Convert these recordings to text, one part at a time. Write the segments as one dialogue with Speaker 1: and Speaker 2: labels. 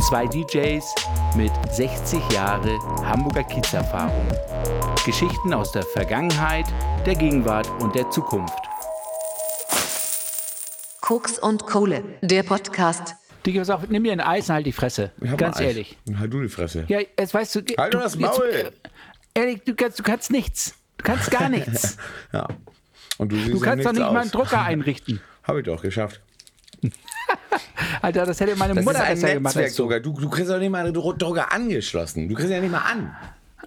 Speaker 1: Zwei DJs mit 60 Jahre Hamburger Kids-Erfahrung. Geschichten aus der Vergangenheit, der Gegenwart und der Zukunft.
Speaker 2: Koks und Kohle, der Podcast.
Speaker 1: Digga, pass auf, nimm mir ein Eis und halt die Fresse.
Speaker 3: Ich hab
Speaker 1: Ganz
Speaker 3: mal Eis.
Speaker 1: ehrlich.
Speaker 3: Halt du die Fresse.
Speaker 1: Ja, jetzt weißt du.
Speaker 3: Halt
Speaker 1: du,
Speaker 3: doch das
Speaker 1: jetzt-
Speaker 3: Maul.
Speaker 1: Ehrlich, du kannst, du kannst nichts. Du kannst gar nichts.
Speaker 3: Ja. Und du siehst
Speaker 1: Du
Speaker 3: auch
Speaker 1: kannst doch
Speaker 3: nichts
Speaker 1: nicht
Speaker 3: aus.
Speaker 1: mal einen Drucker einrichten.
Speaker 3: Habe ich doch geschafft.
Speaker 1: Alter, das hätte meine
Speaker 3: Das
Speaker 1: Mutter
Speaker 3: ist
Speaker 1: besser
Speaker 3: ein
Speaker 1: gemacht.
Speaker 3: Netzwerk
Speaker 1: als du.
Speaker 3: sogar. Du, du kriegst doch nicht mal einen Dro- Drucker angeschlossen. Du kriegst ja nicht mal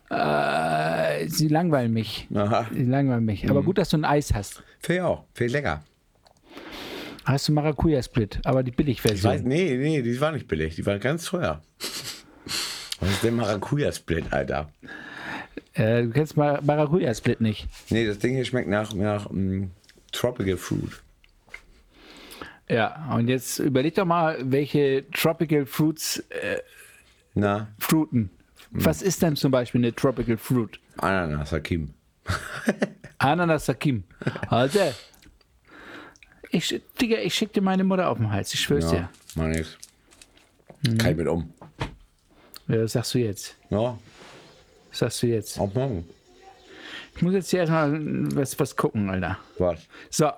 Speaker 3: an.
Speaker 1: Äh, Sie langweilen mich.
Speaker 3: Aha.
Speaker 1: Sie langweilen mich.
Speaker 3: Mhm.
Speaker 1: Aber gut, dass du ein Eis hast.
Speaker 3: Fehlt auch. Fehlt lecker.
Speaker 1: Hast du Maracuja-Split, aber die
Speaker 3: Ich weiß,
Speaker 1: Billigversion.
Speaker 3: nee, nee, die war nicht billig. Die war ganz teuer. Was ist denn Maracuja-Split, Alter?
Speaker 1: Äh, du kennst Mar Maracuja-Split nicht.
Speaker 3: Nee, das Ding hier schmeckt nach, nach mm, Tropical Fruit.
Speaker 1: Ja, und jetzt überleg doch mal, welche Tropical Fruits äh,
Speaker 3: Na,
Speaker 1: fruiten.
Speaker 3: Hm.
Speaker 1: Was ist denn zum Beispiel eine Tropical Fruit?
Speaker 3: Ananas, Hakim.
Speaker 1: Ananas Sakim. Alter. Ich, sch- Digga, ich schick dir meine Mutter auf den Hals, ich schwör's
Speaker 3: Ja, mach nix.
Speaker 1: Mhm.
Speaker 3: Kann ich mit um.
Speaker 1: dir. Ja, das sagst du jetzt.
Speaker 3: Ja,
Speaker 1: Das sagst du jetzt.
Speaker 3: auch morgen.
Speaker 1: Ich muss jetzt hier erstmal was, was gucken, Alter.
Speaker 3: Was?
Speaker 1: So.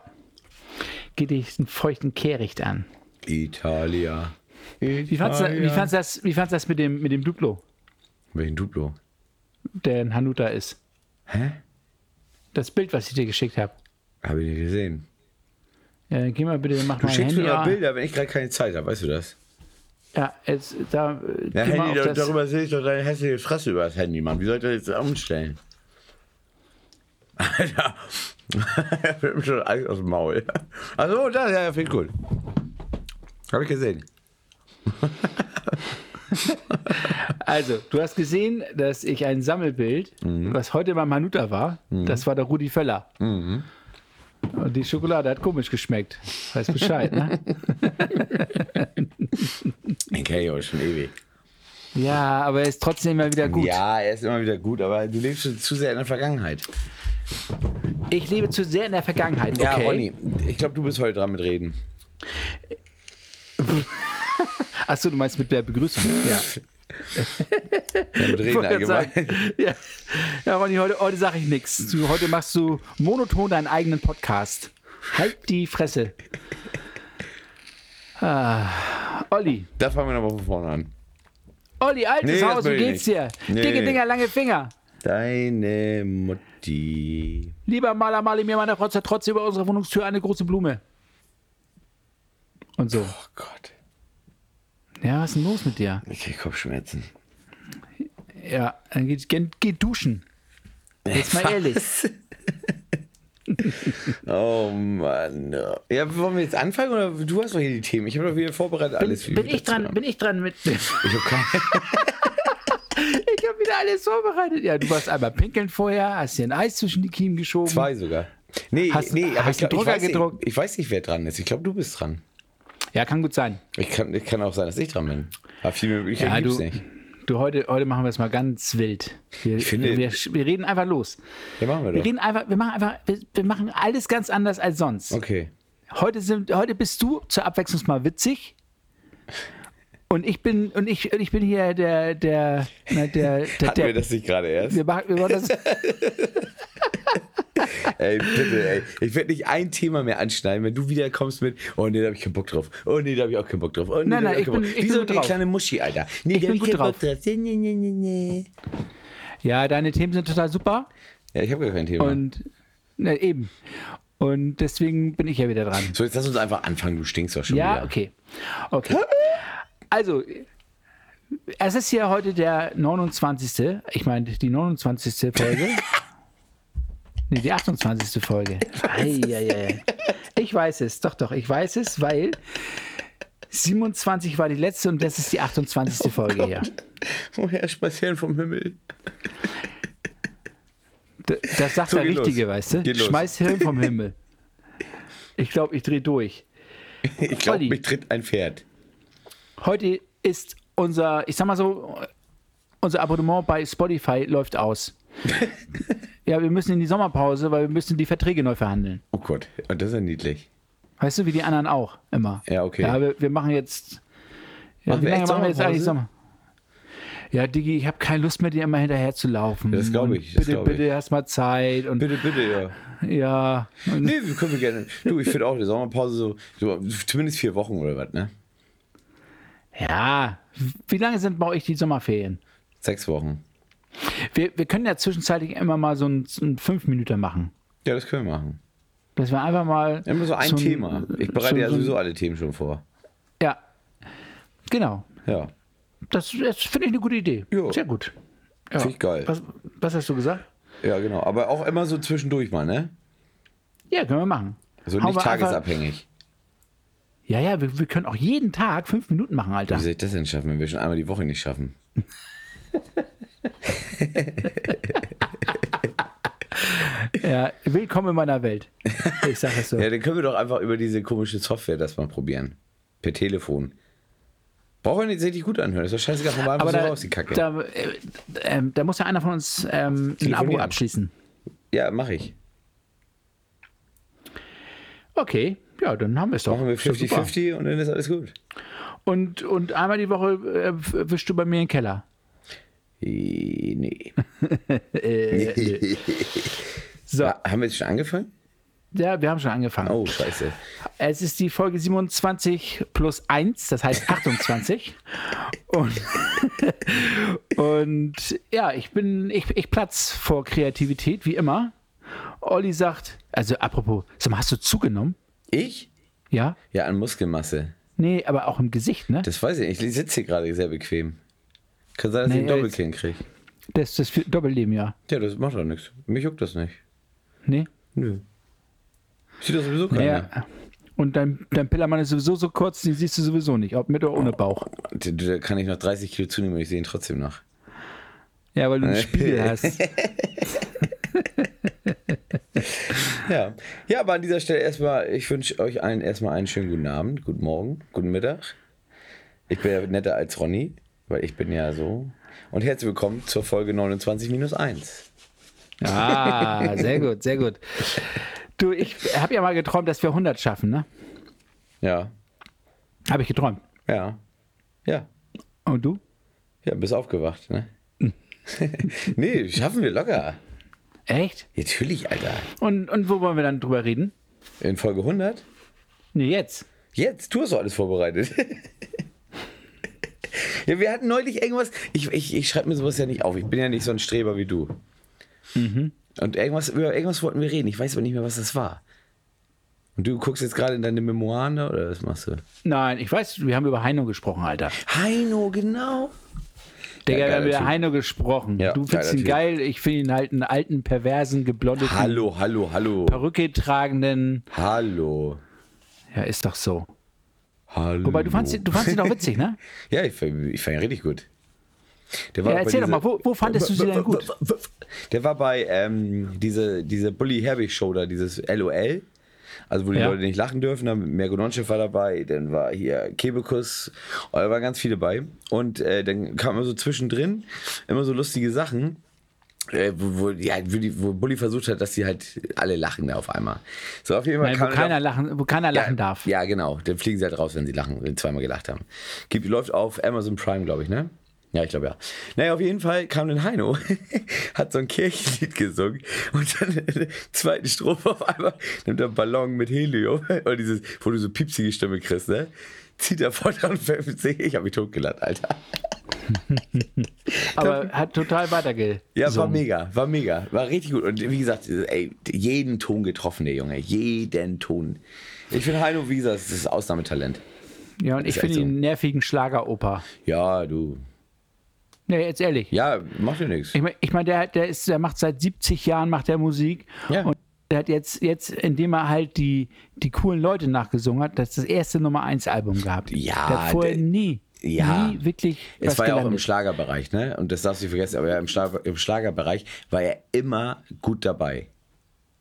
Speaker 1: Geh dich einen feuchten Kehricht an.
Speaker 3: Italia.
Speaker 1: Wie fandst
Speaker 3: Ah,
Speaker 1: du wie fandst du das, wie fandst du das mit, dem, mit dem Duplo,
Speaker 3: Welchen Duplo?
Speaker 1: der in Hanuta ist?
Speaker 3: Hä?
Speaker 1: Das Bild, was ich dir geschickt habe.
Speaker 3: Habe ich nicht gesehen.
Speaker 1: Äh, geh mal bitte, mach
Speaker 3: Du
Speaker 1: mal ein
Speaker 3: schickst
Speaker 1: Handy
Speaker 3: mir doch
Speaker 1: an.
Speaker 3: Bilder, wenn ich gerade keine Zeit habe, weißt du das?
Speaker 1: Ja, jetzt, da, äh,
Speaker 3: Ja,
Speaker 1: geh mal
Speaker 3: Handy,
Speaker 1: auf
Speaker 3: da,
Speaker 1: das,
Speaker 3: darüber sehe ich doch deine hässliche Fresse über das Handy, Mann. Wie soll ich das jetzt umstellen? Alter. Ich bin schon alles aus dem Maul. Achso, das, ja, ja, viel gut. Habe ich gesehen.
Speaker 1: Also, du hast gesehen, dass ich ein Sammelbild,
Speaker 3: Mhm.
Speaker 1: was heute beim Manuta war, das war der Rudi Völler.
Speaker 3: Mhm.
Speaker 1: Und die Schokolade hat komisch geschmeckt. Weiß Bescheid, ne?
Speaker 3: Den kenne ich auch schon ewig.
Speaker 1: Ja, aber er ist trotzdem immer wieder gut.
Speaker 3: Ja, er ist immer wieder gut, aber du lebst schon zu sehr in der Vergangenheit.
Speaker 1: Ich lebe zu sehr in der Vergangenheit.
Speaker 3: Ja,
Speaker 1: okay.
Speaker 3: Ronny, ich glaube, du bist heute dran mit Reden.
Speaker 1: Achso, du meinst mit der Begrüßung. Ja,
Speaker 3: Ja, mit Reden
Speaker 1: Wollte grad
Speaker 3: allgemein.
Speaker 1: sagen. ja. ja Ronny, heute, heute sage ich nichts. Du- Heute machst du monoton deinen eigenen Podcast. Halt die Fresse. Ah, Olli,
Speaker 3: Da fangen wir nochmal von vorne an.
Speaker 1: Olli, altes
Speaker 3: Nee, das
Speaker 1: Haus,
Speaker 3: will
Speaker 1: wie
Speaker 3: ich
Speaker 1: geht's
Speaker 3: nicht.
Speaker 1: dir?
Speaker 3: Nee.
Speaker 1: Dicke Dinger, lange Finger.
Speaker 3: Deine Mutti.
Speaker 1: Lieber Maler, male mir meiner Frau trotzdem über unsere Wohnungstür eine große Blume. Und so.
Speaker 3: Oh Gott,
Speaker 1: Ja, was ist denn los mit dir?
Speaker 3: ich krieg Kopfschmerzen.
Speaker 1: Ja, dann geht, geh, geh duschen. Jetzt mal ehrlich.
Speaker 3: Oh Mann. Ja, wollen wir jetzt anfangen oder du hast doch hier die Themen? Ich habe doch wieder vorbereitet
Speaker 1: Bin,
Speaker 3: alles. wie
Speaker 1: bin
Speaker 3: wir
Speaker 1: ich
Speaker 3: dazu
Speaker 1: dran,
Speaker 3: haben.
Speaker 1: bin ich dran mit. Ich habe hab wieder alles vorbereitet. Ja, du warst einmal pinkeln vorher, hast dir ein Eis zwischen die Kiemen geschoben.
Speaker 3: Zwei sogar. Nee,
Speaker 1: Hast-
Speaker 3: nee, aber
Speaker 1: hast
Speaker 3: ich, glaub,
Speaker 1: du
Speaker 3: ich,
Speaker 1: Drucker
Speaker 3: weiß nicht,
Speaker 1: gedruckt?
Speaker 3: ich weiß nicht, wer dran ist. Ich glaube, du bist dran.
Speaker 1: Ja, kann gut sein.
Speaker 3: Ich kann, ich kann auch sein, dass ich dran bin. Aber viele Möglichkeiten
Speaker 1: Ja,
Speaker 3: gibt's
Speaker 1: du,
Speaker 3: nicht.
Speaker 1: du heute, heute machen wir es mal ganz wild. Wir, ich
Speaker 3: finde-
Speaker 1: wir, wir reden einfach los.
Speaker 3: Ja, machen wir
Speaker 1: Wir
Speaker 3: doch.
Speaker 1: reden einfach, wir machen einfach, wir, wir machen alles ganz anders als sonst.
Speaker 3: Okay.
Speaker 1: Heute, sind, heute bist du zur Abwechslung mal witzig. Und ich bin, und ich, und ich bin hier der, der, na, der, der,
Speaker 3: Hatten
Speaker 1: der
Speaker 3: wir das nicht gerade erst?
Speaker 1: wir machen, wir machen das,
Speaker 3: Ey, bitte, ey. Ich werde nicht ein Thema mehr anschneiden, wenn du wieder kommst mit, oh nee, da habe ich keinen Bock drauf. Oh nee, da habe ich auch keinen Bock drauf. Oh, nee,
Speaker 1: Nein,
Speaker 3: da
Speaker 1: nein,
Speaker 3: hab
Speaker 1: ich
Speaker 3: keinen Bock
Speaker 1: bin-
Speaker 3: drauf.
Speaker 1: ich
Speaker 3: Wie
Speaker 1: bin
Speaker 3: so
Speaker 1: gut
Speaker 3: eine
Speaker 1: drauf.
Speaker 3: kleine Muschi, Alter. Nee, da
Speaker 1: bin
Speaker 3: hab
Speaker 1: gut
Speaker 3: keinen
Speaker 1: drauf.
Speaker 3: Bock drauf. Nee, nee, nee, nee, nee.
Speaker 1: ja, deine Themen sind total super.
Speaker 3: Ja, ich habe gar kein Thema.
Speaker 1: Und na, eben. Und deswegen bin ich ja wieder dran.
Speaker 3: so, jetzt lass uns einfach anfangen, du stinkst doch schon
Speaker 1: Ja,
Speaker 3: wieder.
Speaker 1: okay. Okay. Also, es ist hier heute der 29. Ich meine, die 29. Folge. nee, die 28. Folge. Eieiei. Ich weiß es, doch, doch, ich weiß es, weil 27 war die letzte und das ist die
Speaker 3: Oh
Speaker 1: 28. Folge hier.
Speaker 3: Woher Oh, spazieren vom Himmel?
Speaker 1: D- Das sagt
Speaker 3: So,
Speaker 1: der
Speaker 3: geh los.
Speaker 1: Richtige, weißt du?
Speaker 3: Geh los.
Speaker 1: Schmeiß Hirn vom Himmel. Ich glaube, ich drehe durch.
Speaker 3: Ich glaube,
Speaker 1: Olli.
Speaker 3: mich tritt ein Pferd.
Speaker 1: Heute ist unser, ich sag mal so, unser Abonnement bei Spotify läuft aus. ja, wir müssen in die Sommerpause, weil wir müssen die Verträge neu verhandeln.
Speaker 3: Oh Gott, und das ist ja niedlich.
Speaker 1: Weißt du, wie die anderen auch immer.
Speaker 3: Ja, okay.
Speaker 1: Ja, wir, wir machen jetzt, Ja,
Speaker 3: Machen
Speaker 1: wie
Speaker 3: wir
Speaker 1: lange
Speaker 3: echt
Speaker 1: machen wir jetzt eigentlich
Speaker 3: Sommerpause?
Speaker 1: Sommer? Ja, Digi, ich habe keine Lust mehr, dir immer hinterher zu laufen.
Speaker 3: Ja, das glaub
Speaker 1: Und
Speaker 3: ich, das
Speaker 1: bitte,
Speaker 3: glaub ich.
Speaker 1: bitte erst mal Zeit und
Speaker 3: Bitte, bitte, ja.
Speaker 1: ja. Und,
Speaker 3: Nee, wir können wir gerne. Du, ich finde auch eine Sommerpause so, so zumindest vier Wochen oder was, ne?
Speaker 1: ja. Wie lange sind bei euch die Sommerferien?
Speaker 3: Sechs Wochen.
Speaker 1: Wir, wir können ja zwischenzeitlich immer mal so einen, so einen Fünf-Minüter machen.
Speaker 3: Ja, das können wir machen.
Speaker 1: Dass wir einfach mal.
Speaker 3: Immer so ein
Speaker 1: so
Speaker 3: Thema. Ich bereite
Speaker 1: so-
Speaker 3: ja
Speaker 1: so-
Speaker 3: sowieso alle Themen schon vor.
Speaker 1: Ja. Genau.
Speaker 3: Ja.
Speaker 1: Das, das finde ich eine gute Idee.
Speaker 3: Jo.
Speaker 1: Sehr gut. Ja.
Speaker 3: Finde ich geil.
Speaker 1: Was, was hast du gesagt?
Speaker 3: Ja, genau. Aber auch immer so zwischendurch mal, ne?
Speaker 1: Ja, können wir machen.
Speaker 3: Also
Speaker 1: Hauen
Speaker 3: nicht
Speaker 1: wir einfach-
Speaker 3: tagesabhängig.
Speaker 1: Ja, ja, wir, wir können auch jeden Tag fünf Minuten machen, Alter.
Speaker 3: Wie soll ich das denn schaffen, wenn wir schon einmal die Woche nicht schaffen?
Speaker 1: Ja, willkommen in meiner Welt. Ich sage es so.
Speaker 3: Ja, dann können wir doch einfach über diese komische Software das mal probieren. Per Telefon. Braucht man nicht richtig gut anhören. Das ist doch scheißegal, von einfach
Speaker 1: Aber
Speaker 3: so
Speaker 1: da,
Speaker 3: raus, die Kacke.
Speaker 1: da, äh, ähm, da muss ja einer von uns ähm, ein Abo
Speaker 3: Telefonieren.
Speaker 1: abschließen.
Speaker 3: ja, mach ich.
Speaker 1: Okay, ja, dann haben wir es doch.
Speaker 3: Machen wir
Speaker 1: Ist doch super.
Speaker 3: 50-50 und dann ist alles gut.
Speaker 1: Und, und einmal die Woche äh, w- wischst du bei mir in den Keller.
Speaker 3: Eh, Nee.
Speaker 1: So, ja,
Speaker 3: Ah, Haben wir jetzt schon angefangen?
Speaker 1: wir haben schon angefangen.
Speaker 3: Oh, scheiße.
Speaker 1: Es ist die Folge 27 plus 1, das heißt 28. und, und ja, ich bin, ich, ich platz vor Kreativität, wie immer. Olli sagt, also apropos, sag mal, hast du zugenommen?
Speaker 3: Ich?
Speaker 1: Ja?
Speaker 3: Ja, an Muskelmasse.
Speaker 1: Nee, aber auch im Gesicht, ne?
Speaker 3: Das weiß ich nicht. Ich sitze hier gerade sehr bequem. Kann sein, dass
Speaker 1: Nee,
Speaker 3: ich einen
Speaker 1: ja,
Speaker 3: Doppelkinn kriege.
Speaker 1: Das, das für- Doppelleben, ja.
Speaker 3: Ja, das macht doch nichts. Mich juckt das nicht.
Speaker 1: Nee?
Speaker 3: Nö. Sieht das sowieso keiner.
Speaker 1: Ja. Und dein, dein Pillermann ist sowieso so kurz, den siehst du sowieso nicht, ob mit oder ohne Bauch.
Speaker 3: Da- Da kann ich noch 30 Kilo zunehmen und ich sehe ihn trotzdem noch.
Speaker 1: Ja, weil du einen Spiegel hast.
Speaker 3: Ja. ja, aber an dieser Stelle erstmal, ich wünsche euch allen erstmal einen schönen guten Abend, guten Morgen, guten Mittag. Ich bin ja netter als Ronny, weil ich bin ja so. Und herzlich willkommen zur Folge 29-1.
Speaker 1: Ah, sehr gut, sehr gut. Du, ich habe ja mal geträumt, dass wir 100 schaffen, ne?
Speaker 3: Ja,
Speaker 1: Habe ich geträumt.
Speaker 3: ja, ja.
Speaker 1: Und du?
Speaker 3: Ja, bist aufgewacht, ne?
Speaker 1: Hm.
Speaker 3: nee, schaffen wir locker.
Speaker 1: Echt?
Speaker 3: Natürlich, Alter.
Speaker 1: Und, und wo wollen wir dann drüber reden?
Speaker 3: In Folge 100?
Speaker 1: Nee, jetzt.
Speaker 3: Jetzt, du hast doch alles vorbereitet. ja, wir hatten neulich irgendwas. Ich, ich, ich schreibe mir sowas ja nicht auf. Ich bin ja nicht so ein Streber wie du. Und irgendwas, über irgendwas wollten wir reden. Ich weiß aber nicht mehr, was das war. Und du guckst jetzt gerade in deine Memoiren da, oder was machst du?
Speaker 1: Nein, ich weiß, wir haben über Heino gesprochen, Alter.
Speaker 3: Heino, genau.
Speaker 1: Digga,
Speaker 3: Ja,
Speaker 1: wir haben
Speaker 3: geiler
Speaker 1: über
Speaker 3: Typ.
Speaker 1: Heino gesprochen.
Speaker 3: Ja,
Speaker 1: du findest
Speaker 3: geiler
Speaker 1: ihn
Speaker 3: Typ.
Speaker 1: geil, ich finde ihn halt einen alten, perversen, geblondeten,
Speaker 3: Hallo, hallo, hallo.
Speaker 1: Perücke tragenden.
Speaker 3: Hallo.
Speaker 1: Ja, ist doch so.
Speaker 3: Hallo.
Speaker 1: Wobei, du fandst, ihn- du fandst ihn doch witzig, ne?
Speaker 3: Ja, ich, fand- ich fand ihn richtig gut. Der war
Speaker 1: Ja,
Speaker 3: auch bei
Speaker 1: erzähl doch
Speaker 3: dieser-
Speaker 1: mal, wo- wo fandest du sie denn gut?
Speaker 3: Der war bei ähm, diese, diese Bully Herbig Show da, dieses LOL. Also, wo die
Speaker 1: Ja.
Speaker 3: Leute nicht lachen dürfen. Dann Mergo Nonchef war dabei, dann war hier Kebekus, oh, da waren ganz viele bei. Und äh, dann kamen immer so zwischendrin immer so lustige Sachen. Äh, wo, wo, ja, wo, die, wo Bully versucht hat, dass die halt alle lachen da auf einmal. So, auf jeden Fall
Speaker 1: Nein, wo
Speaker 3: kam
Speaker 1: keiner lachen, wo keiner lachen
Speaker 3: ja,
Speaker 1: darf.
Speaker 3: Ja, genau. Dann fliegen sie halt raus, wenn sie lachen, wenn sie zweimal gelacht haben. Gibt, läuft auf Amazon Prime, glaube ich, ne? Ja, ich glaube ja. Naja, auf jeden Fall kam dann Heino, hat so ein Kirchenlied gesungen und dann in der zweiten Strophe auf einmal nimmt er einen Ballon mit Helium und dieses, wo du so piepsige Stimme kriegst, ne? Zieht er vor dran, ich habe mich totgelacht, Alter.
Speaker 1: aber hat total weiterge.
Speaker 3: Ja, war mega, war mega, war richtig gut. Und wie gesagt, ey, jeden Ton getroffen, der Junge, jeden Ton. Ich finde Heino, wie gesagt, das ist Ausnahmetalent.
Speaker 1: Ja, und ich
Speaker 3: ist
Speaker 1: finde
Speaker 3: echt
Speaker 1: ihn einen nervigen Schlageroper.
Speaker 3: Ja, du,
Speaker 1: Nee, jetzt ehrlich.
Speaker 3: Ja, macht ja nichts.
Speaker 1: Ich meine, ich mein, der, der, ist, der macht seit 70 Jahren macht der Musik.
Speaker 3: Ja.
Speaker 1: Und der hat jetzt, jetzt, indem er halt die, die coolen Leute nachgesungen hat, das ist das erste Nummer 1 Album gehabt.
Speaker 3: Ja,
Speaker 1: Der hat vorher
Speaker 3: der-
Speaker 1: nie,
Speaker 3: ja.
Speaker 1: nie wirklich
Speaker 3: Es
Speaker 1: was
Speaker 3: war ja auch im
Speaker 1: gelandet.
Speaker 3: Schlagerbereich, ne? Und das darfst du nicht vergessen, aber ja, im, Schlager, im Schlagerbereich war er immer gut dabei.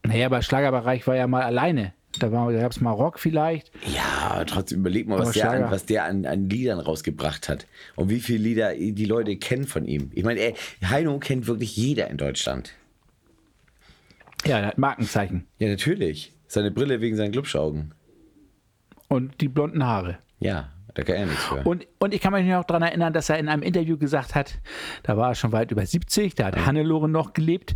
Speaker 1: Naja, aber Schlagerbereich war ja mal alleine. Da, war- da gab es mal Rock vielleicht.
Speaker 3: Ja, aber trotzdem überleg mal, was
Speaker 1: Aber
Speaker 3: der, an,
Speaker 1: Schlager.
Speaker 3: was der an, an Liedern rausgebracht hat. Und wie viele Lieder die Leute kennen von ihm. Ich meine, ey, Heino kennt wirklich jeder in Deutschland.
Speaker 1: Ja, der hat Markenzeichen.
Speaker 3: Ja, natürlich. Seine Brille wegen seinen Glubschaugen.
Speaker 1: Und die blonden Haare.
Speaker 3: Ja, Da kann er nichts für.
Speaker 1: Und, und ich kann mich noch daran erinnern, dass er in einem Interview gesagt hat, da war er schon weit über 70, da hat Hannelore noch gelebt,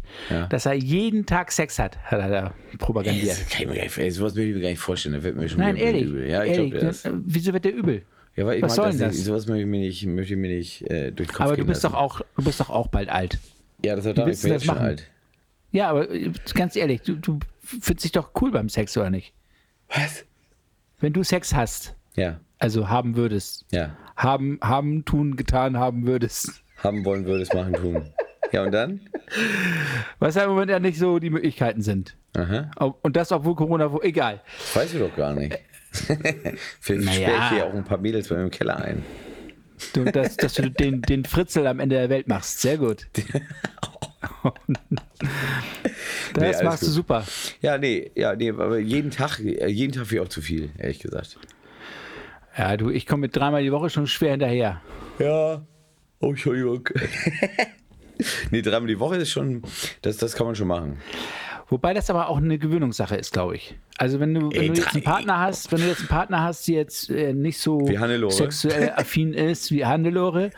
Speaker 1: dass er jeden Tag Sex hat, hat er da propagandiert.
Speaker 3: Das kann ich mir gar nicht, ey, sowas will ich mir gar nicht vorstellen. Da wird mir schon
Speaker 1: Nein,
Speaker 3: wieder
Speaker 1: ehrlich.
Speaker 3: übel. Ja, ich
Speaker 1: ehrlich
Speaker 3: glaube das.
Speaker 1: ne, wieso wird der übel?
Speaker 3: Ja, weil ich
Speaker 1: was
Speaker 3: mag
Speaker 1: soll denn
Speaker 3: das? Nicht,
Speaker 1: das?
Speaker 3: sowas möchte ich mir nicht, möchte ich mir nicht äh, durch den Kopf
Speaker 1: aber du
Speaker 3: gehen
Speaker 1: bist
Speaker 3: lassen.
Speaker 1: doch auch, du bist doch auch bald alt.
Speaker 3: Ja, das hat ich
Speaker 1: willst
Speaker 3: bin
Speaker 1: du
Speaker 3: jetzt
Speaker 1: das
Speaker 3: schon
Speaker 1: machen?
Speaker 3: alt.
Speaker 1: Ja, aber äh, ganz ehrlich, du, du findest dich doch cool beim Sex, oder nicht?
Speaker 3: Was?
Speaker 1: Wenn du Sex hast,
Speaker 3: Ja,
Speaker 1: also haben würdest,
Speaker 3: ja.
Speaker 1: haben, haben, tun, getan haben würdest.
Speaker 3: Haben wollen, würde es machen, tun. Ja, und dann?
Speaker 1: Was ja im Moment ja nicht so die Möglichkeiten sind.
Speaker 3: Aha.
Speaker 1: Ob- Und das, obwohl Corona, wo, egal.
Speaker 3: Das weiß ich doch gar nicht. Vielleicht
Speaker 1: Naja.
Speaker 3: sperre ich hier auch ein paar Mädels bei mir im Keller ein.
Speaker 1: Du, dass, dass du den, den Fritzel am Ende der Welt machst. Sehr gut.
Speaker 3: Nee,
Speaker 1: Das
Speaker 3: alles
Speaker 1: machst du
Speaker 3: gut.
Speaker 1: super.
Speaker 3: Ja, nee, ja, nee, aber jeden Tag, äh, jeden Tag wie auch zu viel, ehrlich gesagt.
Speaker 1: Ja, du, ich komme mit dreimal die Woche schon schwer hinterher.
Speaker 3: Ja. Oh, Entschuldigung. nee, dreimal die Woche ist schon, das, das kann man schon machen.
Speaker 1: Wobei das aber auch eine Gewöhnungssache ist, glaube ich. Also wenn du, wenn
Speaker 3: Ey,
Speaker 1: du jetzt einen
Speaker 3: drei-
Speaker 1: Partner hast, wenn du jetzt einen Partner hast, die jetzt äh, nicht so
Speaker 3: Wie Hannelore.
Speaker 1: sexuell affin ist wie Hannelore,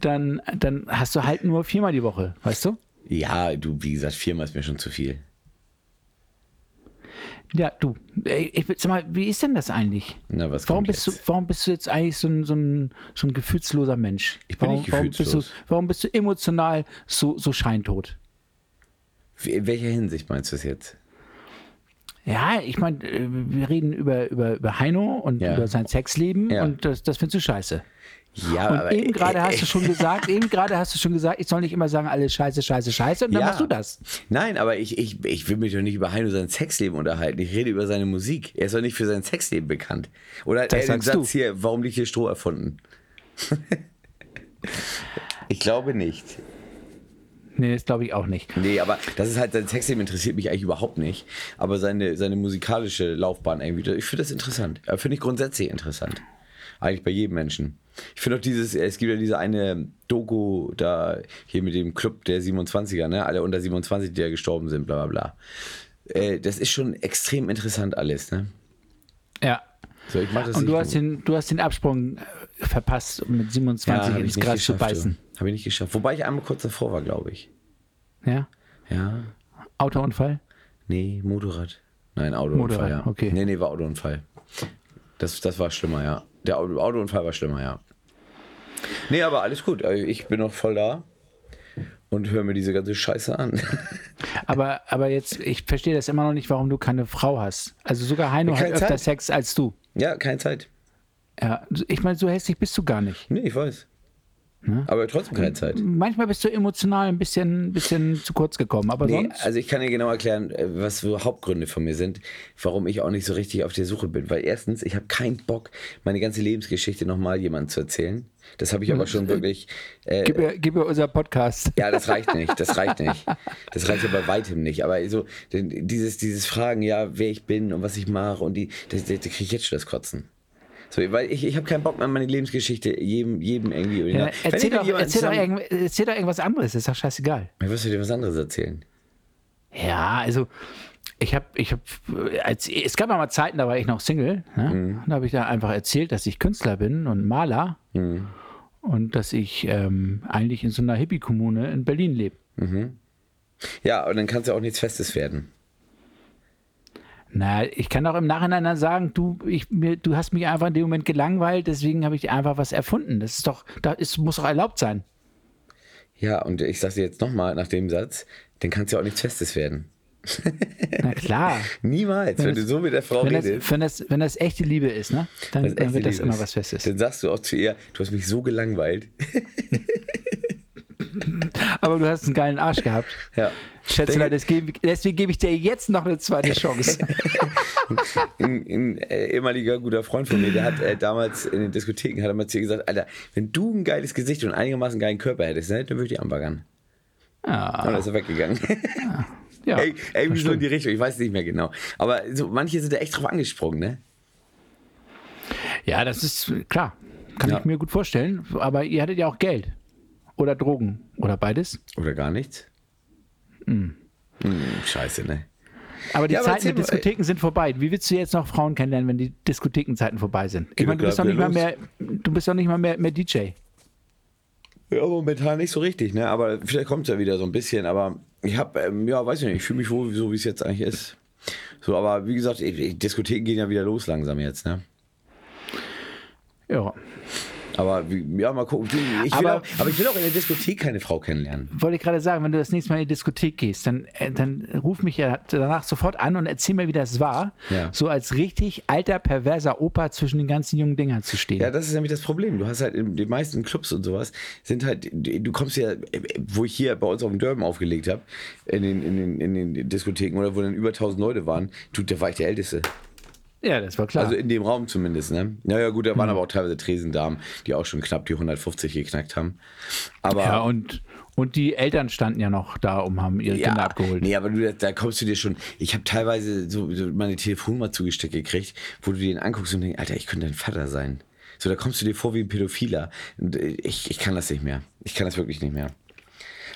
Speaker 1: dann, dann hast du halt nur viermal die Woche, weißt du?
Speaker 3: Ja, du, wie gesagt, viermal ist mir schon zu viel.
Speaker 1: Ja, du, ey, ich, will- sag mal, wie ist denn das eigentlich?
Speaker 3: Na, was
Speaker 1: Warum
Speaker 3: kommt
Speaker 1: bist, du,
Speaker 3: jetzt?
Speaker 1: warum bist du jetzt eigentlich so ein, so ein, so ein gefühlsloser Mensch?
Speaker 3: Ich bin
Speaker 1: warum,
Speaker 3: nicht
Speaker 1: Warum
Speaker 3: gefühlslos.
Speaker 1: bist du, warum bist du emotional so, so scheintot?
Speaker 3: W- In welcher Hinsicht meinst du es jetzt?
Speaker 1: Ja, ich meine, wir reden über, über, über Heino und
Speaker 3: Ja.
Speaker 1: über sein Sexleben
Speaker 3: Ja.
Speaker 1: und das, das findest du scheiße.
Speaker 3: Ja,
Speaker 1: Und
Speaker 3: aber. äh,
Speaker 1: eben gerade hast du schon gesagt, eben gerade hast du schon gesagt, ich soll nicht immer sagen, alles scheiße, scheiße, scheiße und dann
Speaker 3: Ja.
Speaker 1: machst du das.
Speaker 3: Nein, aber ich, ich, ich will mich doch nicht über Heino sein Sexleben unterhalten. Ich rede über seine Musik. Er ist doch nicht für sein Sexleben bekannt. Oder
Speaker 1: Das
Speaker 3: er hat den
Speaker 1: sagst
Speaker 3: Satz hier, warum liegt hier Stroh erfunden? ich glaube nicht.
Speaker 1: Nee, das glaube ich auch nicht.
Speaker 3: Nee, aber das ist halt, sein Sexleben interessiert mich eigentlich überhaupt nicht. Aber seine, seine musikalische Laufbahn irgendwie, ich finde das interessant. Äh, Finde ich grundsätzlich interessant. Eigentlich bei jedem Menschen. Ich finde auch dieses, äh, es gibt ja diese eine Doku da hier mit dem Club der 27er, ne? Alle unter 27, die ja gestorben sind, bla bla bla. Äh, das ist schon extrem interessant alles, ne?
Speaker 1: Ja.
Speaker 3: So, ich mach das
Speaker 1: Und
Speaker 3: nicht
Speaker 1: du hast, den, du hast den Absprung äh, verpasst, um mit 27
Speaker 3: Ah, hab ich
Speaker 1: ins
Speaker 3: nicht
Speaker 1: Gras zu
Speaker 3: geschafft, du.
Speaker 1: beißen.
Speaker 3: Hab ich nicht geschafft. Wobei ich einmal kurz davor war, glaube ich.
Speaker 1: Ja?
Speaker 3: Ja.
Speaker 1: Autounfall?
Speaker 3: Nee, Motorrad. Nein, Autounfall,
Speaker 1: Motorrad,
Speaker 3: ja.
Speaker 1: okay.
Speaker 3: Nee, nee, war Autounfall. Das, das war schlimmer, ja. Der Auto- Autounfall war schlimmer, ja. Nee, aber alles gut. Also, Ich bin noch voll da und höre mir diese ganze Scheiße an.
Speaker 1: Aber, aber jetzt, ich verstehe das immer noch nicht, warum du keine Frau hast. Also sogar Heino hat
Speaker 3: Keine
Speaker 1: öfter
Speaker 3: Zeit.
Speaker 1: Sex als du.
Speaker 3: ja, keine Zeit.
Speaker 1: Ja, ich meine, so hässlich bist du gar nicht.
Speaker 3: Nee, ich weiß. Aber trotzdem keine Zeit.
Speaker 1: Manchmal bist du emotional ein bisschen, bisschen zu kurz gekommen, aber
Speaker 3: Nee,
Speaker 1: sonst.
Speaker 3: also ich kann dir genau erklären, äh, was so Hauptgründe von mir sind, warum ich auch nicht so richtig auf der Suche bin. Weil erstens, ich habe keinen Bock, meine ganze Lebensgeschichte nochmal jemandem zu erzählen. Das
Speaker 1: Hm.
Speaker 3: habe ich aber schon wirklich äh,
Speaker 1: Gib ihr, gib ihr unser Podcast.
Speaker 3: Ja, das reicht nicht, das reicht nicht. Das reicht ja bei weitem nicht. Aber so, denn dieses, dieses Fragen, ja, wer ich bin und was ich mache und die, das, das, das kriege ich jetzt schon das Kotzen. So, weil ich, ich habe keinen Bock mehr, meine Lebensgeschichte jedem, jedem irgendwie. über den
Speaker 1: Ja,
Speaker 3: Namen- Wenn
Speaker 1: erzähl,
Speaker 3: ich mit
Speaker 1: doch,
Speaker 3: jemandem
Speaker 1: erzähl, doch
Speaker 3: zusammen-
Speaker 1: irgend, erzähl doch irgendwas anderes, ist doch scheißegal.
Speaker 3: Ja, wirst du dir was anderes erzählen?
Speaker 1: Ja, also ich habe, ich hab, als, es gab ja mal Zeiten, da war ich noch Single. Ne? Und Da habe ich da einfach erzählt, dass ich Künstler bin und Maler und dass ich ähm, eigentlich in so einer Hippie-Kommune in Berlin lebe.
Speaker 3: Ja, und dann kannst du auch nichts Festes werden.
Speaker 1: Na, ich kann auch im Nachhinein dann sagen, du, ich, mir, du hast mich einfach in dem Moment gelangweilt, deswegen habe ich einfach was erfunden. Das ist doch, da ist, muss doch erlaubt sein.
Speaker 3: Ja, und ich sage dir jetzt nochmal nach dem Satz, dann kannst du auch nichts Festes werden.
Speaker 1: Na klar.
Speaker 3: Niemals,
Speaker 1: das-
Speaker 3: wenn, du so mit der Frau
Speaker 1: Wenn das,
Speaker 3: redest.
Speaker 1: wenn, das, wenn das echte Liebe ist, ne? dann,
Speaker 3: Wenn's
Speaker 1: dann
Speaker 3: echte
Speaker 1: wird das
Speaker 3: Liebe
Speaker 1: immer
Speaker 3: ist.
Speaker 1: was Festes.
Speaker 3: Dann sagst du auch zu ihr, du hast mich so gelangweilt.
Speaker 1: Aber du hast einen geilen Arsch gehabt.
Speaker 3: Ja.
Speaker 1: Schätzelein, das gebe- deswegen gebe ich dir jetzt noch eine zweite Chance.
Speaker 3: ein, ein äh, ehemaliger guter Freund von mir, der hat äh, damals in den Diskotheken hat er mal zu ihr gesagt, Alter, wenn du ein geiles Gesicht und einigermaßen geilen Körper hättest, ne, dann würde ich dich anbaggern. Ah. Und dann ist er weggegangen.
Speaker 1: Ja,
Speaker 3: Ey, irgendwie so in
Speaker 1: stimmt.
Speaker 3: die Richtung, ich weiß nicht mehr genau. Aber so, manche sind da echt drauf angesprungen, ne?
Speaker 1: ja das ist äh, klar. Kann
Speaker 3: Ja.
Speaker 1: ich mir gut vorstellen. Aber ihr hattet ja auch Geld. Oder Drogen. Oder beides.
Speaker 3: Oder gar nichts. Mm, Hm, scheiße, ne?
Speaker 1: Aber die
Speaker 3: Ja, aber
Speaker 1: Zeiten der
Speaker 3: erzähl mal,
Speaker 1: Diskotheken sind vorbei. Wie willst du jetzt noch Frauen kennenlernen, wenn die Diskothekenzeiten vorbei sind? Ich
Speaker 3: Geht
Speaker 1: meine, du
Speaker 3: doch
Speaker 1: bist doch
Speaker 3: gerade
Speaker 1: nicht mal
Speaker 3: wieder
Speaker 1: mehr, du bist doch nicht mal mehr, mehr DJ.
Speaker 3: Ja, momentan nicht so richtig, ne? Aber vielleicht kommt es ja wieder so ein bisschen. Aber ich habe, ähm, ja, weiß ich nicht, ich fühle mich wohl, so wie es jetzt eigentlich ist. So, aber wie gesagt, ich, ich, Diskotheken gehen ja wieder los langsam jetzt, ne?
Speaker 1: Ja.
Speaker 3: Aber wie, ja, mal gucken. Ich
Speaker 1: Aber-
Speaker 3: will aber, auch, aber ich will auch in der Diskothek keine Frau kennenlernen.
Speaker 1: Wollte ich gerade sagen, wenn du das nächste Mal in die Diskothek gehst, dann, äh, dann ruf mich ja danach sofort an und erzähl mir, wie das war,
Speaker 3: Ja.
Speaker 1: so als richtig alter, perverser Opa zwischen den ganzen jungen Dingern zu stehen.
Speaker 3: Ja, das ist nämlich das Problem. Du hast halt in den meisten Clubs und sowas sind halt, du kommst ja, wo ich hier bei uns auf dem Dörben aufgelegt habe, in den, in, den, in den Diskotheken oder wo dann über 1000 Leute waren, du, da war ich der Älteste.
Speaker 1: Ja, Hm. das war klar.
Speaker 3: Also in dem Raum zumindest, ne? Naja, gut, da waren aber auch teilweise Tresendamen, die auch schon knapp die 150 geknackt haben. Aber.
Speaker 1: ja, und, und die Eltern standen ja noch da und haben ihre Kinder abgeholt.
Speaker 3: Nee, aber du, da- da kommst du dir schon. Ich habe teilweise so, so meine Telefonnummer zugesteckt gekriegt, wo du den anguckst und denkst, Alter, ich könnte dein Vater sein. So, da kommst du dir vor wie ein Pädophiler. Und äh, ich, ich kann das nicht mehr. Ich kann das wirklich nicht mehr.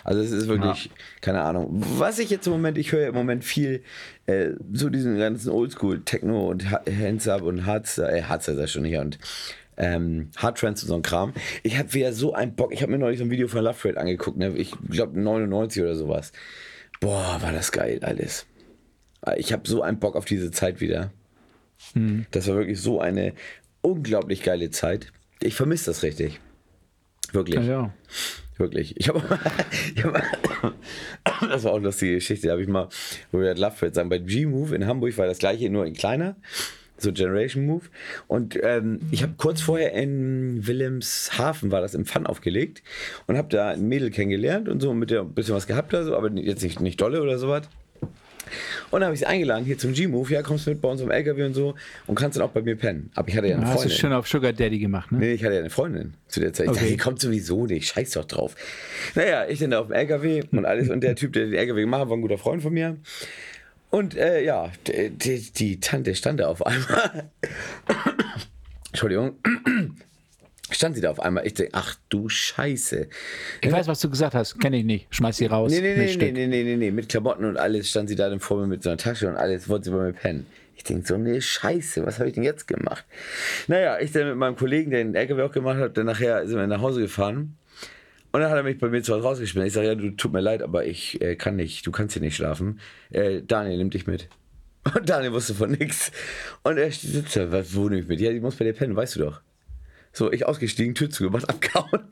Speaker 3: Also es ist wirklich, keine Ahnung. Was ich jetzt im Moment, ich höre ja im Moment viel äh, so diesen ganzen Oldschool, Techno und Ha- Hands Up und Hardstyle, äh, Hardstyle sei schon hier und ähm, Hard Trends und so ein Kram. Ich habe wieder so einen Bock, ich habe mir neulich so ein Video von Love Parade angeguckt, ne? ich glaube 99 oder sowas. Boah, war das geil alles. Äh, Ich habe so einen Bock auf diese Zeit wieder.
Speaker 1: Hm.
Speaker 3: Das war wirklich so eine unglaublich geile Zeit. Ich vermisse das richtig. Wirklich.
Speaker 1: Ja, ja.
Speaker 3: Wirklich. Ich habe hab, Das war auch eine lustige Geschichte. Da habe ich mal, wo wir das Love sagen, bei G-Move in Hamburg war das gleiche, nur in kleiner. So Generation Move. Und ähm, ich habe kurz vorher in Wilhelmshaven war das im Fun aufgelegt und habe da ein Mädel kennengelernt und so mit der ein bisschen was gehabt da so, aber jetzt nicht, nicht dolle oder sowas. Und dann habe ich sie eingeladen hier zum G-Move. Ja, kommst du mit bei uns im LKW und so und kannst dann auch bei mir pennen. Aber ich hatte ja eine
Speaker 1: Hast du
Speaker 3: Freundin.
Speaker 1: schön auf Sugar Daddy gemacht, ne?
Speaker 3: Nee, ich hatte ja eine Freundin zu der Zeit. Ich
Speaker 1: Okay.
Speaker 3: dachte, die kommt sowieso nicht. Scheiß doch drauf. Naja, ich bin da auf dem LKW und alles. Und der Typ, der den LKW gemacht hat, war ein guter Freund von mir. Und äh, ja, die, die, die Tante stand da auf einmal. Entschuldigung. Stand sie da auf einmal. Ich denke, ach du Scheiße.
Speaker 1: Ich weiß, was du gesagt hast. Kenne ich nicht. Schmeiß sie raus.
Speaker 3: Nee, nee, nee, nee,
Speaker 1: Miststück.
Speaker 3: nee, nee, nee, nee. Mit Klamotten und alles stand sie da dann vor mir mit so einer Tasche und alles, wollte sie bei mir pennen. Ich denke so, nee, scheiße, was habe ich denn jetzt gemacht? Naja, ich dann mit meinem Kollegen, der den LKW auch gemacht hat, dann nachher sind wir nach Hause gefahren. Und dann hat er mich bei mir zu Hause rausgeschmissen. Ich sage, ja, du tut mir leid, aber ich äh, kann nicht, du kannst hier nicht schlafen. Äh, Daniel, nimm dich mit. Und Daniel wusste von nichts. Und er sitzt da, was wohne ich mit? Ja, ich muss bei dir pennen, weißt du doch. So, ich ausgestiegen, Tür zugemacht, abgehauen.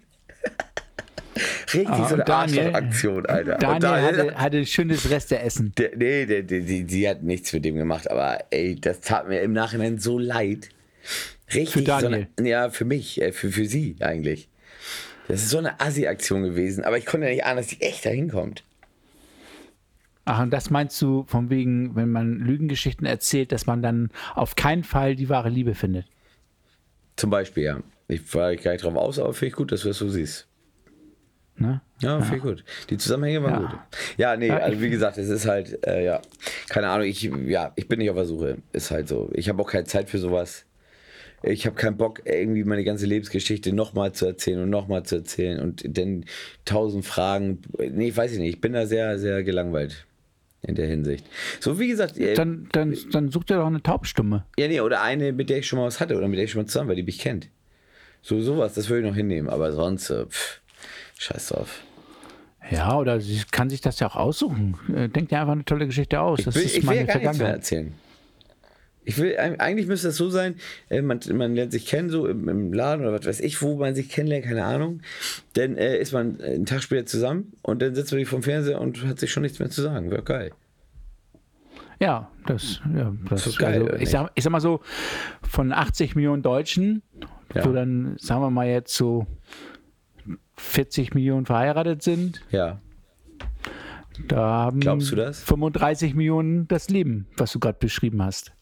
Speaker 3: Richtig
Speaker 1: Ah,
Speaker 3: so
Speaker 1: und
Speaker 3: eine
Speaker 1: Daniel-
Speaker 3: Arschloch-Aktion, Alter.
Speaker 1: Daniel,
Speaker 3: und Daniel
Speaker 1: hatte, hatte schönes Resteressen.
Speaker 3: der, nee, der, der, die, die hat nichts mit dem gemacht, aber ey, das tat mir im Nachhinein so leid. Richtig.
Speaker 1: Für Daniel.
Speaker 3: So eine, ja, für mich, äh, für, für sie eigentlich. Das ist so eine Assi-Aktion gewesen, aber ich konnte ja nicht ahnen, dass die echt dahin kommt.
Speaker 1: Ach, und das meinst du von wegen, wenn man Lügengeschichten erzählt, dass man dann auf keinen Fall die wahre Liebe findet?
Speaker 3: Zum Beispiel, ja. Ich war gar nicht drauf aus, aber finde ich gut, dass du das so siehst.
Speaker 1: Ne?
Speaker 3: Ja, viel gut. Die Zusammenhänge waren
Speaker 1: Ja.
Speaker 3: gut. Ja, nee,
Speaker 1: Ja,
Speaker 3: also
Speaker 1: ich-
Speaker 3: wie gesagt, es ist halt, äh, ja, keine Ahnung, ich, ja, ich bin nicht auf der Suche. Ist halt so. Ich habe auch keine Zeit für sowas. Ich habe keinen Bock, irgendwie meine ganze Lebensgeschichte nochmal zu erzählen und nochmal zu erzählen und dann tausend Fragen. Nee, ich weiß ich nicht. Ich bin da sehr, sehr gelangweilt in der Hinsicht. So, wie gesagt, äh,
Speaker 1: Dann, dann, dann such dir doch eine Taubstumme.
Speaker 3: ja, nee, oder eine, mit der ich schon mal was hatte oder mit der ich schon mal zusammen war, die mich kennt. So, sowas, das würde ich noch hinnehmen, aber sonst, äh, pff, scheiß drauf.
Speaker 1: Ja, oder sie kann sich das ja auch aussuchen. Äh, Denk dir einfach eine tolle Geschichte aus. Das
Speaker 3: will,
Speaker 1: ist
Speaker 3: ich will ja
Speaker 1: meine
Speaker 3: gar nichts mehr
Speaker 1: Vergangenheit.
Speaker 3: erzählen. Ich will, eig- eigentlich müsste das so sein, äh, man, man lernt sich kennen, so im, im Laden oder was weiß ich, wo man sich kennenlernt, keine Ahnung. Dann äh, ist man äh, einen Tag später zusammen und dann sitzt man sich vom Fernseher und hat sich schon nichts mehr zu sagen. Wäre geil.
Speaker 1: Ja, das, ja, das
Speaker 3: ist geil,
Speaker 1: Also,
Speaker 3: oder
Speaker 1: ich, sag, ich sag mal so, von 80 Millionen Deutschen,
Speaker 3: Ja.
Speaker 1: wo dann, sagen wir mal jetzt so 40 Millionen verheiratet sind,
Speaker 3: Ja.
Speaker 1: da haben
Speaker 3: Glaubst du das?
Speaker 1: 35 Millionen das Leben, was du gerade beschrieben hast.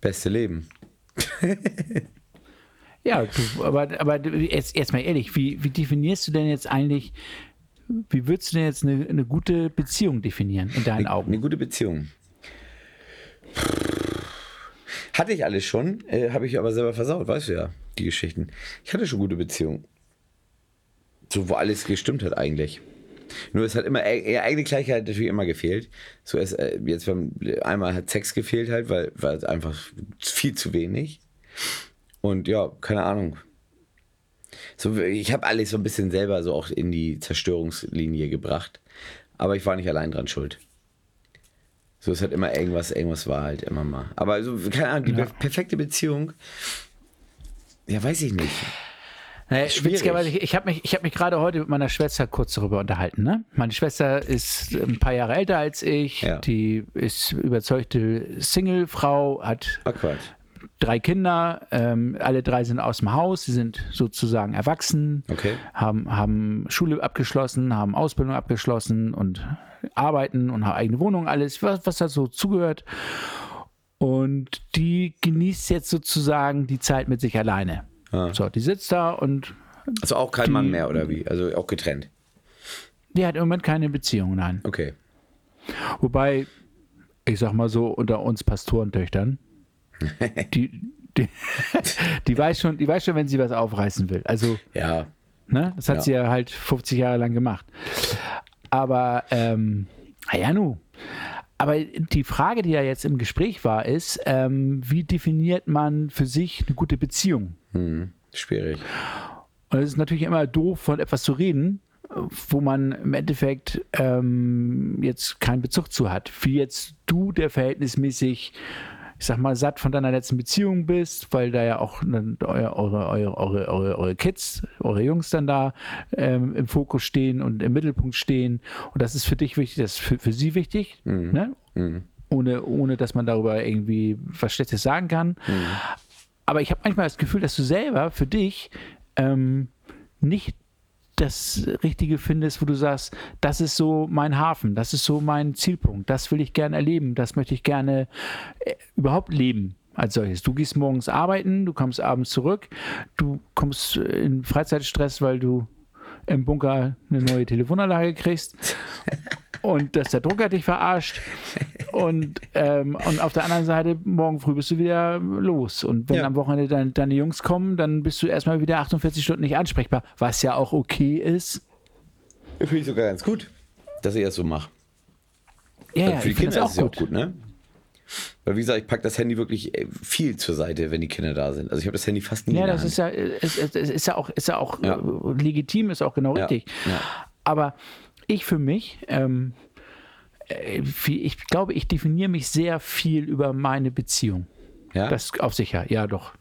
Speaker 3: Beste Leben.
Speaker 1: Ja, du, aber, aber du- jetzt, jetzt mal ehrlich, wie, wie definierst du denn jetzt eigentlich, wie würdest du denn jetzt eine, eine gute Beziehung definieren in deinen Augen?
Speaker 3: Eine gute Beziehung. Hatte ich alles schon, äh, habe ich aber selber versaut, weißt du ja, die Geschichten. Ich hatte schon gute Beziehungen. So, wo alles gestimmt hat eigentlich. Nur es hat immer, e- ja, eine Gleichheit hat natürlich immer gefehlt. So ist, äh, jetzt beim, einmal hat Sex gefehlt halt, weil, weil es einfach viel zu wenig. Und ja, keine Ahnung. So, ich habe alles so ein bisschen selber so auch in die Zerstörungslinie gebracht. Aber ich war nicht allein dran schuld. So, es hat immer irgendwas, irgendwas war halt immer mal. Aber also, keine Ahnung, die per- perfekte Beziehung. Ja, weiß ich nicht.
Speaker 1: Naja,
Speaker 3: Schwierig.
Speaker 1: witzigerweise, ich, ich habe mich, ich hab mich gerade heute mit meiner Schwester kurz darüber unterhalten. Ne? Meine Schwester ist ein paar Jahre älter als ich,
Speaker 3: Ja.
Speaker 1: die ist überzeugte Singlefrau, hat
Speaker 3: Ach Ah, Quatsch.
Speaker 1: drei Kinder, ähm, alle drei sind aus dem Haus, sie sind sozusagen erwachsen,
Speaker 3: Okay.
Speaker 1: haben, haben Schule abgeschlossen, haben Ausbildung abgeschlossen und arbeiten und haben eigene Wohnung, alles, was, was da so zugehört. Und die genießt jetzt sozusagen die Zeit mit sich alleine.
Speaker 3: Ah.
Speaker 1: So, die sitzt da und
Speaker 3: Also auch kein Mann mehr oder wie? Also auch getrennt.
Speaker 1: die hat im Moment keine Beziehung, nein.
Speaker 3: Okay.
Speaker 1: Wobei, ich sag mal so, unter uns Pastorentöchtern, die, die, die, weiß schon, die weiß schon, wenn sie was aufreißen will. Also,
Speaker 3: Ja.
Speaker 1: ne, das hat
Speaker 3: Ja.
Speaker 1: sie ja halt 50 Jahre lang gemacht. Aber, ähm, naja, nu. Aber die Frage, die ja jetzt im Gespräch war, ist, ähm, wie definiert man für sich eine gute Beziehung?
Speaker 3: Hm. Schwierig.
Speaker 1: Und es ist natürlich immer doof, von etwas zu reden, wo man im Endeffekt ähm, jetzt keinen Bezug zu hat. Wie jetzt du, der verhältnismäßig, ich sag mal, satt von deiner letzten Beziehung bist, weil da ja auch dann euer, eure, eure, eure, eure, eure Kids, eure Jungs dann da ähm, im Fokus stehen und im Mittelpunkt stehen. Und das ist für dich wichtig, das ist für, für sie wichtig. Ne? Ohne, ohne, dass man darüber irgendwie was Schlechtes sagen kann. Aber ich habe manchmal das Gefühl, dass du selber für dich ähm, nicht das Richtige findest, wo du sagst, das ist so mein Hafen, das ist so mein Zielpunkt, das will ich gerne erleben, das möchte ich gerne äh, überhaupt leben als solches. Du gehst morgens arbeiten, du kommst abends zurück, du kommst äh, in Freizeitstress, weil du im Bunker eine neue Telefonanlage kriegst und dass der Drucker dich verarscht. Und, ähm, und auf der anderen Seite, morgen früh bist du wieder los. Und wenn
Speaker 3: Ja.
Speaker 1: am Wochenende dein, deine Jungs kommen, dann bist du erstmal wieder 48 Stunden nicht ansprechbar, was ja auch okay ist.
Speaker 3: Finde ich sogar ganz gut, dass ich das so mache.
Speaker 1: Ja,
Speaker 3: Also
Speaker 1: ja,
Speaker 3: für die
Speaker 1: ich finde das
Speaker 3: Kinder ist
Speaker 1: auch
Speaker 3: es ja
Speaker 1: gut.
Speaker 3: auch gut, ne? Weil wie gesagt, ich packe das Handy wirklich äh, viel zur Seite, wenn die Kinder da sind. Also ich habe das Handy fast nie
Speaker 1: Ja,
Speaker 3: in der
Speaker 1: das
Speaker 3: Hand.
Speaker 1: ist ja, ist, ist, ist ja auch, ist ja auch
Speaker 3: Ja.
Speaker 1: äh, legitim, ist auch genau
Speaker 3: Ja,
Speaker 1: richtig.
Speaker 3: ja.
Speaker 1: Aber ich für mich, ähm, äh, wie- ich glaube, ich definiere mich sehr viel über meine Beziehung.
Speaker 3: ja?
Speaker 1: Das auf sicher, ja doch.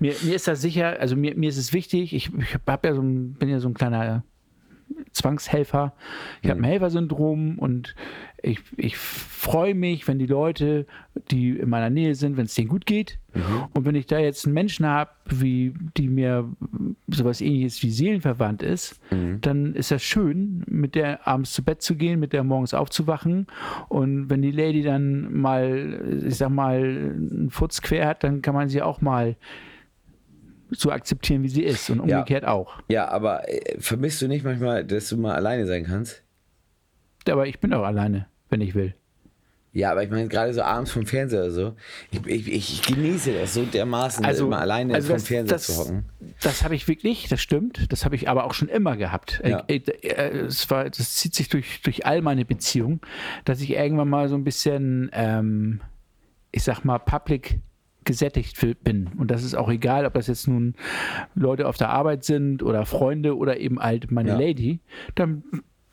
Speaker 1: Mir, mir ist das sicher, also mir, mir ist es wichtig, ich, ich hab ja so ein, bin ja so ein kleiner Zwangshelfer. Ich habe ein Helfersyndrom und ich, ich freue mich, wenn die Leute, die in meiner Nähe sind, wenn es denen gut geht. Und wenn ich da jetzt einen Menschen habe, wie die mir sowas ähnliches wie seelenverwandt ist, dann ist das schön, mit der abends zu Bett zu gehen, mit der morgens aufzuwachen. Und wenn die Lady dann mal, ich sag mal, einen Futz quer hat, dann kann man sie auch mal so akzeptieren, wie sie ist. Und
Speaker 3: Ja.
Speaker 1: umgekehrt auch.
Speaker 3: ja, aber äh, vermisst du nicht manchmal, dass du mal alleine sein kannst?
Speaker 1: Aber ich bin auch alleine, wenn ich will.
Speaker 3: Ja, aber ich meine, gerade so abends vom Fernseher oder so, ich, ich, ich genieße das so dermaßen,
Speaker 1: Also,
Speaker 3: immer alleine
Speaker 1: also
Speaker 3: vom
Speaker 1: das,
Speaker 3: Fernseher
Speaker 1: das,
Speaker 3: zu hocken.
Speaker 1: Das habe ich wirklich, das stimmt. Das habe ich aber auch schon immer gehabt.
Speaker 3: Ja.
Speaker 1: Äh, äh, äh, es war, das zieht sich durch, durch all meine Beziehungen, dass ich irgendwann mal so ein bisschen, ähm, ich sag mal, public gesättigt fi- bin. Und das ist auch egal, ob das jetzt nun Leute auf der Arbeit sind oder Freunde oder eben halt meine
Speaker 3: Ja.
Speaker 1: Lady. Dann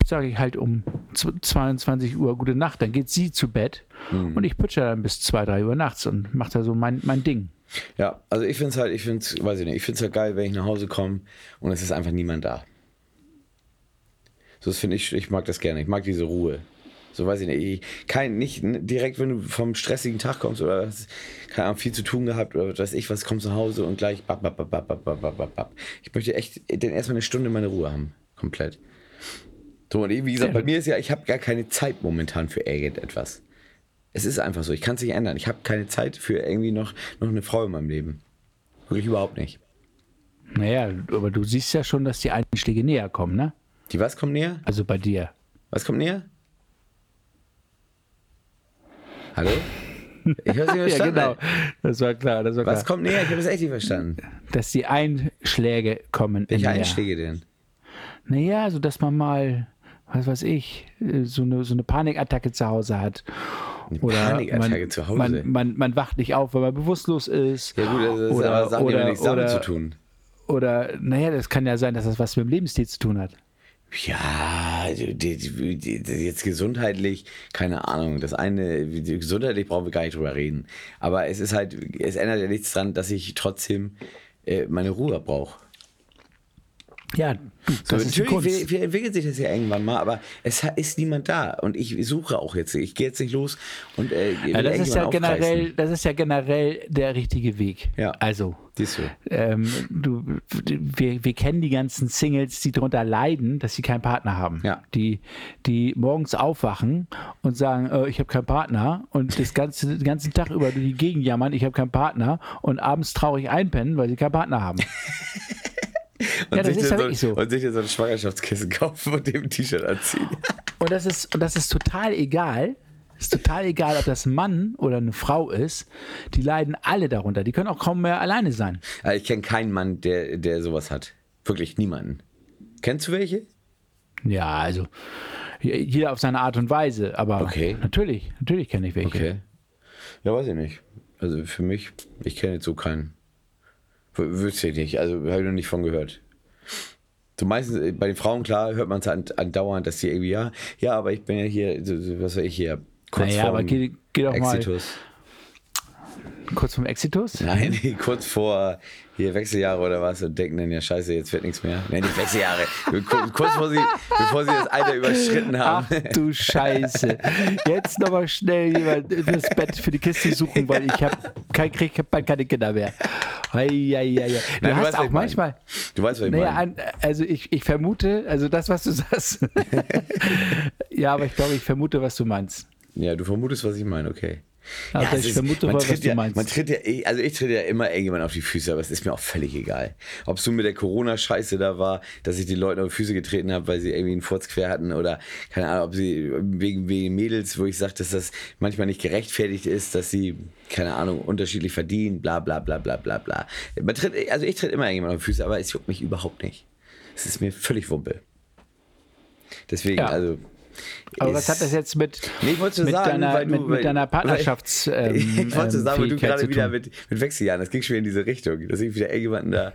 Speaker 1: sage ich halt um zw- 22 Uhr gute Nacht, dann geht sie zu Bett
Speaker 3: Mhm.
Speaker 1: und ich pütschere dann bis 2, 3 Uhr nachts und mache da so mein, mein Ding.
Speaker 3: Ja, also ich finde es halt, ich finde es, weiß ich nicht, ich finde es halt geil, wenn ich nach Hause komme und es ist einfach niemand da. So, das finde ich, ich mag das gerne, ich mag diese Ruhe. So, weiß ich nicht, ich, kein, nicht n- direkt, wenn du vom stressigen Tag kommst oder hast, keine Ahnung, viel zu tun gehabt oder was weiß ich was, kommst nach Hause und gleich bap, bap, bap, bap, bap, bap, bap, bap, bap. Ich möchte echt dann erstmal eine Stunde meine Ruhe haben, komplett. So, und ich- wie gesagt, bei mir ist ja, ich habe gar keine Zeit momentan für irgendetwas. Es ist einfach so. Ich kann es nicht ändern. Ich habe keine Zeit für irgendwie noch, noch eine Frau in meinem Leben. Wirklich überhaupt nicht.
Speaker 1: Naja, aber du siehst ja schon, dass die Einschläge näher kommen, ne?
Speaker 3: Die was kommt näher?
Speaker 1: Also bei dir.
Speaker 3: Was kommt näher? Hallo? Ich habe es nicht verstanden.
Speaker 1: genau. Das war klar, das war klar.
Speaker 3: Was kommt näher? Ich habe es echt nicht verstanden.
Speaker 1: Dass die Einschläge kommen.
Speaker 3: Welche
Speaker 1: näher.
Speaker 3: Einschläge denn?
Speaker 1: Naja, so dass man mal was weiß ich, äh, so eine, so eine Panikattacke zu Hause hat. Oder
Speaker 3: Panikattacke
Speaker 1: man,
Speaker 3: zu Hause?
Speaker 1: Man, man, man wacht nicht auf, weil man bewusstlos ist.
Speaker 3: Ja, gut, das ist
Speaker 1: Oder-
Speaker 3: aber Sachen, die haben
Speaker 1: oder-
Speaker 3: nichts damit
Speaker 1: oder-
Speaker 3: zu tun.
Speaker 1: Oder, naja, das kann ja sein, dass das was mit dem Lebensstil zu tun hat.
Speaker 3: Ja, also, die, die, die, die- jetzt gesundheitlich, keine Ahnung. Das eine, die- gesundheitlich brauchen wir gar nicht drüber reden. Aber es ist halt, es ändert ja nichts dran, dass ich trotzdem äh, meine Ruhe brauche.
Speaker 1: Ja, du, das
Speaker 3: So,
Speaker 1: ist die
Speaker 3: natürlich,
Speaker 1: Kunst.
Speaker 3: wir, wir entwickelt sich das ja irgendwann mal, aber es ha- ist niemand da und ich suche auch jetzt. Ich gehe jetzt nicht los und äh,
Speaker 1: Ja,
Speaker 3: will
Speaker 1: das ist ja
Speaker 3: irgendwann aufreißen.
Speaker 1: generell, das ist ja generell der richtige Weg.
Speaker 3: Ja.
Speaker 1: Also.
Speaker 3: Siehst du.
Speaker 1: Ähm, du, wir, wir kennen die ganzen Singles, die darunter leiden, dass sie keinen Partner haben.
Speaker 3: Ja.
Speaker 1: Die, die morgens aufwachen und sagen, äh, ich habe keinen Partner und das ganze, den ganzen Tag über durch die Gegend jammern, ich habe keinen Partner und abends traurig einpennen, weil sie keinen Partner haben.
Speaker 3: Und
Speaker 1: Ja, das
Speaker 3: sich
Speaker 1: ist
Speaker 3: dann
Speaker 1: ja wirklich so.
Speaker 3: Und sich dann so ein Schwangerschaftskissen kaufen und dem T-Shirt anziehen.
Speaker 1: Und das ist, und das ist total egal. Ist total egal, ob das ein Mann oder eine Frau ist. Die leiden alle darunter. Die können auch kaum mehr alleine sein.
Speaker 3: Also ich kenne keinen Mann, der, der sowas hat. Wirklich niemanden. Kennst du welche?
Speaker 1: Ja, also je- jeder auf seine Art und Weise, aber
Speaker 3: Okay.
Speaker 1: natürlich, natürlich kenne ich welche.
Speaker 3: Ja, weiß ich nicht. Also für mich, ich kenne jetzt so keinen. W wüsste ich nicht. Also habe ich noch nicht von gehört. So meistens, äh, bei den Frauen, klar, hört man es an- andauernd, dass die irgendwie, ja, ja, aber ich bin ja hier, so- so, was weiß ich hier, kurz
Speaker 1: Naja,
Speaker 3: vorm
Speaker 1: aber geh, geh doch
Speaker 3: Exitus.
Speaker 1: mal kurz vom Exitus.
Speaker 3: Nein, nee, kurz vor hier Wechseljahre oder was und denken dann ja, scheiße, jetzt wird nichts mehr. Nein, nicht Wechseljahre. kurz, kurz vor sie, bevor sie das Alter überschritten haben.
Speaker 1: Ach du Scheiße. Jetzt nochmal schnell jemand das Bett für die Kiste suchen, weil ich habe kein Krieg, ich habe keine Kinder mehr. Ei, ei, ei, ei. Du
Speaker 3: Nein, du weißt,
Speaker 1: hast
Speaker 3: was ich
Speaker 1: auch
Speaker 3: meine.
Speaker 1: manchmal.
Speaker 3: Du weißt, was ich
Speaker 1: Naja,
Speaker 3: meine.
Speaker 1: an, also ich, ich vermute, also das, was du sagst. ja, aber ich glaube, ich vermute, was du meinst.
Speaker 3: Ja, du vermutest, was ich meine, okay.
Speaker 1: Also
Speaker 3: es
Speaker 1: ich vermute
Speaker 3: man
Speaker 1: voll, was
Speaker 3: tritt
Speaker 1: du
Speaker 3: ja,
Speaker 1: meinst.
Speaker 3: Man tritt ja, eh- also ich trete ja immer irgendjemand auf die Füße, aber es ist mir auch völlig egal. Ob es nun mit der Corona-Scheiße da war, dass ich die Leute auf die Füße getreten habe, weil sie irgendwie einen Furz quer hatten oder keine Ahnung, ob sie wegen, wegen Mädels, wo ich sage, dass das manchmal nicht gerechtfertigt ist, dass sie, keine Ahnung, unterschiedlich verdienen, bla bla bla bla bla bla. Man tritt, also ich trete immer irgendjemand auf die Füße, aber es juckt mich überhaupt nicht. Es ist mir völlig Wumpe. Deswegen,
Speaker 1: Ja.
Speaker 3: also.
Speaker 1: Aber
Speaker 3: ist-
Speaker 1: was hat das jetzt mit,
Speaker 3: Nee, ich wollte nur
Speaker 1: mit,
Speaker 3: sagen,
Speaker 1: deiner,
Speaker 3: weil du,
Speaker 1: mit, mit
Speaker 3: weil-
Speaker 1: deiner
Speaker 3: weil-
Speaker 1: Partnerschafts. ähm,
Speaker 3: ich wollte
Speaker 1: ähm,
Speaker 3: sagen, weil du
Speaker 1: Fähigkeit zu
Speaker 3: gerade wieder
Speaker 1: tun?
Speaker 3: mit, mit Wechseljahren, das ging schon wieder in diese Richtung, dass ich wieder irgendjemanden da.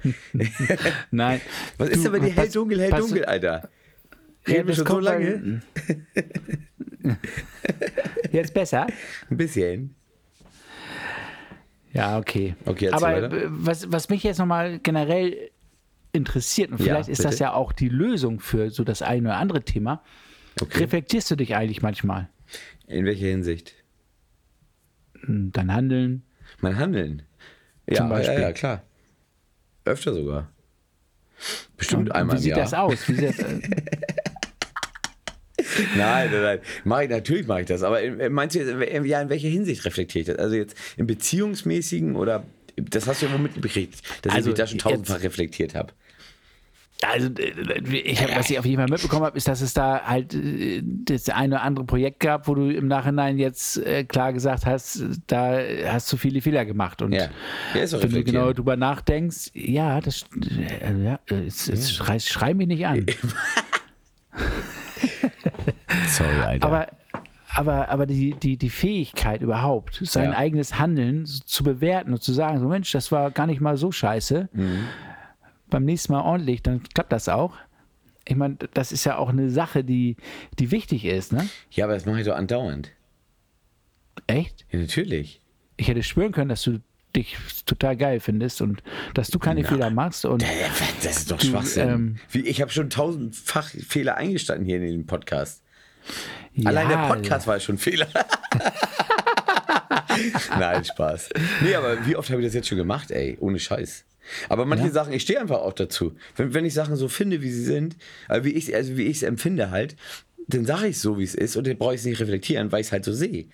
Speaker 1: Nein.
Speaker 3: Was ist
Speaker 1: Hm. Du,
Speaker 3: denn bei dir hell
Speaker 1: pass-
Speaker 3: dunkel, hell
Speaker 1: pass-
Speaker 3: dunkel, Alter?
Speaker 1: Ja,
Speaker 3: Reden wir
Speaker 1: das
Speaker 3: schon so
Speaker 1: kommt, Hm. weil-
Speaker 3: lange?
Speaker 1: Jetzt besser?
Speaker 3: Ein bisschen.
Speaker 1: Ja, okay.
Speaker 3: Okay, erzähl
Speaker 1: Aber
Speaker 3: weiter.
Speaker 1: äh, was, was mich jetzt nochmal generell interessiert, und
Speaker 3: Ja,
Speaker 1: vielleicht ist das
Speaker 3: bitte.
Speaker 1: ja auch die Lösung für so das eine oder andere Thema,
Speaker 3: Okay.
Speaker 1: reflektierst du dich eigentlich manchmal?
Speaker 3: In welcher Hinsicht?
Speaker 1: Hm, Dein Handeln?
Speaker 3: Mein Handeln. Ja,
Speaker 1: Zum
Speaker 3: ja,
Speaker 1: Beispiel.
Speaker 3: ja, klar. Öfter sogar. Bestimmt
Speaker 1: Und
Speaker 3: einmal
Speaker 1: Wie
Speaker 3: im
Speaker 1: sieht
Speaker 3: Jahr.
Speaker 1: das aus? Wie sieht das,
Speaker 3: Nein, nein, nein. Mach ich, natürlich mache ich das. Aber in- meinst du, jetzt, äh, ja, in welcher Hinsicht reflektiere ich das? Also jetzt im beziehungsmäßigen oder das hast du ja wohl mitgekriegt, dass
Speaker 1: Also
Speaker 3: ich mich da schon
Speaker 1: jetzt-
Speaker 3: tausendfach reflektiert habe.
Speaker 1: Also, äh, ich hab, was ich auf jeden Fall mitbekommen habe, ist, dass es da halt äh, das eine oder andere Projekt gab, wo du im Nachhinein jetzt äh, klar gesagt hast, da hast du viele Fehler gemacht. Und
Speaker 3: Ja. Ja, ist doch
Speaker 1: wenn du
Speaker 3: reflektieren.
Speaker 1: genau drüber nachdenkst, ja, das äh, ja, äh, es,
Speaker 3: Mhm.
Speaker 1: es schrei, schrei mich nicht an.
Speaker 3: Sorry, Alter.
Speaker 1: Aber, aber, aber die, die, die Fähigkeit überhaupt, sein
Speaker 3: Ja.
Speaker 1: eigenes Handeln so zu bewerten und zu sagen, so Mensch, das war gar nicht mal so scheiße.
Speaker 3: Mhm.
Speaker 1: Beim nächsten Mal ordentlich, dann klappt das auch. Ich meine, das ist ja auch eine Sache, die, die wichtig ist, ne?
Speaker 3: ja, aber das mache ich doch andauernd.
Speaker 1: Echt?
Speaker 3: Ja, natürlich.
Speaker 1: Ich hätte schwören können, dass du dich total geil findest und dass du keine Fehler machst und
Speaker 3: Das ist doch Schwachsinn.
Speaker 1: Äh, ähm,
Speaker 3: Wie, ich habe schon tausendfach Fehler eingestanden hier in dem Podcast. Allein
Speaker 1: Ja,
Speaker 3: der Podcast war schon ein Fehler. Nein, Spaß. Nee, aber wie oft habe ich das jetzt schon gemacht, ey? Ohne Scheiß. Aber manche
Speaker 1: Ja.
Speaker 3: Sachen, ich stehe einfach auch dazu. Wenn, wenn ich Sachen so finde, wie sie sind, äh, wie ich also wie ich es empfinde halt, dann sage ich so, wie es ist und dann brauche ich es nicht reflektieren, weil ich es halt so sehe.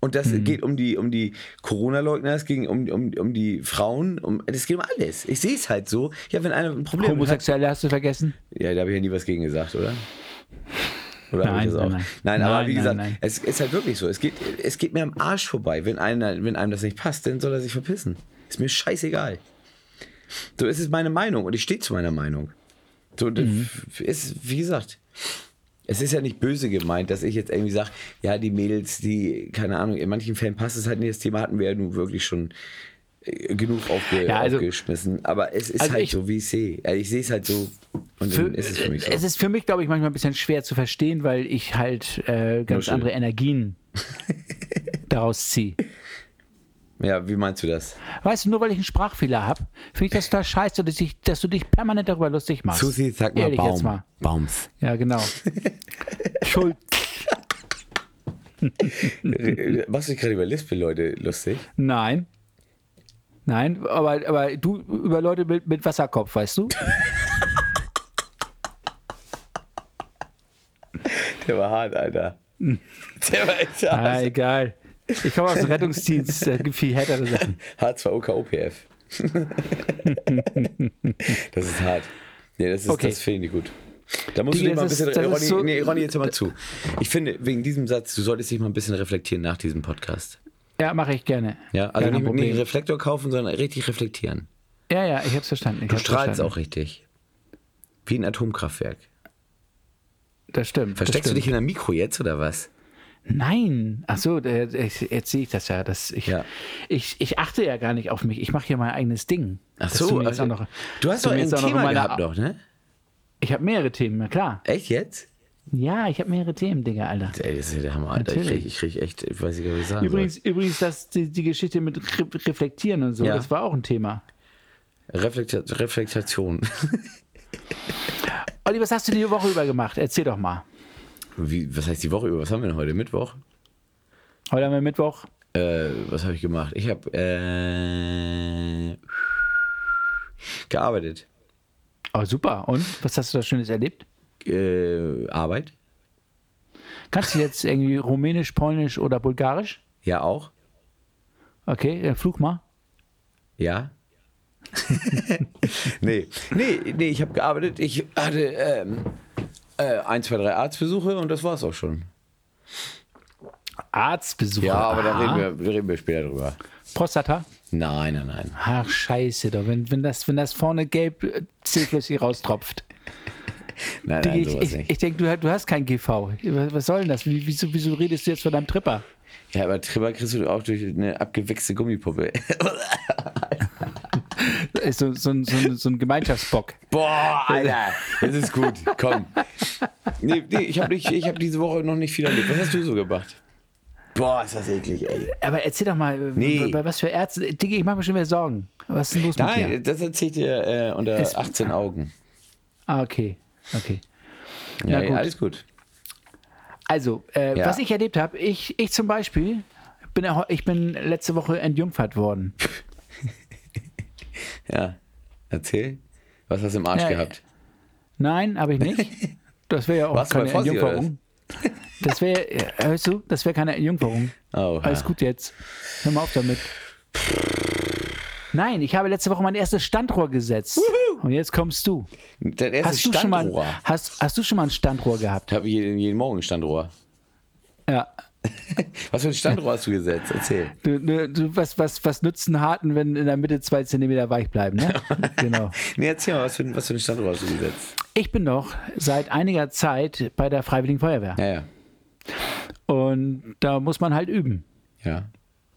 Speaker 3: Und das
Speaker 1: Mhm.
Speaker 3: geht um die, um die Corona-Leugner, es ging um, um, um die Frauen, um, das geht um alles. Ich sehe es halt so. Ja, wenn einer ein Problem hat,
Speaker 1: Homosexuelle hast du vergessen?
Speaker 3: ja, da habe ich ja nie was gegen gesagt, oder? Oder habe
Speaker 1: Nein,
Speaker 3: ich das auch? Nein,
Speaker 1: nein,
Speaker 3: nein
Speaker 1: nein.
Speaker 3: aber
Speaker 1: Nein,
Speaker 3: wie
Speaker 1: nein,
Speaker 3: gesagt,
Speaker 1: nein.
Speaker 3: es ist halt wirklich so. Es geht, es geht mir am Arsch vorbei. Wenn, einer, wenn einem das nicht passt, dann soll er sich verpissen. Ist mir scheißegal. So
Speaker 1: Mhm.
Speaker 3: ist es meine Meinung und ich stehe zu meiner Meinung. So, das ist, wie gesagt, es ist ja nicht böse gemeint, dass ich jetzt irgendwie sage, ja, die Mädels, die, keine Ahnung, in manchen Fällen passt es halt nicht. Das Thema hatten wir ja nun wirklich schon äh, genug aufge
Speaker 1: Ja, also-
Speaker 3: aufgeschmissen. Aber es ist
Speaker 1: also
Speaker 3: halt
Speaker 1: ich-
Speaker 3: so, wie ich sehe. Also ich sehe es halt so und
Speaker 1: Für,
Speaker 3: dann ist es für mich so.
Speaker 1: es ist für mich, glaube ich, manchmal ein bisschen schwer zu verstehen, weil ich halt äh, ganz
Speaker 3: Nuschel.
Speaker 1: andere Energien daraus ziehe.
Speaker 3: ja, wie meinst du das?
Speaker 1: Weißt du, nur weil ich einen Sprachfehler habe, finde ich das total scheiße, dass, ich, dass du dich permanent darüber lustig machst.
Speaker 3: Susi, sag mal
Speaker 1: Ehrlich,
Speaker 3: Baum.
Speaker 1: Jetzt mal.
Speaker 3: Baums.
Speaker 1: Ja, genau. Schuld.
Speaker 3: Was ich gerade über Lispel, Leute, lustig.
Speaker 1: Nein. Nein, aber, aber du über Leute mit, mit Wasserkopf, weißt du?
Speaker 3: Der war hart, Alter. Der war echt hart.
Speaker 1: Ah, egal. Ich komme aus dem Rettungsdienst, da gibt viel härtere Sachen.
Speaker 3: H2OKOPF. das ist hart. Nee, das, ist,
Speaker 1: Okay.
Speaker 3: das finde ich nicht gut. Da musst
Speaker 1: Digi,
Speaker 3: du dich mal ein
Speaker 1: das ist-
Speaker 3: bisschen.
Speaker 1: das ist
Speaker 3: Ronny,
Speaker 1: so-
Speaker 3: nee, Ronny, jetzt hör mal zu. Ich finde, wegen diesem Satz, du solltest dich mal ein bisschen reflektieren nach diesem Podcast.
Speaker 1: Ja, mache ich gerne.
Speaker 3: Ja,
Speaker 1: Gar
Speaker 3: also
Speaker 1: kein
Speaker 3: nicht, nicht
Speaker 1: Problem.
Speaker 3: einen Reflektor kaufen, sondern richtig reflektieren.
Speaker 1: Ja, ja, ich hab's verstanden. Ich
Speaker 3: Du
Speaker 1: hab's
Speaker 3: strahlst
Speaker 1: verstanden.
Speaker 3: auch richtig. Wie ein Atomkraftwerk.
Speaker 1: Das stimmt.
Speaker 3: Versteckst
Speaker 1: das stimmt.
Speaker 3: du dich in einem Mikro jetzt oder was?
Speaker 1: Nein. Ach so, äh, ich- jetzt sehe ich das ja. Dass ich,
Speaker 3: Ja.
Speaker 1: Ich, ich achte ja gar nicht auf mich. Ich mache hier mein eigenes Ding.
Speaker 3: Ach
Speaker 1: Dass
Speaker 3: so,
Speaker 1: mir jetzt
Speaker 3: also-
Speaker 1: auch noch-
Speaker 3: du
Speaker 1: dass
Speaker 3: hast doch
Speaker 1: mir
Speaker 3: ein
Speaker 1: jetzt auch noch in
Speaker 3: Thema
Speaker 1: meiner-
Speaker 3: gehabt noch, ne?
Speaker 1: Ich habe mehrere Themen, na klar.
Speaker 3: Echt jetzt?
Speaker 1: Ja, ich habe mehrere Themen, Digga, Alter.
Speaker 3: Ey, das ist ja der Hammer, Alter. Ich krieg,
Speaker 1: Natürlich.
Speaker 3: ich krieg echt, ich weiß nicht, was ich sagen
Speaker 1: Übrigens, übrigens das, die, die Geschichte mit Re- Reflektieren und so,
Speaker 3: Ja.
Speaker 1: das war auch ein Thema.
Speaker 3: soll. Reflektia Reflektation.
Speaker 1: Olli, was hast du die Woche über gemacht? Erzähl doch mal.
Speaker 3: Wie, was heißt die Woche über? Was haben wir denn heute? Mittwoch?
Speaker 1: Heute haben wir Mittwoch.
Speaker 3: Äh, was habe ich gemacht? Ich habe äh, gearbeitet.
Speaker 1: Oh, super. Und? Was hast du da Schönes erlebt?
Speaker 3: Äh, Arbeit?
Speaker 1: Kannst du jetzt irgendwie Rumänisch, Polnisch oder Bulgarisch?
Speaker 3: Ja, auch?
Speaker 1: Okay, äh, fluch mal.
Speaker 3: Ja? nee. nee, nee, ich habe gearbeitet. Ich hatte ähm, äh, 1, 2, 3 Arztbesuche und das war's auch schon.
Speaker 1: Arztbesuch.
Speaker 3: Ja, aber da reden wir, da reden wir später drüber.
Speaker 1: Ah. Prostata?
Speaker 3: Nein, nein, nein.
Speaker 1: Ach, scheiße doch. Wenn, wenn, das, wenn das vorne gelb äh, zähflüssig raustropft.
Speaker 3: Nein,
Speaker 1: Digi,
Speaker 3: nein,
Speaker 1: ich
Speaker 3: sowas
Speaker 1: ich,
Speaker 3: nicht.
Speaker 1: ich denke, du, hast- du hast kein GV. Was was soll denn das? Wie- Wieso, wieso redest du jetzt von deinem Tripper?
Speaker 3: Ja, aber Tripper kriegst du auch durch eine abgewichste Gummipuppe.
Speaker 1: Das ist Äh, So, so, ein- so, ein- so ein Gemeinschaftsbock.
Speaker 3: Boah, Alter, das ist gut. Komm. Nee, nee ich habe hab diese Woche noch nicht viel erlebt. Was hast du so gemacht? Boah, ist das eklig, ey.
Speaker 1: Aber erzähl doch mal,
Speaker 3: Nee.
Speaker 1: bei was für Ärzten. Digi, ich mache mir schon wieder Sorgen. Was ist denn los mit dir?
Speaker 3: Nein, das erzählt dir äh, unter
Speaker 1: Es-
Speaker 3: 18 Augen.
Speaker 1: Ah, okay. Okay.
Speaker 3: Ja,
Speaker 1: Na gut.
Speaker 3: alles gut.
Speaker 1: Also, äh,
Speaker 3: Ja.
Speaker 1: was ich erlebt habe, ich, ich zum Beispiel, bin, erho- ich bin letzte Woche entjungfert worden.
Speaker 3: Ja, erzähl. Was hast du im Arsch
Speaker 1: Ja,
Speaker 3: gehabt?
Speaker 1: Nein, habe ich nicht. Das wäre ja auch
Speaker 3: Warst du
Speaker 1: keine
Speaker 3: bei Fossi,
Speaker 1: Entjungferung. Das wäre, äh, hörst du, das wäre keine Entjungferung.
Speaker 3: Oh,
Speaker 1: Alles gut jetzt. Hör mal auf damit. Nein, ich habe letzte Woche mein erstes Standrohr gesetzt. Und jetzt kommst du.
Speaker 3: Dein erstes
Speaker 1: Hast du, schon mal,
Speaker 3: Standrohr.
Speaker 1: hast, hast du schon mal ein Standrohr gehabt?
Speaker 3: Ich habe jeden, jeden Morgen ein Standrohr.
Speaker 1: Ja.
Speaker 3: Was für ein Standrohr hast du gesetzt? Erzähl.
Speaker 1: Du, du, du, was, was, was nützen Harten, wenn in der Mitte zwei Zentimeter weich bleiben? Ne? genau.
Speaker 3: Nee, erzähl mal, was für, ein- was für ein Standrohr hast du gesetzt?
Speaker 1: Ich bin noch seit einiger Zeit bei der Freiwilligen Feuerwehr.
Speaker 3: Ja, ja.
Speaker 1: Und da muss man halt üben.
Speaker 3: Ja.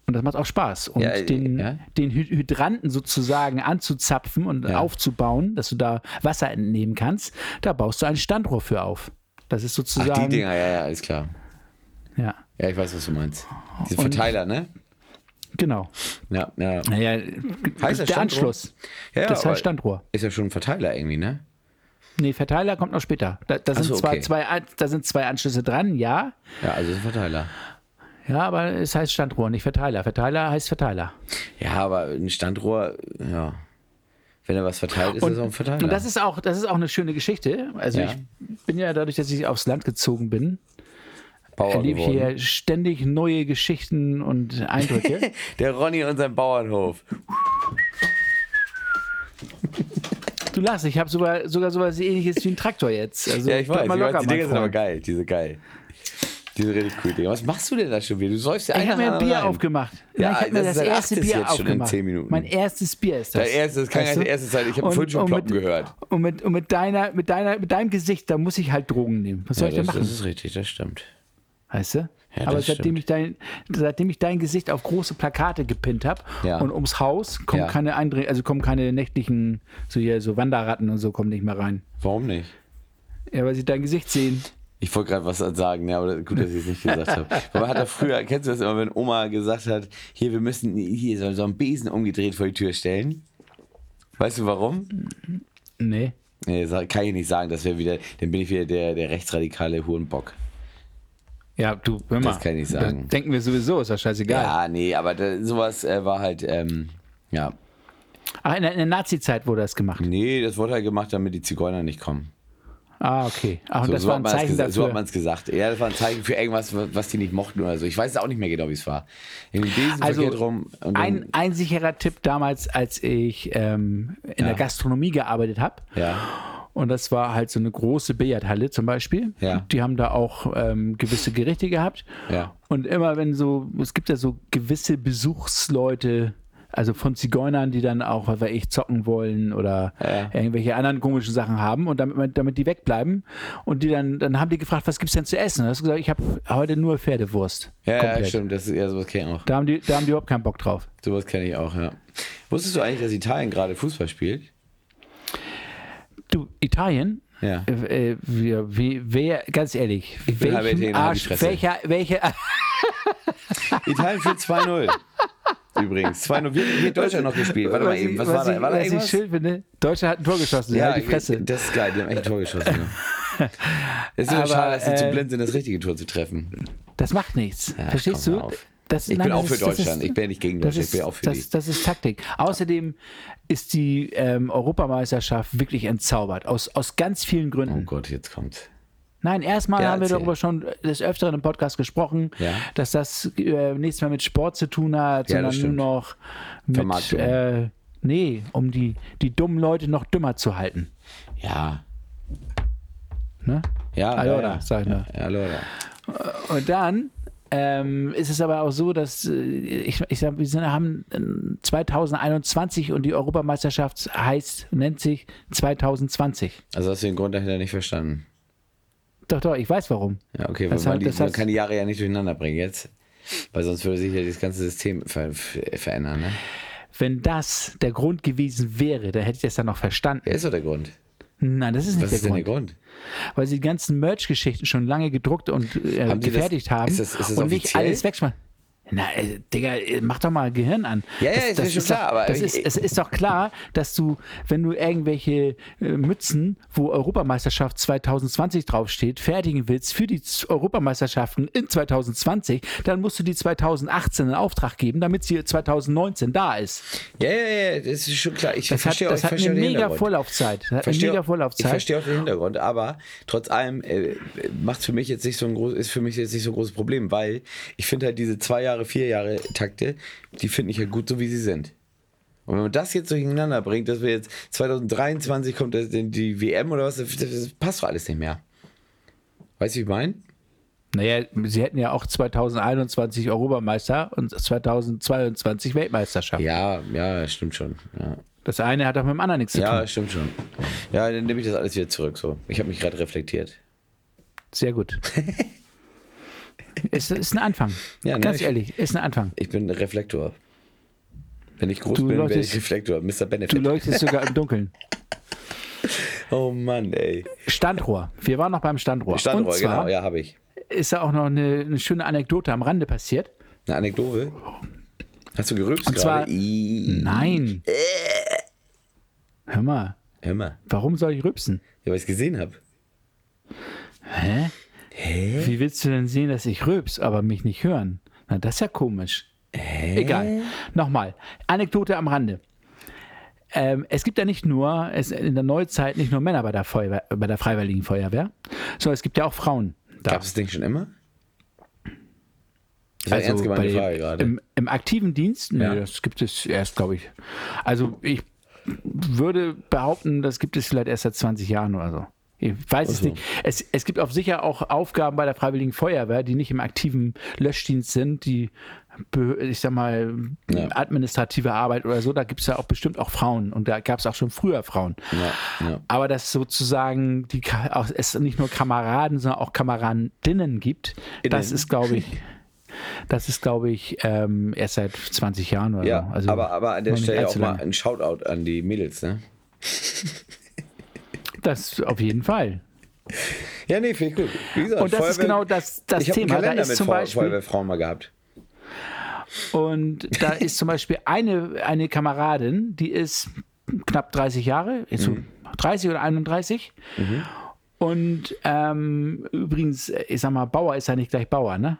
Speaker 1: Und das macht auch Spaß. Und
Speaker 3: Ja, äh,
Speaker 1: den,
Speaker 3: ja.
Speaker 1: den Hy- Hydranten sozusagen anzuzapfen und
Speaker 3: Ja.
Speaker 1: aufzubauen, dass du da Wasser entnehmen kannst, da baust du ein Standrohr für auf. Das ist
Speaker 3: Ach,
Speaker 1: sozusagen.
Speaker 3: die Dinger, ja, ja, alles klar.
Speaker 1: Ja,
Speaker 3: Ja, ich weiß, was du meinst. Diese
Speaker 1: Und-
Speaker 3: Verteiler, ne?
Speaker 1: genau.
Speaker 3: Ja, ja.
Speaker 1: Naja,
Speaker 3: Heißt das
Speaker 1: der
Speaker 3: Standrohr?
Speaker 1: Anschluss.
Speaker 3: ja
Speaker 1: das halt
Speaker 3: aber
Speaker 1: heißt Standrohr.
Speaker 3: Ist ja schon ein Verteiler irgendwie, ne?
Speaker 1: Nee, Verteiler kommt noch später. Da, da, sind,
Speaker 3: so,
Speaker 1: zwar
Speaker 3: okay.
Speaker 1: zwei, An- da sind zwei Anschlüsse dran, ja.
Speaker 3: Ja, also ist ein Verteiler.
Speaker 1: Ja, aber es heißt Standrohr, nicht Verteiler. Verteiler heißt Verteiler.
Speaker 3: Ja, aber ein Standrohr, ja. Wenn er was verteilt, ist das auch ein Verteiler.
Speaker 1: Und das ist auch, das ist auch eine schöne Geschichte. Also
Speaker 3: Ja.
Speaker 1: ich bin ja dadurch, dass ich aufs Land gezogen bin,
Speaker 3: Bauer
Speaker 1: erlebe ich
Speaker 3: geworden.
Speaker 1: hier ständig neue Geschichten und Eindrücke.
Speaker 3: Der Ronny und sein Bauernhof.
Speaker 1: du lachst, ich habe sogar, sogar sowas ähnliches wie einen Traktor jetzt. Also
Speaker 3: Ja, ich
Speaker 1: bleib
Speaker 3: weiß, ich
Speaker 1: mal
Speaker 3: weiß
Speaker 1: locker,
Speaker 3: die
Speaker 1: mein
Speaker 3: Dinger sind aber
Speaker 1: Freund.
Speaker 3: geil, diese geil. Die sind richtig cool, Digga. Was machst du denn da schon wieder? Du säufst ja
Speaker 1: Ich
Speaker 3: einfach
Speaker 1: habe mir ein
Speaker 3: mal
Speaker 1: Bier
Speaker 3: rein.
Speaker 1: aufgemacht.
Speaker 3: Ja,
Speaker 1: ich habe mir
Speaker 3: das
Speaker 1: das,
Speaker 3: ist dein
Speaker 1: erste
Speaker 3: achtes
Speaker 1: Bier
Speaker 3: jetzt schon in
Speaker 1: aufgemacht.
Speaker 3: zehn Minuten.
Speaker 1: Mein erstes Bier ist das.
Speaker 3: Dein erstes, das kann
Speaker 1: weißt
Speaker 3: gar nicht
Speaker 1: du?
Speaker 3: dein erstes sein. Ich hab
Speaker 1: Und-
Speaker 3: vorhin schon
Speaker 1: und
Speaker 3: ploppen
Speaker 1: mit-
Speaker 3: gehört.
Speaker 1: Und mit, und mit, deiner, mit, deiner, mit deinem Gesicht, da muss ich halt Drogen nehmen. Was soll ich
Speaker 3: Ja,
Speaker 1: denn
Speaker 3: das,
Speaker 1: machen?
Speaker 3: das ist richtig, das stimmt.
Speaker 1: Weißt du?
Speaker 3: Ja,
Speaker 1: Aber
Speaker 3: das
Speaker 1: seitdem
Speaker 3: stimmt.
Speaker 1: ich, dein, seitdem ich dein Gesicht auf große Plakate gepinnt habe
Speaker 3: Ja.
Speaker 1: und ums Haus kommen
Speaker 3: Ja.
Speaker 1: keine Eindring also kommen keine nächtlichen, so hier, so Wanderratten und so kommen nicht mehr rein.
Speaker 3: Warum nicht?
Speaker 1: Ja, weil sie dein Gesicht sehen.
Speaker 3: Ich wollte gerade was sagen, ja, aber gut, dass ich es nicht gesagt habe. Weil man hat da früher, kennst du das immer, wenn Oma gesagt hat, hier, wir müssen hier so, so einen Besen umgedreht vor die Tür stellen? Weißt du warum?
Speaker 1: Nee.
Speaker 3: Nee, sag- kann ich nicht sagen, das wäre wieder, dann bin ich wieder der, der rechtsradikale Hurenbock.
Speaker 1: Ja, du, hör mal.
Speaker 3: Das kann ich sagen.
Speaker 1: Denken wir sowieso, ist ja scheißegal.
Speaker 3: Ja, nee, aber da, sowas äh, war halt, ähm, ja.
Speaker 1: Ach, in der, in der Nazi-Zeit wurde das gemacht.
Speaker 3: Nee, das wurde halt gemacht, damit die Zigeuner nicht kommen.
Speaker 1: Ah, okay. Ach, und das
Speaker 3: so
Speaker 1: war
Speaker 3: hat
Speaker 1: ein
Speaker 3: man's
Speaker 1: Zeichen
Speaker 3: gesagt, So hat
Speaker 1: dafür.
Speaker 3: man es gesagt. Ja, das war ein Zeichen für irgendwas, wa- was die nicht mochten oder so. Ich weiß es auch nicht mehr genau, wie es war. In den Besen
Speaker 1: also
Speaker 3: verkehrt rum. Und dann,
Speaker 1: ein, ein sicherer Tipp damals, als ich ähm, in der Gastronomie gearbeitet habe.
Speaker 3: ja,
Speaker 1: Und das war halt so eine große Billardhalle zum Beispiel.
Speaker 3: Ja.
Speaker 1: Die haben da auch ähm, gewisse Gerichte gehabt.
Speaker 3: Ja.
Speaker 1: Und immer wenn so, es gibt ja so gewisse Besuchsleute, also von Zigeunern, die dann auch, was weiß ich, zocken wollen oder
Speaker 3: Ja.
Speaker 1: irgendwelche anderen komischen Sachen haben und damit, man- damit die wegbleiben. Und die dann, dann haben die gefragt, was gibt's denn zu essen? Und hast du gesagt, ich habe heute nur Pferdewurst.
Speaker 3: ja, ja
Speaker 1: Komplett.
Speaker 3: stimmt. Das, ja, sowas kenne ich auch.
Speaker 1: Da haben, die, da haben die überhaupt keinen Bock drauf.
Speaker 3: Sowas kenne ich auch, ja. Wusstest du eigentlich, dass Italien gerade Fußball spielt?
Speaker 1: Du, Italien?
Speaker 3: Ja.
Speaker 1: Äh, äh, wir, wie, wer, ganz ehrlich,
Speaker 3: bin halber
Speaker 1: welchen
Speaker 3: Italiener, halt die
Speaker 1: Arsch,
Speaker 3: Fresse.
Speaker 1: welcher, welcher,
Speaker 3: Italien führt 2-0. Übrigens. 2-0. Wie wie hat Deutschland noch gespielt? Warte mal
Speaker 1: ich-
Speaker 3: eben. Was, war da? War da
Speaker 1: ich, was ich
Speaker 3: irgendwas?
Speaker 1: schön finde, Deutschland hat ein Tor geschossen, ja, die Fresse.
Speaker 3: das ist geil. Die haben echt ein Tor geschossen. Ne? Es ist aber,
Speaker 1: Aber,
Speaker 3: schade, dass sie zu
Speaker 1: äh,
Speaker 3: blind sind, das richtige Tor zu treffen.
Speaker 1: Das macht nichts.
Speaker 3: Ja,
Speaker 1: Verstehst
Speaker 3: komm,
Speaker 1: du?
Speaker 3: hör auf.
Speaker 1: Das,
Speaker 3: Ich bin
Speaker 1: das
Speaker 3: auch für
Speaker 1: ist- das
Speaker 3: Deutschland.
Speaker 1: ist-
Speaker 3: Ich bin ja nicht gegen
Speaker 1: das
Speaker 3: Deutschland. Ich
Speaker 1: ist-
Speaker 3: bin ja auch für
Speaker 1: das,
Speaker 3: die.
Speaker 1: Das ist Taktik. Außerdem ist die ähm, Europameisterschaft wirklich entzaubert. Aus, aus ganz vielen
Speaker 3: Oh
Speaker 1: Gründen.
Speaker 3: Gott, jetzt kommt's.
Speaker 1: Nein, erstmal
Speaker 3: Ja,
Speaker 1: haben wir
Speaker 3: erzähl.
Speaker 1: darüber schon des Öfteren im Podcast gesprochen,
Speaker 3: Ja.
Speaker 1: dass das äh, nichts mehr mit Sport zu tun hat,
Speaker 3: Ja, das
Speaker 1: sondern nur
Speaker 3: stimmt.
Speaker 1: noch mit.
Speaker 3: Vermarktung.
Speaker 1: Äh, nee, um die, die dummen Leute noch dümmer zu halten.
Speaker 3: Ja.
Speaker 1: Ne?
Speaker 3: Ja,
Speaker 1: Allora,
Speaker 3: ja, ja.
Speaker 1: sag ich nur.
Speaker 3: Ja, Allora.
Speaker 1: Und dann ähm, ist es aber auch so, dass äh, ich, ich sag, wir sind, haben äh, 2021 und die Europameisterschaft heißt, nennt sich 2020.
Speaker 3: Also hast du den Grund dahinter nicht verstanden.
Speaker 1: Doch, doch, ich weiß warum.
Speaker 3: Ja, okay,
Speaker 1: Das
Speaker 3: weil
Speaker 1: hat-
Speaker 3: man,
Speaker 1: das
Speaker 3: die, man
Speaker 1: hat-
Speaker 3: kann die Jahre ja nicht durcheinander bringen jetzt. Weil sonst würde sich ja das ganze System ver ver verändern. Ne?
Speaker 1: Wenn das der Grund gewesen wäre, dann hätte ich das dann noch verstanden.
Speaker 3: Ja, ist doch der Grund.
Speaker 1: Nein, das ist nicht
Speaker 3: Was
Speaker 1: der,
Speaker 3: ist denn der
Speaker 1: Grund,
Speaker 3: Grund?
Speaker 1: Weil sie die ganzen Merch-Geschichten schon lange gedruckt und äh,
Speaker 3: Haben die das-
Speaker 1: gefertigt haben
Speaker 3: ist das- ist das
Speaker 1: und nicht
Speaker 3: offiziell?
Speaker 1: alles wegschmeißen. Na, äh, Digga, äh, mach doch mal Gehirn an.
Speaker 3: Ja, ja, ist mir schon klar,
Speaker 1: doch,
Speaker 3: aber
Speaker 1: das
Speaker 3: ich-
Speaker 1: ist, es ist doch klar, dass du, wenn du irgendwelche äh, Mützen, wo Europameisterschaft 2020 draufsteht, fertigen willst für die Z- Europameisterschaften in 2020, dann musst du die 2018 in Auftrag geben, damit sie 2019 da ist.
Speaker 3: Ja, ja, ja, das ist schon klar. Ich
Speaker 1: Das hat,
Speaker 3: verstehe auch,
Speaker 1: das
Speaker 3: ich
Speaker 1: hat
Speaker 3: verstehe
Speaker 1: eine
Speaker 3: auch den
Speaker 1: mega
Speaker 3: Hintergrund.
Speaker 1: Vorlaufzeit. Das hat eine
Speaker 3: Verstehe-
Speaker 1: mega
Speaker 3: Ich
Speaker 1: Vorlaufzeit.
Speaker 3: verstehe auch den Hintergrund, aber trotz allem äh, macht's für mich jetzt nicht so ein groß, ist für mich jetzt nicht so ein großes Problem, weil ich finde halt diese zwei Jahre, vier Jahre Takte, die finde ich halt gut, so wie sie sind. Und wenn man das jetzt durcheinander bringt, dass wir jetzt 2023 kommt das- die WM oder was, das, das passt doch alles nicht mehr. Weißt du, wie ich meine?
Speaker 1: Naja, sie hätten ja auch 2021 Europameister und 2022 Weltmeisterschaft.
Speaker 3: Ja, ja, stimmt schon. Ja.
Speaker 1: Das eine hat auch mit dem anderen nichts zu tun.
Speaker 3: ja, stimmt schon. Ja, dann nehme ich das alles wieder zurück. So, ich habe mich gerade reflektiert.
Speaker 1: Sehr gut. es ist ein Anfang.
Speaker 3: Ja, ne,
Speaker 1: Ganz
Speaker 3: ich-
Speaker 1: ehrlich, ist ein Anfang.
Speaker 3: Ich bin Reflektor. Wenn ich groß
Speaker 1: Du
Speaker 3: bin, werde ich
Speaker 1: leuchtest-
Speaker 3: Reflektor. Mr.
Speaker 1: Du
Speaker 3: Benefit.
Speaker 1: leuchtest sogar im Dunkeln.
Speaker 3: Oh Mann, ey.
Speaker 1: Standrohr. Wir waren noch beim Standrohr.
Speaker 3: Standrohr,
Speaker 1: und zwar
Speaker 3: genau. Ja, habe ich.
Speaker 1: ist da auch noch eine, eine schöne Anekdote am Rande passiert.
Speaker 3: Eine Anekdote. Hast du gerülpst
Speaker 1: Und zwar-
Speaker 3: gerade? Ih,
Speaker 1: Nein.
Speaker 3: Äh.
Speaker 1: Hör mal,
Speaker 3: Hör mal.
Speaker 1: warum soll ich rübsen?
Speaker 3: Ja, weil ich es gesehen habe.
Speaker 1: Hä? Wie willst du denn sehen, dass ich rülps, aber mich nicht hören? Na, das ist ja komisch. Egal. Nochmal. Anekdote am Rande. Ähm, es gibt ja nicht nur, es, in der Neuzeit nicht nur Männer bei der, Feuerwehr, bei der Freiwilligen Feuerwehr, sondern es gibt ja auch Frauen. Da.
Speaker 3: Gab es das Ding schon immer? Das war eine ernst gemeinte
Speaker 1: Also bei-
Speaker 3: Frage gerade.
Speaker 1: Im, Im aktiven Dienst, nee,
Speaker 3: Ja.
Speaker 1: das gibt es erst, glaube ich. Also ich würde behaupten, das gibt es vielleicht erst seit 20 Jahren oder so. Ich weiß es nicht. Es, es gibt auf sicher auch Aufgaben bei der Freiwilligen Feuerwehr, die nicht im aktiven Löschdienst sind, die, be- ich sag mal,
Speaker 3: Ja.
Speaker 1: administrative Arbeit oder so. Da gibt es ja auch bestimmt auch Frauen und da gab es auch schon früher Frauen.
Speaker 3: Ja, ja.
Speaker 1: Aber dass sozusagen die, Ka- auch- es nicht nur Kameraden, sondern auch Kameradinnen gibt, das
Speaker 3: Innen.
Speaker 1: ist, glaube ich, das ist, glaube ich, ähm, erst seit 20 Jahren oder
Speaker 3: Ja,
Speaker 1: so. Also
Speaker 3: aber, aber an der
Speaker 1: noch nicht
Speaker 3: Stelle auch
Speaker 1: allzu
Speaker 3: mal
Speaker 1: lange.
Speaker 3: ein Shoutout an die Mädels, ne?
Speaker 1: Das auf jeden Fall.
Speaker 3: Ja, nee, finde ich gut. Wie gesagt,
Speaker 1: Und das ist
Speaker 3: Äh, Feuerwehr-
Speaker 1: genau das, das
Speaker 3: ich hab
Speaker 1: Thema.
Speaker 3: Einen
Speaker 1: Da
Speaker 3: Kalender
Speaker 1: ist
Speaker 3: mit
Speaker 1: zum
Speaker 3: Feuer-
Speaker 1: Beispiel,
Speaker 3: Feuerwehrfrauen mal gehabt.
Speaker 1: und da ist zum Beispiel eine, eine Kameradin, die ist knapp 30 Jahre, jetzt
Speaker 3: Mhm.
Speaker 1: so 30 oder 31. Und ähm, übrigens, ich sag mal, Bauer ist ja nicht gleich Bauer, ne?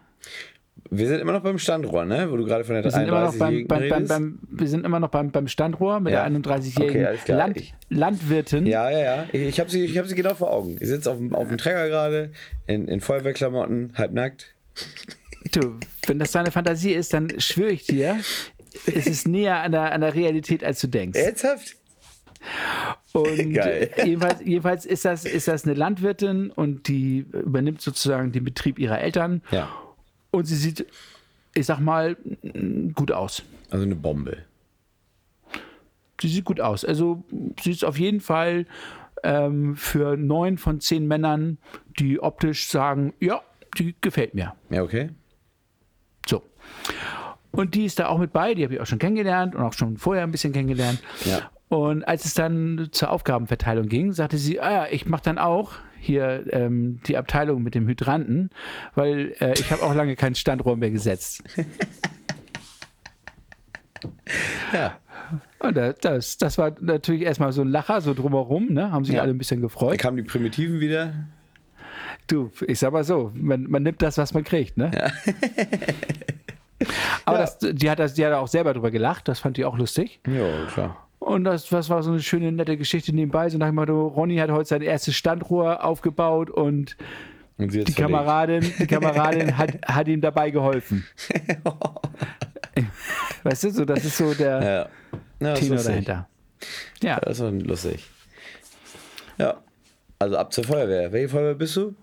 Speaker 3: Wir sind immer noch beim Standrohr, ne? Wo du gerade von der
Speaker 1: Wir sind, immer noch beim,
Speaker 3: 31-Jährigen
Speaker 1: beim, beim,
Speaker 3: redest.
Speaker 1: beim, wir sind immer noch beim, beim Standrohr mit
Speaker 3: Ja.
Speaker 1: der 31-jährigen
Speaker 3: Okay, alles klar. Ich-
Speaker 1: Land, Landwirtin.
Speaker 3: Ja, ja, ja. Ich, ich habe sie, ich hab sie genau vor Augen. Ich sitze auf dem, auf dem Träger gerade, in, in Feuerwehrklamotten, halbnackt.
Speaker 1: Du, wenn das deine Fantasie ist, dann schwöre ich dir, es ist näher an der, an der Realität, als du denkst.
Speaker 3: Ernsthaft?
Speaker 1: Und
Speaker 3: Geil.
Speaker 1: jedenfalls, jedenfalls ist, das, ist das eine Landwirtin und die übernimmt sozusagen den Betrieb ihrer Eltern.
Speaker 3: Ja.
Speaker 1: Und sie sieht, ich sag mal, m, gut aus.
Speaker 3: Also eine Bombe.
Speaker 1: Sie sieht gut aus. Also sie ist auf jeden Fall ähm, für neun von zehn Männern, die optisch sagen, ja, die gefällt mir.
Speaker 3: Ja, okay.
Speaker 1: So. Und die ist da auch mit bei, die habe ich auch schon kennengelernt und auch schon vorher ein bisschen kennengelernt.
Speaker 3: Ja.
Speaker 1: Und als es dann zur Aufgabenverteilung ging, sagte sie, ah ja, ich mache dann auch hier ähm, die Abteilung mit dem Hydranten, weil äh, ich habe auch lange kein Standrohr mehr gesetzt.
Speaker 3: Ja.
Speaker 1: Und da- das, das war natürlich erstmal so ein Lacher, so drumherum, ne? haben sich
Speaker 3: Ja.
Speaker 1: alle ein bisschen
Speaker 3: Da
Speaker 1: gefreut.
Speaker 3: kamen die Primitiven wieder.
Speaker 1: Du, ich sag mal so, man, man nimmt das, was man kriegt, ne? Aber Das, die, hat das, die hat auch selber drüber gelacht, das fand die auch lustig.
Speaker 3: Ja, klar.
Speaker 1: Und das, das war so eine schöne, nette Geschichte nebenbei. So nach dem Motto, Ronny hat heute sein erstes Standrohr aufgebaut und
Speaker 3: Und sie jetzt
Speaker 1: die Kameradin, die Kameradin hat, hat ihm dabei geholfen. Weißt du, so, das ist so der
Speaker 3: Ja. ja das ist
Speaker 1: Tenor
Speaker 3: lustig. Äh,
Speaker 1: dahinter. Ja,
Speaker 3: Das ist doch lustig. Ja. Also ab zur Feuerwehr. Welche Feuerwehr bist du?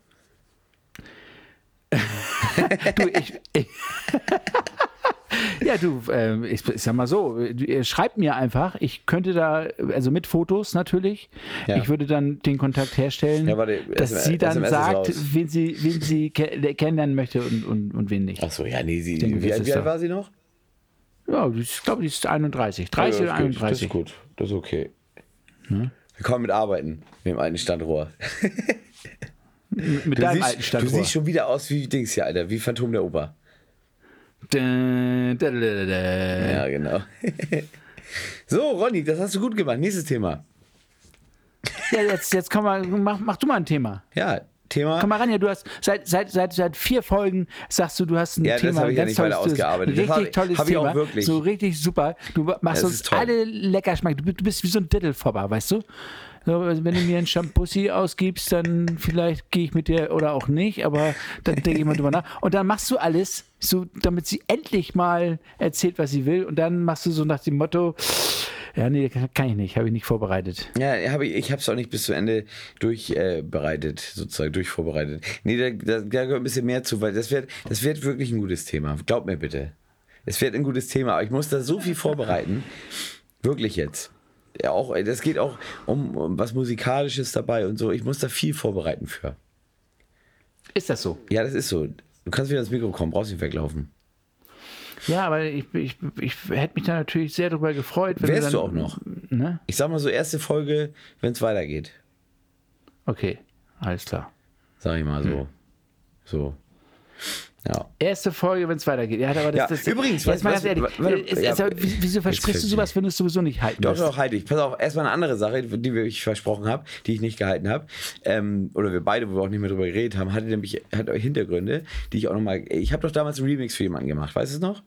Speaker 1: du, ich. ich Ja, du, ähm, ich, ich sag mal so, du, ihr schreibt mir einfach, ich könnte da, also mit Fotos natürlich,
Speaker 3: Ja.
Speaker 1: ich würde dann den Kontakt herstellen,
Speaker 3: Ja, warte,
Speaker 1: dass
Speaker 3: SMS
Speaker 1: sie dann
Speaker 3: ist raus.
Speaker 1: sagt, wen sie, wen sie ke kennenlernen möchte und, und, und wen nicht.
Speaker 3: Achso, ja, nee, sie,
Speaker 1: denke,
Speaker 3: wie,
Speaker 1: das
Speaker 3: alt-
Speaker 1: ist
Speaker 3: wie alt
Speaker 1: doch-
Speaker 3: war sie noch?
Speaker 1: Ja, ich glaube, die ist 31. 30 oder
Speaker 3: Ja, das ist gut.
Speaker 1: 31.
Speaker 3: Das ist gut, das ist okay. Wir kommen mit Arbeiten, mit dem alten Standrohr.
Speaker 1: Mit
Speaker 3: Du,
Speaker 1: deinem alten
Speaker 3: siehst, du
Speaker 1: Standort.
Speaker 3: siehst schon wieder aus wie Dings hier, Alter, wie Phantom der Oper.
Speaker 1: Dä, dä, dä, dä.
Speaker 3: Ja, genau. so, Ronny, das hast du gut gemacht. Nächstes Thema.
Speaker 1: Ja, jetzt, jetzt komm mal, mach, mach du mal ein Thema.
Speaker 3: Ja, Thema.
Speaker 1: Komm mal ran, ja, du hast seit, seit, seit, seit vier Folgen sagst du, du hast ein
Speaker 3: Ja, das
Speaker 1: Thema.
Speaker 3: hab
Speaker 1: ein
Speaker 3: ich ja nicht weiter
Speaker 1: tolles-
Speaker 3: ausgearbeitet.
Speaker 1: Richtig
Speaker 3: Das hab-
Speaker 1: tolles
Speaker 3: hab ich auch
Speaker 1: Thema.
Speaker 3: wirklich.
Speaker 1: So richtig super. Du machst
Speaker 3: Ja, das
Speaker 1: uns
Speaker 3: ist toll.
Speaker 1: alle lecker schmecken. Du, du bist wie so ein Dittelfopper, weißt du? So, also wenn du mir einen Shampussi ausgibst, dann vielleicht gehe ich mit dir oder auch nicht, aber dann denke ich mal drüber nach. Und dann machst du alles, so, damit sie endlich mal erzählt, was sie will. Und dann machst du so nach dem Motto, ja, nee, kann, kann ich nicht, habe ich nicht vorbereitet.
Speaker 3: Ja, hab ich, ich hab's auch nicht bis zu Ende durchbereitet, sozusagen, durchvorbereitet. Nee, da, da, da gehört ein bisschen mehr zu, weil das wird, das wird wirklich ein gutes Thema. Glaub mir bitte. Es wird ein gutes Thema, aber ich muss da so viel vorbereiten. Wirklich jetzt. Ja, auch, ey, das geht auch um, um was Musikalisches dabei und so. Ich muss da viel vorbereiten für.
Speaker 1: Ist das so?
Speaker 3: Ja, das ist so. Du kannst wieder ins Mikro kommen, brauchst nicht weglaufen.
Speaker 1: Ja, aber ich, ich, ich hätte mich da natürlich sehr drüber gefreut. Wenn
Speaker 3: Wärst
Speaker 1: dann,
Speaker 3: du auch noch.
Speaker 1: Ne?
Speaker 3: Ich sag mal so, erste Folge, wenn es weitergeht.
Speaker 1: Okay, alles klar.
Speaker 3: Sag ich mal so.
Speaker 1: Hm.
Speaker 3: So. Ja.
Speaker 1: Erste Folge, wenn es weitergeht. Ja, aber das,
Speaker 3: Ja,
Speaker 1: das,
Speaker 3: übrigens,
Speaker 1: jetzt mal
Speaker 3: was-
Speaker 1: ganz ehrlich,
Speaker 3: was- warte,
Speaker 1: ist,
Speaker 3: ja,
Speaker 1: ist, aber w- wieso versprichst du
Speaker 3: fällt
Speaker 1: sowas, wenn du es sowieso nicht halten
Speaker 3: Doch,
Speaker 1: wirst?
Speaker 3: doch, halte ich. Pass auf, erstmal eine andere Sache, die wir- ich versprochen habe, die ich nicht gehalten habe. Ähm, oder wir beide, wo wir auch nicht mehr drüber geredet haben, hatte nämlich hat Hintergründe, die ich auch nochmal. Ich habe doch damals einen Remix für jemanden gemacht, weißt du es noch?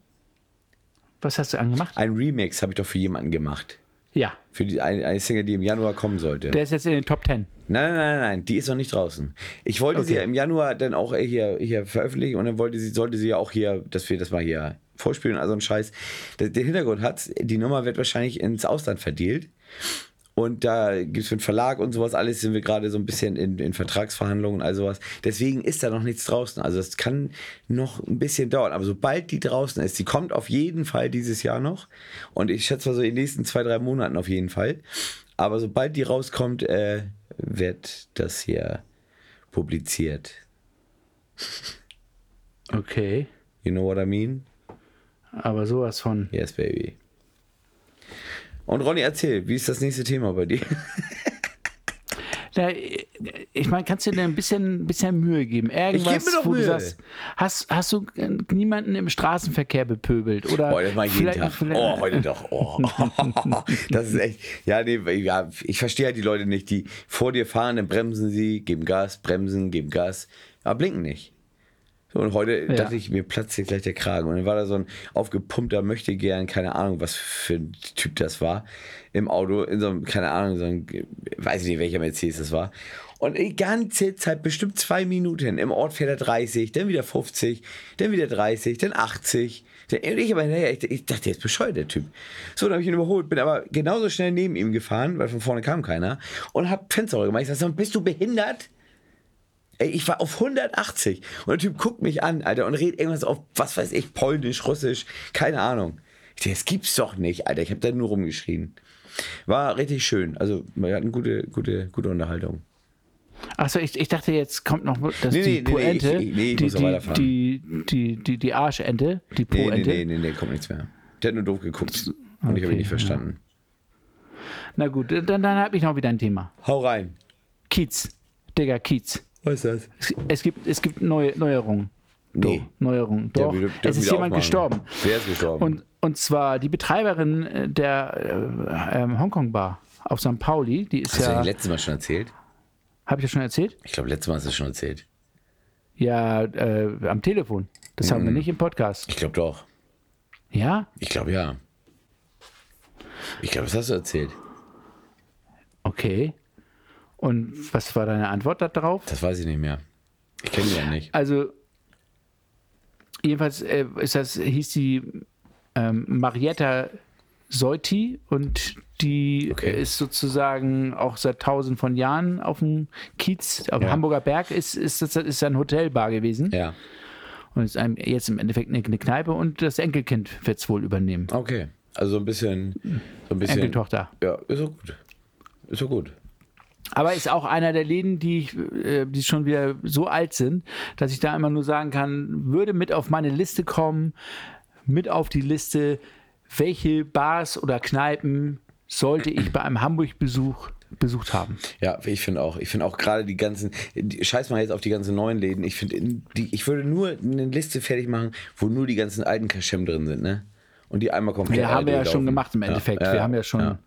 Speaker 1: Was hast du angemacht?
Speaker 3: Ein Remix habe ich doch für jemanden gemacht.
Speaker 1: Ja,
Speaker 3: Für die, eine, eine Single, die im Januar kommen sollte.
Speaker 1: der ist jetzt in den Top Ten.
Speaker 3: Nein, nein, nein, nein, die ist noch nicht draußen. Ich wollte sie
Speaker 1: Okay.
Speaker 3: ja im Januar dann auch äh, hier, hier veröffentlichen und dann wollte sie, sollte sie ja auch hier, dass wir das mal hier also vorspielen und all so ein Scheiß. Der, der Hintergrund hat, die Nummer wird wahrscheinlich ins Ausland verdealt. Und da gibt es für den Verlag und sowas alles, sind wir gerade so ein bisschen in, in Vertragsverhandlungen und all sowas. Deswegen ist da noch nichts draußen. Also das kann noch ein bisschen dauern. Aber sobald die draußen ist, die kommt auf jeden Fall dieses Jahr noch. Und ich schätze mal so in den nächsten zwei, drei Monaten auf jeden Fall. Aber sobald die rauskommt, äh, wird das hier publiziert.
Speaker 1: Okay.
Speaker 3: You know what I mean?
Speaker 1: Aber sowas von.
Speaker 3: Yes, baby. Und Ronny, erzähl, wie ist das nächste Thema bei dir?
Speaker 1: Na, ich meine, kannst du dir ein bisschen, bisschen Mühe geben? Irgendwas,
Speaker 3: Ich geb mir doch
Speaker 1: wo
Speaker 3: Mühe.
Speaker 1: du sagst, hast, hast du äh, niemanden im Straßenverkehr bepöbelt? Oder
Speaker 3: Boah, das mach ich jeden
Speaker 1: vielleicht-
Speaker 3: Tag.
Speaker 1: vielleicht-
Speaker 3: Oh, heute doch. Oh. Das ist echt. Ja, nee, ja, ich verstehe halt die Leute nicht, die vor dir fahren, dann bremsen sie, geben Gas, bremsen, geben Gas, aber blinken nicht. So, Und heute
Speaker 1: Ja.
Speaker 3: dachte ich, mir platzt hier gleich der Kragen. Und dann war da so ein aufgepumpter, möchte gern, keine Ahnung, was für ein Typ das war, im Auto, in so einem, keine Ahnung, so ein, weiß ich nicht, welcher Mercedes das war. Und die ganze Zeit, bestimmt zwei Minuten, im Ort fährt er 30, dann wieder 50, dann wieder 30, dann 80. Dann, und ich, aber, naja, ich, ich dachte, der ist bescheuert, der Typ. So, dann habe ich ihn überholt, bin aber genauso schnell neben ihm gefahren, weil von vorne kam keiner, und habe Fenster gemacht. Ich sag, sag mal, bist du behindert? Ey, ich war auf 180 und der Typ guckt mich an, Alter, und redet irgendwas auf, was weiß ich, Polnisch, Russisch, keine Ahnung. Ich dachte, das gibt's doch nicht, Alter. Ich habe da nur rumgeschrien. War richtig schön. Also, wir hatten gute, gute, gute Unterhaltung.
Speaker 1: Achso, ich, ich dachte, jetzt kommt noch dass
Speaker 3: Nee, nee, nee,
Speaker 1: die
Speaker 3: nee,
Speaker 1: Poente,
Speaker 3: ich- ich- nee, ich
Speaker 1: die,
Speaker 3: muss noch weiterfahren.
Speaker 1: die, die, die, die, die Arschente, die
Speaker 3: Nee,
Speaker 1: Poente.
Speaker 3: nee, nee, nee, nee, kommt nichts mehr. Der hat nur doof geguckt. Und ich habe
Speaker 1: Okay,
Speaker 3: ihn nicht verstanden.
Speaker 1: Na gut, dann, dann habe ich noch wieder ein Thema.
Speaker 3: Hau rein.
Speaker 1: Kiez. Digga, Kiez.
Speaker 3: Was ist das?
Speaker 1: Es, es gibt, es gibt Neu Neuerungen.
Speaker 3: Nee.
Speaker 1: Neuerungen. Doch,
Speaker 3: Der will- der
Speaker 1: es
Speaker 3: will
Speaker 1: ist
Speaker 3: wieder
Speaker 1: jemand
Speaker 3: aufmachen.
Speaker 1: gestorben.
Speaker 3: Wer ist gestorben?
Speaker 1: Und, und zwar die Betreiberin äh, der äh, ähm, Hongkong-Bar auf St. Pauli, die ist
Speaker 3: Hast du
Speaker 1: ja,
Speaker 3: das letztes Mal schon erzählt?
Speaker 1: habe ich ja schon erzählt?
Speaker 3: Ich glaube, letztes Mal hast du es schon erzählt.
Speaker 1: Ja, äh, am Telefon. Das haben wir
Speaker 3: Mhm.
Speaker 1: nicht im Podcast.
Speaker 3: Ich glaube doch.
Speaker 1: Ja?
Speaker 3: Ich glaube ja. Ich glaube, das hast du erzählt.
Speaker 1: Okay. Und was war deine Antwort darauf?
Speaker 3: Das weiß ich nicht mehr. Ich kenne die ja nicht.
Speaker 1: Also, jedenfalls äh, ist das, hieß die ähm, Marietta Seuti und die
Speaker 3: Okay.
Speaker 1: äh, ist sozusagen auch seit tausend von Jahren auf dem Kiez, auf dem
Speaker 3: Ja.
Speaker 1: Hamburger Berg, ist, ist, ist, ist ein Hotelbar gewesen
Speaker 3: Ja.
Speaker 1: und ist einem jetzt im Endeffekt eine, eine Kneipe und das Enkelkind wird es wohl übernehmen.
Speaker 3: Okay. Also so ein bisschen, so ein bisschen.
Speaker 1: Enkeltochter.
Speaker 3: Ja, ist so gut. Ist so gut.
Speaker 1: Aber ist auch einer der Läden, die, ich, äh, die schon wieder so alt sind, dass ich da immer nur sagen kann, würde mit auf meine Liste kommen, mit auf die Liste, welche Bars oder Kneipen sollte ich bei einem Hamburg-Besuch besucht haben.
Speaker 3: Ja, ich finde auch. Ich finde auch gerade die ganzen, die, scheiß mal jetzt auf die ganzen neuen Läden. Ich finde, in- die- ich würde nur eine Liste fertig machen, wo nur die ganzen alten Kaschem drin sind, ne? Und die einmal komplett.
Speaker 1: Ja, haben wir ja
Speaker 3: alle
Speaker 1: schon
Speaker 3: durchlaufen.
Speaker 1: gemacht im Endeffekt.
Speaker 3: Ja,
Speaker 1: wir haben ja schon,
Speaker 3: Ja,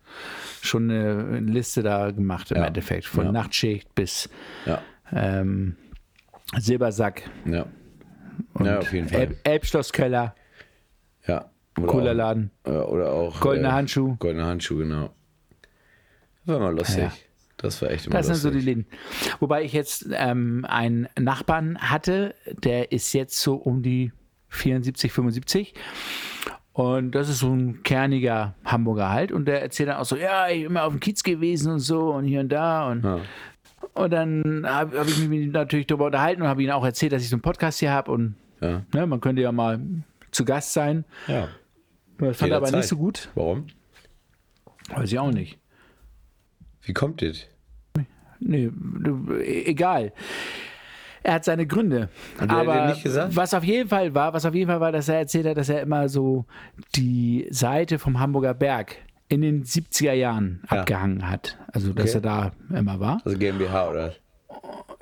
Speaker 1: schon eine Liste da gemacht im
Speaker 3: Ja.
Speaker 1: Endeffekt. Von
Speaker 3: Ja.
Speaker 1: Nachtschicht bis
Speaker 3: ja,
Speaker 1: ähm, Silbersack,
Speaker 3: ja. ja auf jeden Fall.
Speaker 1: Elb Elbschlosskeller,
Speaker 3: ja. Oder
Speaker 1: Cola-Laden,
Speaker 3: Auch, äh, oder auch.
Speaker 1: Goldene Handschuh.
Speaker 3: Goldene Handschuh, genau. War mal lustig.
Speaker 1: Ja.
Speaker 3: Das war echt immer
Speaker 1: Das sind
Speaker 3: lustig.
Speaker 1: so die Läden. Wobei ich jetzt ähm, einen Nachbarn hatte, der ist jetzt so um die 74, 75. Und das ist so ein kerniger Hamburger halt. Und der erzählt dann auch so, ja, ich bin immer auf dem Kiez gewesen und so und hier und da. Und,
Speaker 3: Ja.
Speaker 1: und dann habe hab ich mich mit ihm natürlich darüber unterhalten und habe ihm auch erzählt, dass ich so einen Podcast hier habe. Und
Speaker 3: Ja.
Speaker 1: ne, man könnte ja mal zu Gast sein.
Speaker 3: ja.
Speaker 1: Das fand er aber
Speaker 3: Jederzeit.
Speaker 1: nicht so gut.
Speaker 3: Warum?
Speaker 1: Weiß ich auch nicht.
Speaker 3: Wie kommt das?
Speaker 1: Nee, du- e- egal. Er hat seine Gründe.
Speaker 3: Und der hat
Speaker 1: aber
Speaker 3: dir nicht gesagt?
Speaker 1: was auf jeden Fall war, was auf jeden Fall war, dass er erzählt hat, dass er immer so die Seite vom Hamburger Berg in den 70er Jahren
Speaker 3: Ja.
Speaker 1: abgehangen hat. Also dass
Speaker 3: Okay.
Speaker 1: er da immer war.
Speaker 3: Also GmbH oder?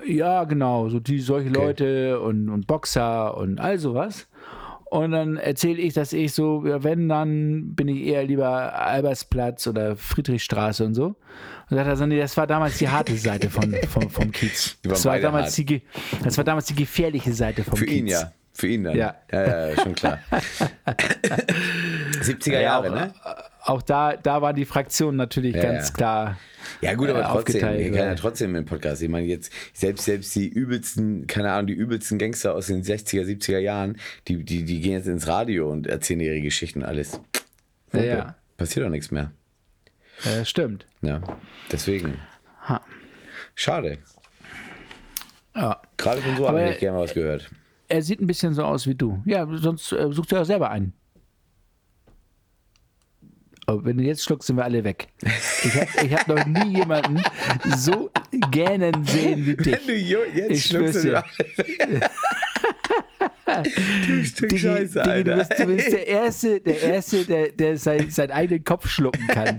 Speaker 1: Ja, genau, so die solche Leute und, und Boxer und all sowas. Und dann erzähle ich, dass ich so, ja, wenn, dann bin ich eher lieber Albersplatz oder Friedrichstraße und so. Und sagt er so, nee, das war damals die harte Seite von, vom, vom Kiez.
Speaker 3: Die waren
Speaker 1: Das war,
Speaker 3: beide
Speaker 1: damals
Speaker 3: hart.
Speaker 1: die, ge- das war damals die gefährliche Seite vom
Speaker 3: Für
Speaker 1: Kiez.
Speaker 3: ihn ja. Für ihn dann.
Speaker 1: Ja.
Speaker 3: ja, ja schon klar. 70er
Speaker 1: Ja, auch,
Speaker 3: Jahre, ne?
Speaker 1: auch da, da waren die Fraktionen natürlich
Speaker 3: Ja,
Speaker 1: ganz
Speaker 3: ja.
Speaker 1: klar.
Speaker 3: Ja, gut, aber
Speaker 1: äh,
Speaker 3: trotzdem,
Speaker 1: aufgeteilt,
Speaker 3: wir können ja
Speaker 1: oder?
Speaker 3: trotzdem im Podcast. Ich meine, jetzt, selbst, selbst die übelsten, keine Ahnung, die übelsten Gangster aus den 60er, 70er Jahren, die, die, die gehen jetzt ins Radio und erzählen ihre Geschichten und alles.
Speaker 1: Ja, ja.
Speaker 3: Passiert doch nichts mehr.
Speaker 1: Äh, stimmt.
Speaker 3: Ja, deswegen.
Speaker 1: Ha.
Speaker 3: Schade.
Speaker 1: Ja.
Speaker 3: Gerade von so
Speaker 1: Aber-
Speaker 3: habe ich gerne mal was gehört.
Speaker 1: Er sieht ein bisschen so aus wie du. Ja, sonst äh, such dir auch selber einen. Aber wenn du jetzt schluckst, sind wir alle weg. Ich habe ich hab noch nie jemanden so gähnen sehen wie dich.
Speaker 3: Du, jo, jetzt
Speaker 1: Ich
Speaker 3: schluckst du
Speaker 1: schwör's
Speaker 3: Du Stück
Speaker 1: Digi,
Speaker 3: Scheiße,
Speaker 1: Digi, du,
Speaker 3: Alter.
Speaker 1: bist, du bist der Erste, der, Erste, der, der sein, seinen eigenen Kopf schlucken kann.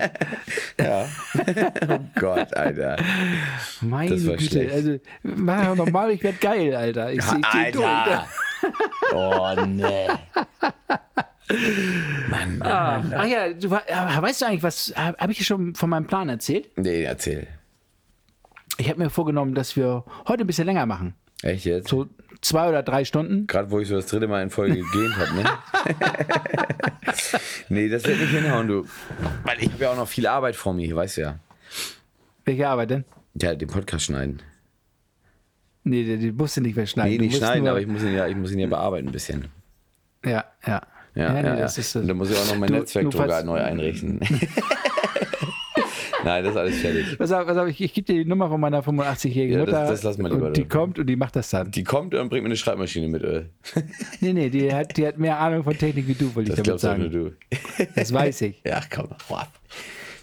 Speaker 3: oh Gott, Alter.
Speaker 1: Meine
Speaker 3: Das war
Speaker 1: Güte,
Speaker 3: schlecht.
Speaker 1: also mach doch nochmal, ich werd geil, Alter. Ich, ich zieh durch.
Speaker 3: Alter. Oh, nee. Mann, Mann, Mann.
Speaker 1: Ach ja, du war- ja, weißt du eigentlich, was habe hab ich dir schon von meinem Plan erzählt?
Speaker 3: Nee, erzähl.
Speaker 1: Ich habe mir vorgenommen, dass wir heute ein bisschen länger machen.
Speaker 3: Echt jetzt?
Speaker 1: So zwei oder drei Stunden.
Speaker 3: Gerade wo ich so das dritte Mal in Folge gegähnt habe, ne? nee, das wird nicht hinhauen, du. Weil ich habe ja auch noch viel Arbeit vor mir, weißt du ja.
Speaker 1: Welche Arbeit denn?
Speaker 3: Ja, den Podcast schneiden.
Speaker 1: Nee, die, die musst du nicht wegschneiden.
Speaker 3: Nee,
Speaker 1: Du
Speaker 3: nicht
Speaker 1: musst
Speaker 3: schneiden,
Speaker 1: nur-
Speaker 3: aber ich muss ihn ja, ich muss ihn ja bearbeiten ein bisschen.
Speaker 1: Ja, ja.
Speaker 3: Ja, ja,
Speaker 1: nee,
Speaker 3: ja.
Speaker 1: das ist das.
Speaker 3: Und dann muss ich auch noch mein
Speaker 1: Du- du
Speaker 3: Netzwerkdrucker
Speaker 1: pass-
Speaker 3: neu einrichten. Nein, das ist alles fertig.
Speaker 1: Pass auf, pass auf, ich, ich gebe dir die Nummer von meiner 85-jährigen
Speaker 3: Ja, das-
Speaker 1: Mutter.
Speaker 3: das lassen wir lieber,
Speaker 1: und die
Speaker 3: du.
Speaker 1: kommt und die macht das dann.
Speaker 3: Die kommt und bringt mir eine Schreibmaschine mit, ey.
Speaker 1: Nee, nee, die hat, die hat mehr Ahnung von Technik wie du, wollte ich
Speaker 3: Das
Speaker 1: damit
Speaker 3: glaubst doch nur
Speaker 1: sagen.
Speaker 3: du.
Speaker 1: Das weiß ich.
Speaker 3: Ja, komm, hau ab.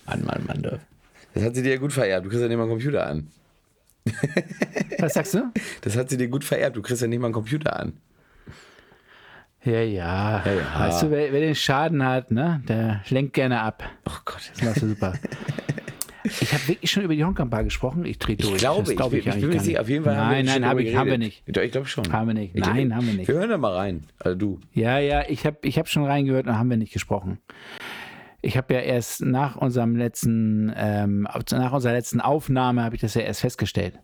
Speaker 3: Mann, Mann, Mann, du. Das hat sie dir ja gut vererbt. Du kriegst ja nicht mal einen Computer an.
Speaker 1: Was sagst du?
Speaker 3: Das hat sie dir gut vererbt. Du kriegst ja nicht mal einen Computer an.
Speaker 1: Ja, ja.
Speaker 3: ja.
Speaker 1: Weißt du, wer, wer den Schaden hat, ne, der lenkt gerne ab.
Speaker 3: Oh Gott.
Speaker 1: Das machst du super. Ich habe wirklich schon über die Hongkong-Bar gesprochen. Ich drehe durch.
Speaker 3: Ich glaube,
Speaker 1: das
Speaker 3: ich, ich,
Speaker 1: eigentlich
Speaker 3: bin mir
Speaker 1: gar
Speaker 3: sicher.
Speaker 1: nicht.
Speaker 3: Auf jeden Fall
Speaker 1: Nein,
Speaker 3: haben wir
Speaker 1: nein, hab
Speaker 3: darüber
Speaker 1: ich, haben wir
Speaker 3: geredet.
Speaker 1: nicht.
Speaker 3: Doch, ich glaube schon.
Speaker 1: Haben wir nicht.
Speaker 3: Ich glaub-
Speaker 1: Nein, haben wir nicht.
Speaker 3: Wir hören da mal rein. Also du.
Speaker 1: Ja, ja, ich habe ich hab schon reingehört und haben wir nicht gesprochen. Ich habe ja erst nach unserem letzten, ähm, nach unserer letzten Aufnahme habe ich das ja erst festgestellt.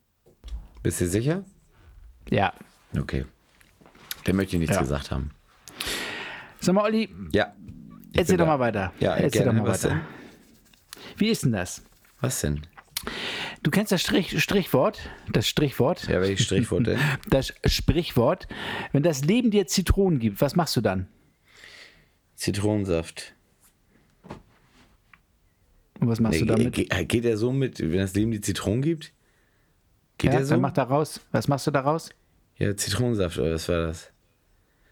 Speaker 3: Bist du sicher?
Speaker 1: Ja.
Speaker 3: Okay. Der möchte nichts
Speaker 1: Ja.
Speaker 3: gesagt haben.
Speaker 1: Sag mal, Olli,
Speaker 3: Ja. Ich
Speaker 1: erzähl
Speaker 3: bin
Speaker 1: doch
Speaker 3: da.
Speaker 1: mal weiter.
Speaker 3: Ja,
Speaker 1: erzähl
Speaker 3: gerne.
Speaker 1: doch mal
Speaker 3: Was
Speaker 1: weiter.
Speaker 3: denn?
Speaker 1: Wie ist denn das?
Speaker 3: Was denn?
Speaker 1: Du kennst das Strich, Strichwort, das Strichwort,
Speaker 3: Ja, welches Strichwort denn?
Speaker 1: das Sprichwort. Wenn das Leben dir Zitronen gibt, was machst du dann?
Speaker 3: Zitronensaft.
Speaker 1: Und was machst
Speaker 3: Nee,
Speaker 1: du damit?
Speaker 3: Äh, ge- ge- geht er so mit, wenn das Leben die Zitronen gibt? Geht
Speaker 1: ja,
Speaker 3: er so?
Speaker 1: dann mach daraus. Was machst du daraus?
Speaker 3: ja, Zitronensaft, oder was war das?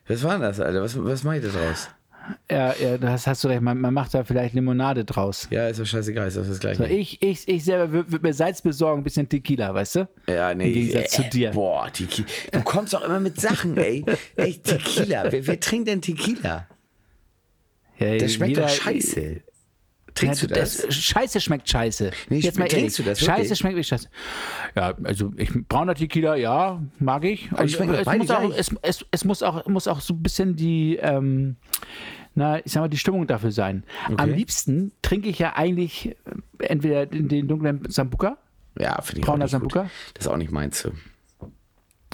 Speaker 3: Was war denn das, Alter? Was, was mache ich da draus?
Speaker 1: Ja, ja, das hast du recht. Man, man macht da vielleicht Limonade draus.
Speaker 3: Ja, ist doch scheißegal, ist doch das Gleiche.
Speaker 1: So, ich, ich, ich selber würde würd mir Salz besorgen, ein bisschen Tequila, weißt du?
Speaker 3: Ja, nee.
Speaker 1: Im Gegensatz
Speaker 3: äh,
Speaker 1: zu dir.
Speaker 3: Boah, Tequila. Du kommst doch immer mit Sachen, ey. Ey, Tequila. Wer, wer trinkt denn Tequila?
Speaker 1: Ja,
Speaker 3: Das schmeckt
Speaker 1: Äh, jeder-
Speaker 3: doch scheiße.
Speaker 1: Ja,
Speaker 3: Trinkst du das?
Speaker 1: Scheiße schmeckt scheiße.
Speaker 3: Nee,
Speaker 1: Jetzt mal ehrlich.
Speaker 3: schmeckt- trinkst du das wirklich?
Speaker 1: Scheiße schmeckt wie scheiße. Ja, also ich, brauner Tequila, ja, mag ich. Also,
Speaker 3: die schmecken doch
Speaker 1: es,
Speaker 3: beide
Speaker 1: muss auch,
Speaker 3: gleich.
Speaker 1: es, es, es muss auch, muss auch so ein bisschen die, ähm, na, ich sag mal, die Stimmung dafür sein. Am liebsten trinke ich ja eigentlich äh, entweder den, den dunklen Sambuca.
Speaker 3: ja, finde ich
Speaker 1: Brauner
Speaker 3: auch nicht gut.
Speaker 1: Sambuca?
Speaker 3: Das ist auch nicht meins. so.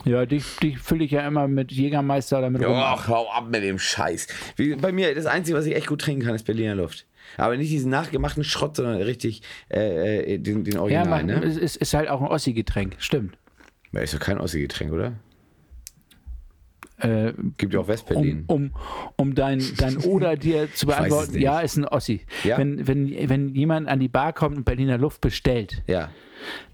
Speaker 1: Ja, dich, dich fülle ich ja immer mit Jägermeister oder mit Rum.
Speaker 3: Och, hau ab mit dem Scheiß. Wie, bei mir, das Einzige, was ich echt gut trinken kann, ist Berliner Luft. Aber nicht diesen nachgemachten Schrott, sondern richtig äh, äh, den, den
Speaker 1: Ja,
Speaker 3: Original,
Speaker 1: mach,
Speaker 3: ne?
Speaker 1: es ist, ist halt auch ein Ossi-Getränk, stimmt.
Speaker 3: Ja, Ist doch kein Ossi-Getränk, oder?
Speaker 1: Äh,
Speaker 3: Gibt ja auch
Speaker 1: um,
Speaker 3: Westberlin.
Speaker 1: um, um dein, dein Oder dir zu
Speaker 3: es
Speaker 1: beantworten,
Speaker 3: nicht.
Speaker 1: ja, ist ein Ossi.
Speaker 3: Ja.
Speaker 1: Wenn, wenn, wenn jemand an die Bar kommt und Berliner Luft bestellt,
Speaker 3: Ja.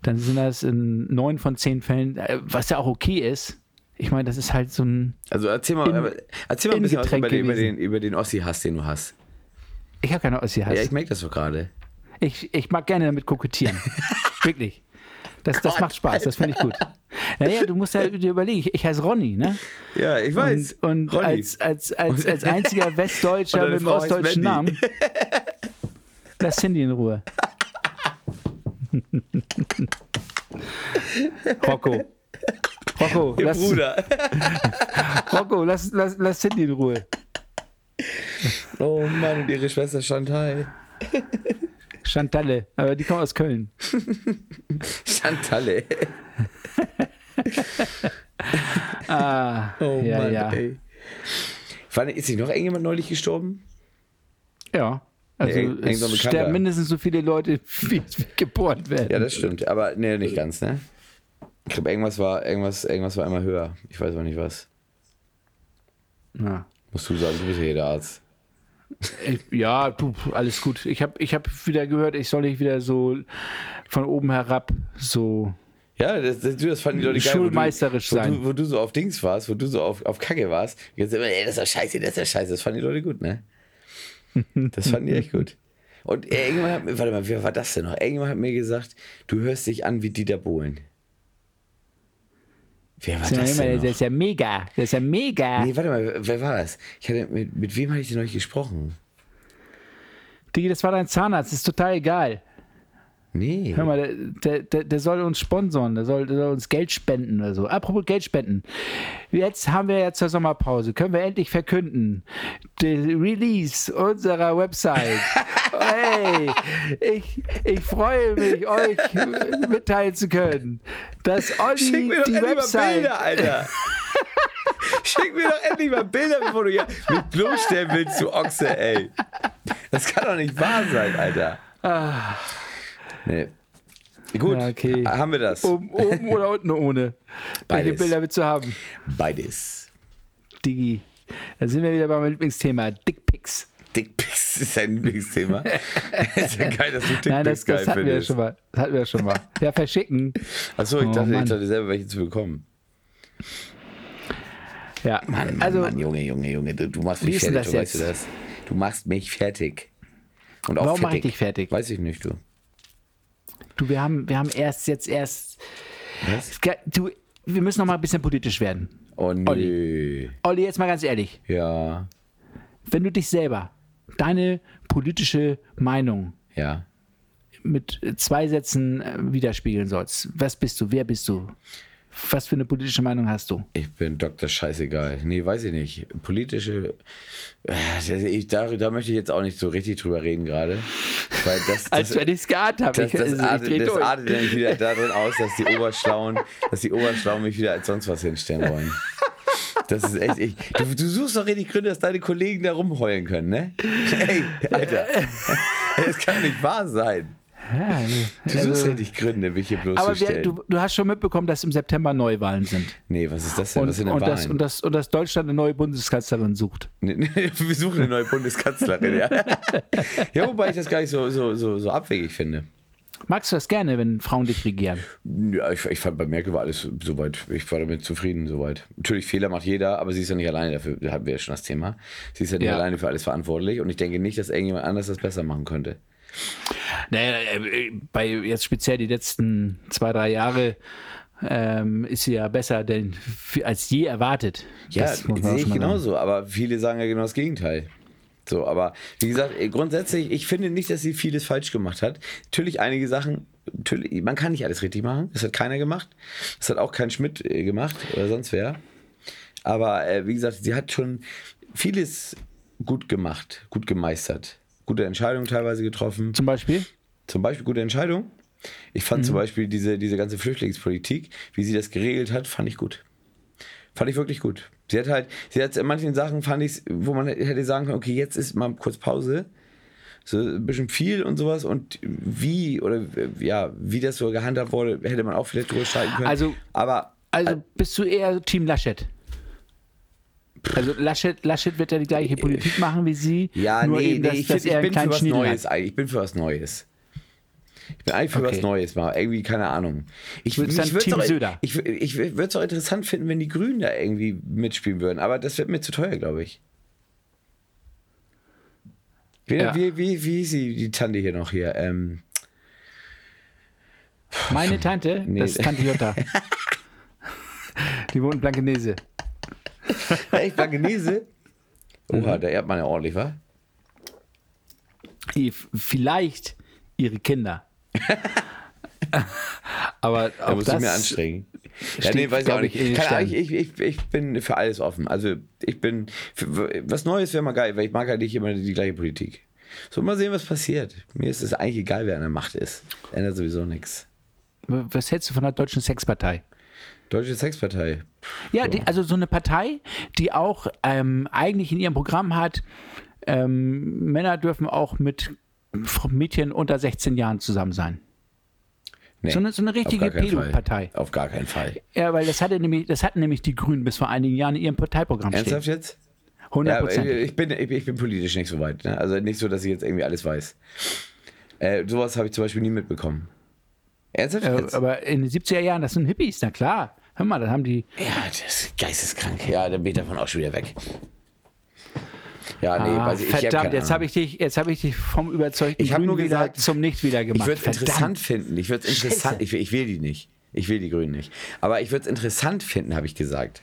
Speaker 1: dann sind das in neun von zehn Fällen, äh, was ja auch okay ist. Ich meine, das ist halt so ein.
Speaker 3: Also erzähl mal,
Speaker 1: In-
Speaker 3: erzähl mal ein bisschen was
Speaker 1: Innengetränk
Speaker 3: über den, über
Speaker 1: gewesen.
Speaker 3: den, über den Ossi-Hass, den du hast.
Speaker 1: Ich habe keine Ossi-Hass.
Speaker 3: Ja, ich merke das doch gerade.
Speaker 1: ich, ich mag gerne damit kokettieren. Wirklich. Das, das
Speaker 3: Gott,
Speaker 1: macht Spaß, das finde ich gut. Naja, du musst ja dir überlegen, ich, ich heiße Ronny, ne?
Speaker 3: Ja, ich weiß.
Speaker 1: Und, und
Speaker 3: Ronny.
Speaker 1: als, als, als, als einziger
Speaker 3: Und
Speaker 1: Westdeutscher
Speaker 3: deine
Speaker 1: mit einem
Speaker 3: Frau heißt
Speaker 1: ostdeutschen
Speaker 3: Mandy.
Speaker 1: Namen. Lass Cindy in Ruhe. Rocco. Rocco,
Speaker 3: Ihr
Speaker 1: lass,
Speaker 3: Bruder.
Speaker 1: Rocco lass, lass, lass Cindy in Ruhe.
Speaker 3: Oh Mann, und ihre Schwester Chantal.
Speaker 1: Chantalle, aber die kommt aus Köln.
Speaker 3: Chantalle.
Speaker 1: Ah,
Speaker 3: Oh
Speaker 1: ja,
Speaker 3: Mann,
Speaker 1: ja.
Speaker 3: ey. Wann ist nicht noch irgendjemand neulich gestorben?
Speaker 1: Ja. Also
Speaker 3: Ja, irgend- irgend so ein
Speaker 1: es
Speaker 3: Bekannter.
Speaker 1: sterben mindestens so viele Leute, wie wie geboren werden.
Speaker 3: Ja, das stimmt. Aber nee, nicht ganz, ne? Ich glaube, irgendwas war, irgendwas, irgendwas war einmal höher. Ich weiß aber nicht was.
Speaker 1: Ja.
Speaker 3: Musst du sagen, du bist ja hier der Arzt.
Speaker 1: Ich, ja, du, alles gut. Ich habe ich hab wieder gehört, ich soll nicht wieder so von oben herab so.
Speaker 3: Ja, das, das, du, das fanden die Leute geil.
Speaker 1: Schulmeisterisch
Speaker 3: wo du,
Speaker 1: sein.
Speaker 3: Wo du, wo du so auf Dings warst, wo du so auf, auf Kacke warst. Jetzt immer, ey, das ist ja scheiße, das ist ja scheiße. Das fanden die Leute gut, ne? Das fanden die echt gut. Und äh, irgendwann hat mir, warte mal, wer war das denn noch? Irgendjemand hat mir gesagt, du hörst dich an wie Dieter Bohlen. Wer war
Speaker 1: Das
Speaker 3: das
Speaker 1: ist, ja
Speaker 3: denn
Speaker 1: immer,
Speaker 3: noch?
Speaker 1: das ist ja mega. Das ist ja mega.
Speaker 3: Nee, warte mal, wer war das? Ich hatte, mit, mit wem hatte ich denn euch gesprochen?
Speaker 1: Digi, das war dein Zahnarzt, ist total egal.
Speaker 3: Nee.
Speaker 1: Hör mal, der, der, der, der soll uns sponsoren, der soll, der soll uns Geld spenden oder so. Apropos Geld spenden. Jetzt haben wir ja zur Sommerpause, können wir endlich verkünden. Der Release unserer Website. hey, ich, ich freue mich, euch mitteilen zu können, dass
Speaker 3: Schick
Speaker 1: Olli
Speaker 3: mir doch
Speaker 1: die
Speaker 3: endlich mal
Speaker 1: Website.
Speaker 3: Bilder, Alter. Schick mir doch endlich mal Bilder, bevor du hier mit bloßstellen willst, du Ochse, ey. Das kann doch nicht wahr sein, Alter. Nee. Gut,
Speaker 1: Ah. Ja, okay.
Speaker 3: ha- haben wir das.
Speaker 1: Oben, um, oben oder unten ohne. Welche
Speaker 3: Beides.
Speaker 1: Bilder willst du haben?
Speaker 3: Beides.
Speaker 1: Digi. Da sind wir wieder beim Lieblingsthema, Dickpics.
Speaker 3: Dickpics ist dein Lieblingsthema. ist ja geil, dass du Dickpics
Speaker 1: Nein, das,
Speaker 3: geil
Speaker 1: das hatten wir ja
Speaker 3: findest.
Speaker 1: schon mal. Das hatten wir ja schon mal. Ja, verschicken.
Speaker 3: Achso, ich,
Speaker 1: Oh,
Speaker 3: dachte, ich
Speaker 1: Mann.
Speaker 3: dachte selber, welche zu bekommen.
Speaker 1: Ja,
Speaker 3: Mann,
Speaker 1: also
Speaker 3: Mann, Junge, Junge, Junge, du, du machst
Speaker 1: Wie
Speaker 3: mich
Speaker 1: ist denn
Speaker 3: fertig, du
Speaker 1: das
Speaker 3: weißt du das. Du machst mich fertig. Und auch
Speaker 1: Warum mach ich dich fertig?
Speaker 3: Weiß ich nicht, du.
Speaker 1: du, wir haben, wir haben erst jetzt erst.
Speaker 3: Was?
Speaker 1: Ge- Du, wir müssen noch mal ein bisschen politisch werden.
Speaker 3: Oh nö.
Speaker 1: Olli, jetzt mal ganz ehrlich,
Speaker 3: Ja,
Speaker 1: wenn du dich selber, deine politische Meinung
Speaker 3: ja.
Speaker 1: mit zwei Sätzen äh, widerspiegeln sollst, was bist du, wer bist du, was für eine politische Meinung hast du?
Speaker 3: Ich bin Dr. Scheißegal. Nee, weiß ich nicht. Politische. Äh, Ich, da, da möchte ich jetzt auch nicht so richtig drüber reden gerade. Weil das. das
Speaker 1: Als wenn ich es geahnt habe.
Speaker 3: das,
Speaker 1: Ich, also,
Speaker 3: das,
Speaker 1: ich
Speaker 3: artet,
Speaker 1: dreh
Speaker 3: das
Speaker 1: durch.
Speaker 3: artet nämlich wieder darin aus, dass die Oberschlauen, dass die Oberschlauen mich wieder als sonst was hinstellen wollen. Das ist echt. Ich, du, du suchst doch richtig Gründe, dass deine Kollegen da rumheulen können, ne? Ey, Alter. Das kann nicht wahr sein.
Speaker 1: Ja, nee.
Speaker 3: Du suchst richtig Gründe, mich hier
Speaker 1: Also- aber wir,
Speaker 3: bloßzustellen.
Speaker 1: du, du hast schon mitbekommen, dass im September Neuwahlen sind.
Speaker 3: nee, was ist das denn?
Speaker 1: Und,
Speaker 3: was sind denn
Speaker 1: und,
Speaker 3: Wahlen?
Speaker 1: das, und, das, und dass Deutschland eine neue Bundeskanzlerin sucht.
Speaker 3: Ne- ne, Wir suchen eine neue Bundeskanzlerin, ja. ja, wobei ich das gar nicht so, so, so, so abwegig finde.
Speaker 1: Magst du das gerne, wenn Frauen dich regieren?
Speaker 3: Ja, ich, ich fand bei Merkel war alles soweit, ich war damit zufrieden soweit. Natürlich, Fehler macht jeder, aber sie ist ja nicht alleine dafür, da hatten wir ja schon das Thema. Sie ist ja nicht
Speaker 1: Ja.
Speaker 3: alleine für alles verantwortlich und ich denke nicht, dass irgendjemand anders das besser machen könnte.
Speaker 1: Naja, äh, bei jetzt speziell die letzten zwei, drei Jahre ähm, ist sie ja besser denn f- als je erwartet.
Speaker 3: Ja,
Speaker 1: Das muss man
Speaker 3: sehe
Speaker 1: auch
Speaker 3: ich
Speaker 1: mal sagen.
Speaker 3: genauso, aber viele sagen ja genau das Gegenteil. So, aber wie gesagt, eh, grundsätzlich, ich finde nicht, dass sie vieles falsch gemacht hat. Natürlich einige Sachen, natürlich, man kann nicht alles richtig machen. Das hat keiner gemacht. Das hat auch kein Schmidt äh, gemacht oder sonst wer. Aber äh, wie gesagt, sie hat schon vieles gut gemacht, gut gemeistert. Gute Entscheidungen teilweise getroffen
Speaker 1: Zum Beispiel?
Speaker 3: zum Beispiel gute Entscheidung. Ich fand zum Beispiel diese, diese ganze Flüchtlingspolitik, wie sie das geregelt hat, fand ich gut. Fand ich wirklich gut. Sie hat halt, sie hat in manchen Sachen fand ich, wo man hätte sagen können, okay, jetzt ist mal kurz Pause. So ein bisschen viel und sowas und wie oder ja, wie das so gehandhabt wurde, hätte man auch vielleicht drüber streiten können.
Speaker 1: Also-
Speaker 3: aber
Speaker 1: Also bist du eher Team Laschet? Also Laschet, Laschet wird ja die gleiche Politik machen wie sie.
Speaker 3: Ja,
Speaker 1: nur
Speaker 3: nee,
Speaker 1: eben, dass,
Speaker 3: nee, ich,
Speaker 1: dass
Speaker 3: find,
Speaker 1: er
Speaker 3: ich
Speaker 1: einen
Speaker 3: bin für
Speaker 1: kleinen
Speaker 3: was
Speaker 1: Schniedel
Speaker 3: Neues.
Speaker 1: hat.
Speaker 3: eigentlich. Ich bin für was Neues. Ich bin eigentlich für
Speaker 1: Okay.
Speaker 3: was Neues mal. Irgendwie, keine Ahnung. Ich,
Speaker 1: würdest
Speaker 3: mich
Speaker 1: sagen,
Speaker 3: würd's
Speaker 1: Team
Speaker 3: auch-
Speaker 1: Söder.
Speaker 3: Ich, ich würde es auch interessant finden, wenn die Grünen da irgendwie mitspielen würden. Aber das wird mir zu teuer, glaube ich. Wie,
Speaker 1: Ja.
Speaker 3: wie, wie, wie hieß die, die Tante hier noch hier? Ähm,
Speaker 1: Meine Tante,
Speaker 3: Nee.
Speaker 1: das ist Tante Jutta. die wohnt in Blankenese.
Speaker 3: echt, Blankenese? Oha,
Speaker 1: Mhm.
Speaker 3: da erbt man ja ordentlich, wa?
Speaker 1: Die f- Vielleicht ihre Kinder. Aber
Speaker 3: Da
Speaker 1: auch
Speaker 3: muss
Speaker 1: das,
Speaker 3: ich mir anstrengen. Ja,
Speaker 1: steht,
Speaker 3: nee, weiß ich auch
Speaker 1: glaub ich,
Speaker 3: nicht.
Speaker 1: in den
Speaker 3: Keine Ahnung,
Speaker 1: Sternen.
Speaker 3: ich, ich, ich bin für alles offen. Also ich bin, für, was Neues wäre mal geil, weil ich mag halt nicht immer die gleiche Politik. So, mal sehen, was passiert. Mir ist es eigentlich egal, wer an der Macht ist. Ändert sowieso nichts.
Speaker 1: Was hältst du von der Deutschen Sexpartei?
Speaker 3: Deutsche Sexpartei.
Speaker 1: Ja, die, also so eine Partei, die auch ähm, eigentlich in ihrem Programm hat, ähm, Männer dürfen auch mit F- Mädchen unter 16 Jahren zusammen sein.
Speaker 3: Nee,
Speaker 1: So eine- so eine
Speaker 3: auf
Speaker 1: richtige
Speaker 3: gar keinen Fall.
Speaker 1: Pedo-Partei.
Speaker 3: Auf gar keinen Fall.
Speaker 1: Ja, weil das hatte nämlich, das hatten nämlich die Grünen bis vor einigen Jahren in ihrem Parteiprogramm
Speaker 3: Ernsthaft
Speaker 1: stehen.
Speaker 3: jetzt? Ja, aber äh,
Speaker 1: 100%.
Speaker 3: ich, bin, ich, ich bin politisch nicht so weit. Ne? Also nicht so, dass ich jetzt irgendwie alles weiß. Äh, sowas habe ich zum Beispiel nie mitbekommen. Ernsthaft?
Speaker 1: Äh,
Speaker 3: jetzt?
Speaker 1: aber in den 70er Jahren, das sind Hippies, na klar. Hör mal, das haben die.
Speaker 3: Ja, das ist geisteskrank. Ja, dann bin ich davon auch schon wieder weg. Ja, nee,
Speaker 1: Ah,
Speaker 3: weiß ich, ich
Speaker 1: verdammt, jetzt habe
Speaker 3: ich.
Speaker 1: ich dich, jetzt habe ich dich vom überzeugten
Speaker 3: Ich hab
Speaker 1: Grünen
Speaker 3: nur
Speaker 1: wieder
Speaker 3: gesagt,
Speaker 1: zum Nicht wieder
Speaker 3: Ich
Speaker 1: gemacht.
Speaker 3: würde es
Speaker 1: Verdammt.
Speaker 3: interessant finden. Ich würde es interessant. Ich, will- ich will die nicht. Ich will die Grünen nicht. Aber ich würde es interessant finden, habe ich gesagt,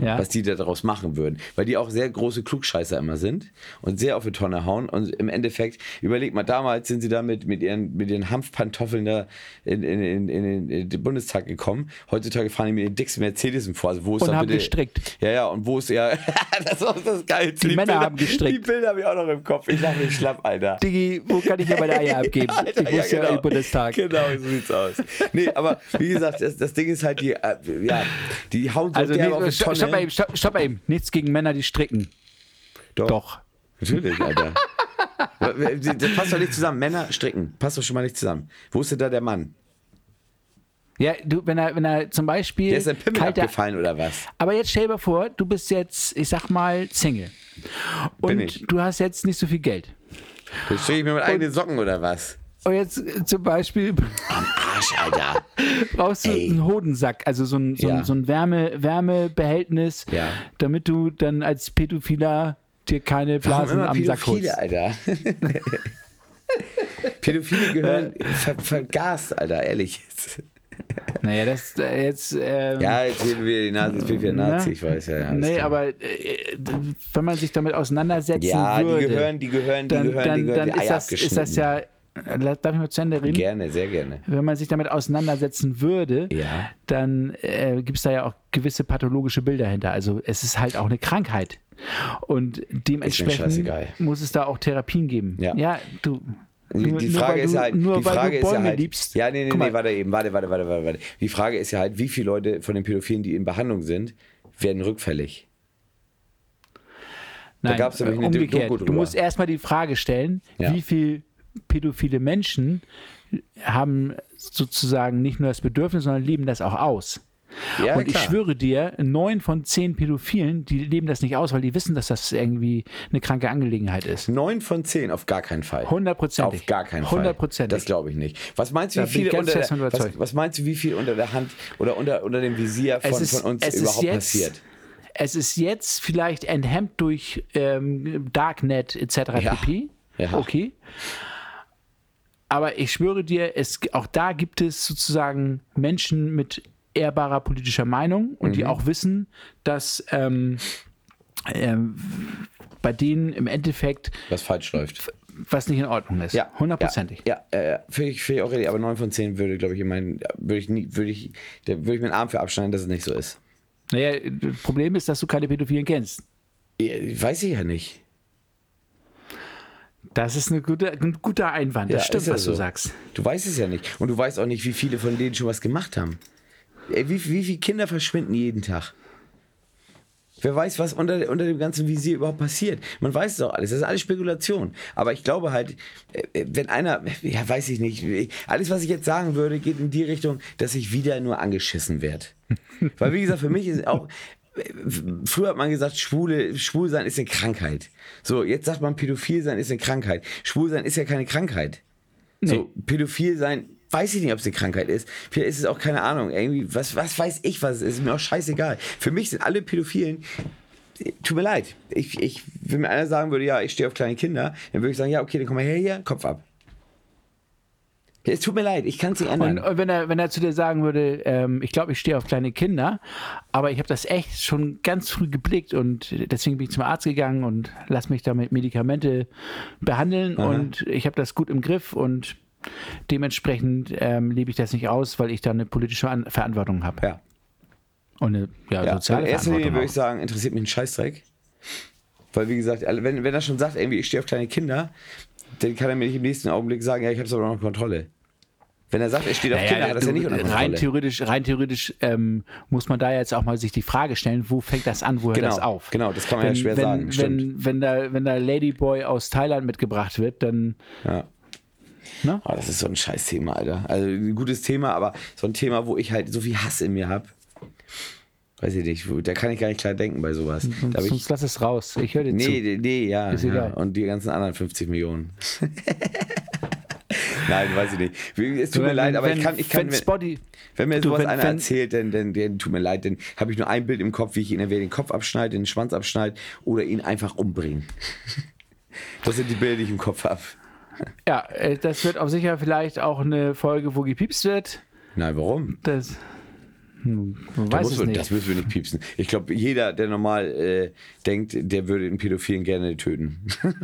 Speaker 1: Ja.
Speaker 3: was die da daraus machen würden. Weil die auch sehr große Klugscheißer immer sind und sehr auf die Tonne hauen. Und im Endeffekt, überleg mal, damals sind sie da mit, mit, ihren, mit ihren Hanfpantoffeln da in, in, in, in, in den Bundestag gekommen. Heutzutage fahren die mit den dicksten Mercedesen vor. Also wo ist
Speaker 1: Und
Speaker 3: da
Speaker 1: haben
Speaker 3: bitte,
Speaker 1: gestrickt.
Speaker 3: Ja, ja, und wo ist ja. das war das Geilste.
Speaker 1: Die Männer haben gestrickt.
Speaker 3: Die Bilder habe ich auch noch im Kopf. Ich lache mich schlapp, Alter.
Speaker 1: Diggi, wo kann ich ja meine Eier abgeben?
Speaker 3: Alter,
Speaker 1: ich muss ja,
Speaker 3: genau.
Speaker 1: im Bundestag.
Speaker 3: Genau, so sieht's aus. Nee, aber wie gesagt, das, das Ding ist halt, die, äh, ja, die hauen so
Speaker 1: Also,
Speaker 3: derbe
Speaker 1: nee, stopp, stopp, mal eben, stopp, stopp mal eben. Nichts gegen Männer, die stricken.
Speaker 3: Doch.
Speaker 1: Doch.
Speaker 3: Natürlich, Alter. das passt doch nicht zusammen. Männer stricken. Passt doch schon mal nicht zusammen. Wo ist denn da der Mann?
Speaker 1: Ja, du, wenn er, wenn er zum Beispiel.
Speaker 3: Der ist ein Pimmel
Speaker 1: kalter-
Speaker 3: abgefallen oder was?
Speaker 1: Aber jetzt stell dir mal vor, du bist jetzt, ich sag mal, Single. Und
Speaker 3: Bin ich.
Speaker 1: du hast jetzt nicht so viel Geld.
Speaker 3: Dann stricke ich mir mit eigenen Socken oder was?
Speaker 1: Und jetzt äh, zum Beispiel
Speaker 3: Arsch, Alter.
Speaker 1: brauchst du
Speaker 3: Ey.
Speaker 1: einen Hodensack, also so ein, so ein,
Speaker 3: Ja.
Speaker 1: so ein Wärme, Wärmebehältnis,
Speaker 3: Ja.
Speaker 1: damit du dann als Pädophiler dir keine
Speaker 3: Warum
Speaker 1: Blasen
Speaker 3: immer
Speaker 1: am Sack holst.
Speaker 3: Pädophile, Alter? Pädophile gehören
Speaker 1: Äh.
Speaker 3: ver vergast, Alter, ehrlich.
Speaker 1: Naja, das äh, jetzt. ähm,
Speaker 3: Ja, jetzt reden wir die Nazi, jetzt bin ich wieder
Speaker 1: ne?
Speaker 3: Nazi, ich weiß ja. alles
Speaker 1: Nee,
Speaker 3: klar.
Speaker 1: aber äh, d- wenn man sich damit auseinandersetzen
Speaker 3: Ja,
Speaker 1: würde,
Speaker 3: die gehören, die gehören, die
Speaker 1: dann,
Speaker 3: gehören,
Speaker 1: dann,
Speaker 3: die gehören,
Speaker 1: dann
Speaker 3: die
Speaker 1: ist,
Speaker 3: Eier
Speaker 1: das, ist das
Speaker 3: abgeschnitten.
Speaker 1: ja. Darf ich mal zu Ende reden?
Speaker 3: Gerne, sehr gerne.
Speaker 1: wenn man sich damit auseinandersetzen würde,
Speaker 3: Ja.
Speaker 1: dann äh, gibt es da ja auch gewisse pathologische Bilder hinter. Also es ist halt auch eine Krankheit. Und dementsprechend
Speaker 3: scheißegal.
Speaker 1: muss es da auch Therapien geben.
Speaker 3: Ja.
Speaker 1: du.
Speaker 3: Die,
Speaker 1: nur-
Speaker 3: die
Speaker 1: nur
Speaker 3: Frage
Speaker 1: weil
Speaker 3: ist
Speaker 1: du,
Speaker 3: ja halt,
Speaker 1: nur
Speaker 3: die
Speaker 1: weil
Speaker 3: Frage
Speaker 1: du
Speaker 3: ist
Speaker 1: Bäume
Speaker 3: ja halt,
Speaker 1: liebst.
Speaker 3: ja, nee, nee,
Speaker 1: Guck
Speaker 3: nee,
Speaker 1: mal.
Speaker 3: warte eben, warte, warte, warte, warte, warte. Die Frage ist ja halt, wie viele Leute von den Pädophilen, die in Behandlung sind, werden rückfällig?
Speaker 1: Nein,
Speaker 3: gab's nämlich eine
Speaker 1: umgekehrt.
Speaker 3: Doku
Speaker 1: Du
Speaker 3: drüber.
Speaker 1: musst erstmal die Frage stellen,
Speaker 3: Ja.
Speaker 1: wie viel pädophile Menschen haben sozusagen nicht nur das Bedürfnis, sondern leben das auch aus.
Speaker 3: Ja,
Speaker 1: und ich schwöre dir, neun von zehn Pädophilen, die leben das nicht aus, weil die wissen, dass das irgendwie eine kranke Angelegenheit ist.
Speaker 3: Neun von zehn, auf gar keinen Fall.
Speaker 1: Hundertprozentig.
Speaker 3: Auf gar keinen Fall.
Speaker 1: Hundertprozentig.
Speaker 3: Das glaube ich nicht. Was meinst du,
Speaker 1: Da
Speaker 3: wie
Speaker 1: bin ich
Speaker 3: viele
Speaker 1: ganz
Speaker 3: unter
Speaker 1: fest von
Speaker 3: der, was,
Speaker 1: überzeugt.
Speaker 3: was meinst du, wie viel unter der Hand oder unter, unter dem Visier von, von uns überhaupt passiert?
Speaker 1: Es ist jetzt vielleicht enthemmt durch ähm, Darknet etc.
Speaker 3: Ja.
Speaker 1: pp.
Speaker 3: Ja.
Speaker 1: Okay. Aber ich schwöre dir, es, auch da gibt es sozusagen Menschen mit ehrbarer politischer Meinung und
Speaker 3: Mhm.
Speaker 1: die auch wissen, dass ähm, ähm, bei denen im Endeffekt
Speaker 3: Was falsch läuft.
Speaker 1: was nicht in Ordnung ist.
Speaker 3: Ja.
Speaker 1: Hundertprozentig.
Speaker 3: Ja, äh, ja, ja, ja. finde ich, finde ich auch richtig. Aber 9 von 10 würde, glaube ich, in meinen, würde ich nie, würde ich, da würde ich meinen Arm für abschneiden, dass es nicht so ist.
Speaker 1: Naja, das Problem ist, dass du keine Pädophilen kennst.
Speaker 3: Ja, Weiß ich ja nicht.
Speaker 1: Das ist eine gute, ein guter Einwand. Das
Speaker 3: Ja,
Speaker 1: stimmt,
Speaker 3: ist ja
Speaker 1: was
Speaker 3: so.
Speaker 1: du sagst.
Speaker 3: Du weißt es ja nicht. Und du weißt auch nicht, wie viele von denen schon was gemacht haben. Ey, wie, wie viele Kinder verschwinden jeden Tag? Wer weiß, was unter, unter dem ganzen Visier überhaupt passiert. Man weiß es doch alles. Das ist alles Spekulation. Aber ich glaube halt, äh, wenn einer, ja, weiß ich nicht, ich- alles, was ich jetzt sagen würde, geht in die Richtung, dass ich wieder nur angeschissen werde. Weil, wie gesagt, für mich ist auch, äh, f- früher hat man gesagt, Schwule, schwul sein ist eine Krankheit. So, jetzt sagt man, pädophil sein ist eine Krankheit. Schwul sein ist ja keine Krankheit. So, pädophil sein, weiß ich nicht, ob es eine Krankheit ist. Vielleicht ist es auch keine Ahnung. Irgendwie, was, was weiß ich, was es ist. Mir auch scheißegal. Für mich sind alle Pädophilen. Tut mir leid. Ich, ich, wenn mir einer sagen würde, ja, ich stehe auf kleine Kinder, dann würde ich sagen, ja, okay, dann komm mal her hier, Kopf ab. Es tut mir leid, ich kann es nicht ändern.
Speaker 1: Und und wenn er, wenn er zu dir sagen würde, ähm, ich glaube, ich stehe auf kleine Kinder, aber ich habe das echt schon ganz früh geblickt und deswegen bin ich zum Arzt gegangen und lass mich damit Medikamente behandeln und ich habe das gut im Griff und dementsprechend ähm, lebe ich das nicht aus, weil ich da eine politische An Verantwortung habe.
Speaker 3: ja.
Speaker 1: Und eine ja,
Speaker 3: Ja, in
Speaker 1: Also soziale
Speaker 3: erster Linie
Speaker 1: Verantwortung.
Speaker 3: würde ich
Speaker 1: Auch.
Speaker 3: sagen, interessiert mich ein Scheißdreck. Weil, wie gesagt, alle- wenn, wenn er schon sagt, irgendwie, ich stehe auf kleine Kinder, dann kann er mir nicht im nächsten Augenblick sagen, ja, ich habe es aber noch unter Kontrolle. Wenn er sagt, er steht auf Kinder, hat er es ja
Speaker 1: du,
Speaker 3: nicht unter Kontrolle.
Speaker 1: rein theoretisch, rein theoretisch ähm, muss man da jetzt auch mal sich die Frage stellen, wo fängt das an, wo hört
Speaker 3: Genau,
Speaker 1: das auf?
Speaker 3: genau, das kann man ja schwer
Speaker 1: wenn,
Speaker 3: sagen,
Speaker 1: Wenn, wenn, da, wenn da Ladyboy aus Thailand mitgebracht wird, dann
Speaker 3: Ja.
Speaker 1: Ne?
Speaker 3: Oh, das ist so ein scheiß Thema, Alter. Also ein gutes Thema, aber so ein Thema, wo ich halt so viel Hass in mir habe. Weiß ich nicht, da kann ich gar nicht klar denken bei sowas.
Speaker 1: Hm,
Speaker 3: Da hab ich,
Speaker 1: Sonst lass es raus. Ich höre dir
Speaker 3: nee,
Speaker 1: zu.
Speaker 3: nee, nee, ja,
Speaker 1: Ist
Speaker 3: ja.
Speaker 1: egal.
Speaker 3: Und die ganzen anderen 50 Millionen. Nein, weiß ich nicht. Es tut mir
Speaker 1: Wenn-
Speaker 3: leid, aber
Speaker 1: wenn,
Speaker 3: ich kann, ich kann
Speaker 1: wenn Spotty,
Speaker 3: Wenn mir
Speaker 1: Du,
Speaker 3: sowas
Speaker 1: wenn-
Speaker 3: einer
Speaker 1: wenn-
Speaker 3: erzählt, dann, dann, dann tut mir leid, dann habe ich nur ein Bild im Kopf, wie ich ihn entweder den Kopf abschneide, den Schwanz abschneide oder ihn einfach umbringe. Das sind die Bilder, die ich im Kopf habe.
Speaker 1: ja, äh, das wird auf sicher vielleicht auch eine Folge, wo gepiepst wird.
Speaker 3: Nein, warum?
Speaker 1: Das hm, man weiß
Speaker 3: Muss
Speaker 1: es
Speaker 3: man-
Speaker 1: nicht.
Speaker 3: Das müssen wir nicht piepsen. Ich glaube, jeder, der normal äh, denkt, der würde einen Pädophilen gerne töten.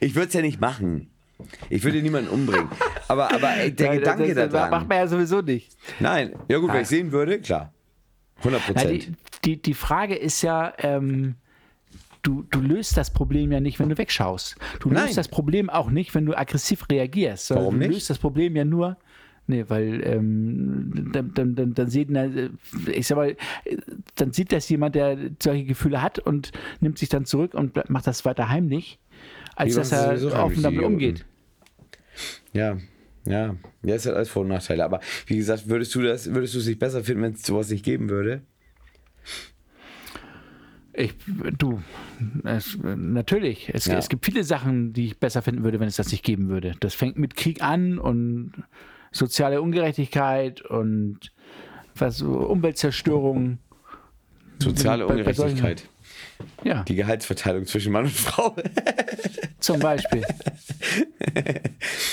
Speaker 3: ich würde es ja nicht machen. Ich würde niemanden umbringen. Aber, aber ey, der
Speaker 1: Ja,
Speaker 3: Gedanke
Speaker 1: das, das,
Speaker 3: daran.
Speaker 1: Macht man ja sowieso nicht.
Speaker 3: Nein, ja gut, wenn ich
Speaker 1: Ach.
Speaker 3: sehen würde, klar. 100
Speaker 1: Ah. Na,
Speaker 3: Prozent.
Speaker 1: die, die, die Frage ist ja, ähm, du, du löst das Problem ja nicht, wenn du wegschaust. Du
Speaker 3: Nein.
Speaker 1: löst das Problem auch nicht, wenn du aggressiv reagierst. sondern
Speaker 3: Warum
Speaker 1: du
Speaker 3: nicht?
Speaker 1: löst das Problem ja nur. Nee, weil ähm, dann, dann, dann, dann sieht na- ich sag mal, äh, dann sieht das jemand, der solche Gefühle hat und nimmt sich dann zurück und ble- macht das weiter heimlich, als
Speaker 3: Die
Speaker 1: dass
Speaker 3: machen
Speaker 1: er
Speaker 3: sowieso heimlich,
Speaker 1: offen
Speaker 3: die
Speaker 1: damit
Speaker 3: Idioten.
Speaker 1: umgeht.
Speaker 3: Ja, ja. Ja, es hat alles Vor- und Nachteile. Aber wie gesagt, würdest du das, würdest du es nicht besser finden, wenn es sowas nicht geben würde?
Speaker 1: Ich, du, es, natürlich. Es,
Speaker 3: Ja.
Speaker 1: es gibt viele Sachen, die ich besser finden würde, wenn es das nicht geben würde. Das fängt mit Krieg an und soziale Ungerechtigkeit und was, Umweltzerstörung.
Speaker 3: Soziale
Speaker 1: Bei- bei solchen-
Speaker 3: Ungerechtigkeit.
Speaker 1: Ja,
Speaker 3: Die Gehaltsverteilung zwischen Mann und Frau.
Speaker 1: zum Beispiel.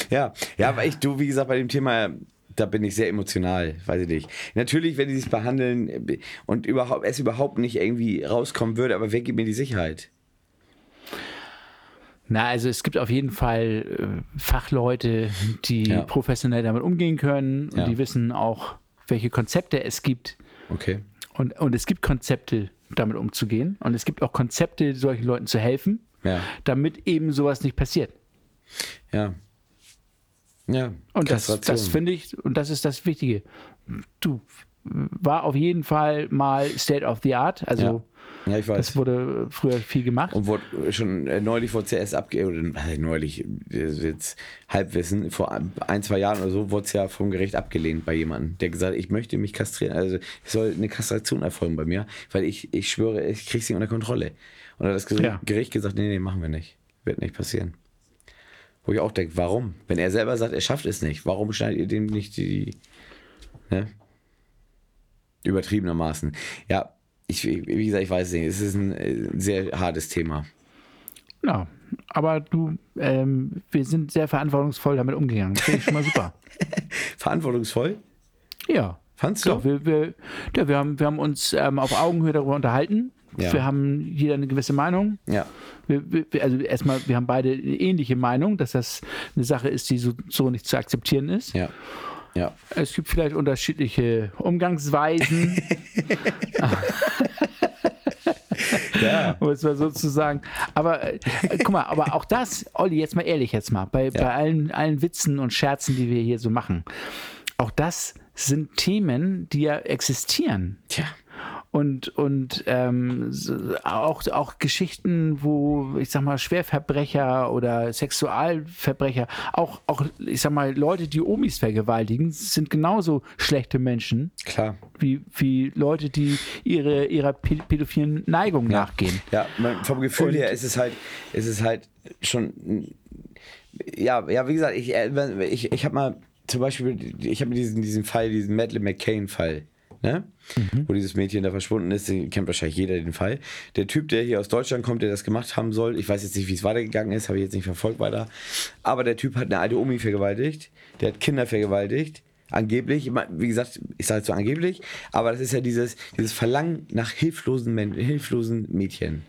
Speaker 3: ja. Ja, aber ich, du, wie gesagt, bei dem Thema. Da bin ich sehr emotional, weiß ich nicht. Natürlich, wenn die sich behandeln und überhaupt, es überhaupt nicht irgendwie rauskommen würde, aber wer gibt mir die Sicherheit?
Speaker 1: Na, also es gibt auf jeden Fall äh, Fachleute, die
Speaker 3: Ja.
Speaker 1: professionell damit umgehen können und
Speaker 3: Ja.
Speaker 1: die wissen auch, welche Konzepte es gibt.
Speaker 3: Okay.
Speaker 1: Und, und es gibt Konzepte, damit umzugehen. Und es gibt auch Konzepte, solchen Leuten zu helfen,
Speaker 3: Ja.
Speaker 1: damit eben sowas nicht passiert.
Speaker 3: Ja. Ja.
Speaker 1: Und das, das
Speaker 3: Kastration.
Speaker 1: finde ich, und das ist das Wichtige. Du war auf jeden Fall mal State of the Art. Also
Speaker 3: ja. ja, ich weiß.
Speaker 1: das wurde früher viel gemacht.
Speaker 3: Und wurde schon äh, neulich vor CS abge... Oder äh, neulich, äh, jetzt Halbwissen, vor ein, ein, zwei Jahren oder so, wurde es ja vom Gericht abgelehnt bei jemandem, der gesagt hat, ich möchte mich kastrieren. Also es soll eine Kastration erfolgen bei mir, weil ich, ich schwöre, ich kriege sie unter Kontrolle. Und dann hat das Ger
Speaker 1: Ja.
Speaker 3: Gericht gesagt, nee, nee, machen wir nicht. Wird nicht passieren. Wo ich auch denke, warum? Wenn er selber sagt, er schafft es nicht, warum schneidet ihr dem nicht die... Ne? Übertriebenermaßen. Ja, ich, wie gesagt, ich weiß es nicht. Es ist ein äh, sehr hartes Thema.
Speaker 1: Ja. Aber du, ähm, wir sind sehr verantwortungsvoll damit umgegangen. Finde ich schon mal super.
Speaker 3: Verantwortungsvoll?
Speaker 1: Ja.
Speaker 3: Fandst du?
Speaker 1: Doch, wir, wir, ja, wir, haben, wir haben uns ähm, auf Augenhöhe darüber unterhalten.
Speaker 3: Ja.
Speaker 1: Wir haben jeder eine gewisse Meinung.
Speaker 3: ja.
Speaker 1: Wir, wir, wir- also erstmal, wir haben beide eine ähnliche Meinung, dass das eine Sache ist, die so, so nicht zu akzeptieren ist.
Speaker 3: Ja. Ja.
Speaker 1: Es gibt vielleicht unterschiedliche Umgangsweisen,
Speaker 3: Ja.
Speaker 1: um es mal so zu sagen. Aber äh, guck mal, aber auch das, Olli, jetzt mal ehrlich jetzt mal, bei, bei allen, allen Witzen und Scherzen, die wir hier so machen, auch das sind Themen, die ja existieren.
Speaker 3: Tja.
Speaker 1: und und ähm, so- auch auch Geschichten, wo ich sag mal Schwerverbrecher oder Sexualverbrecher, auch auch ich sag mal Leute, die Omis vergewaltigen, sind genauso schlechte Menschen
Speaker 3: Klar.
Speaker 1: wie wie Leute, die ihre ihrer pä- pädophilen Neigung nachgehen.
Speaker 3: Ja, man, vom Gefühl
Speaker 1: Und-
Speaker 3: her ist es halt, ist es halt schon. Ja, ja, wie gesagt, ich, äh, ich, ich habe mal zum Beispiel, ich habe diesen, diesen Fall, diesen Madeleine McCain-Fall, ne? Wo dieses Mädchen da verschwunden ist, den kennt wahrscheinlich jeder den Fall. Der Typ, der hier aus Deutschland kommt, der das gemacht haben soll, ich weiß jetzt nicht, wie es weitergegangen ist, habe ich jetzt nicht verfolgt weiter. Aber der Typ hat eine alte Omi vergewaltigt, der hat Kinder vergewaltigt. Angeblich, ich mein, wie gesagt, ich sage so angeblich, aber das ist ja dieses, dieses Verlangen nach hilflosen, Men hilflosen Mädchen.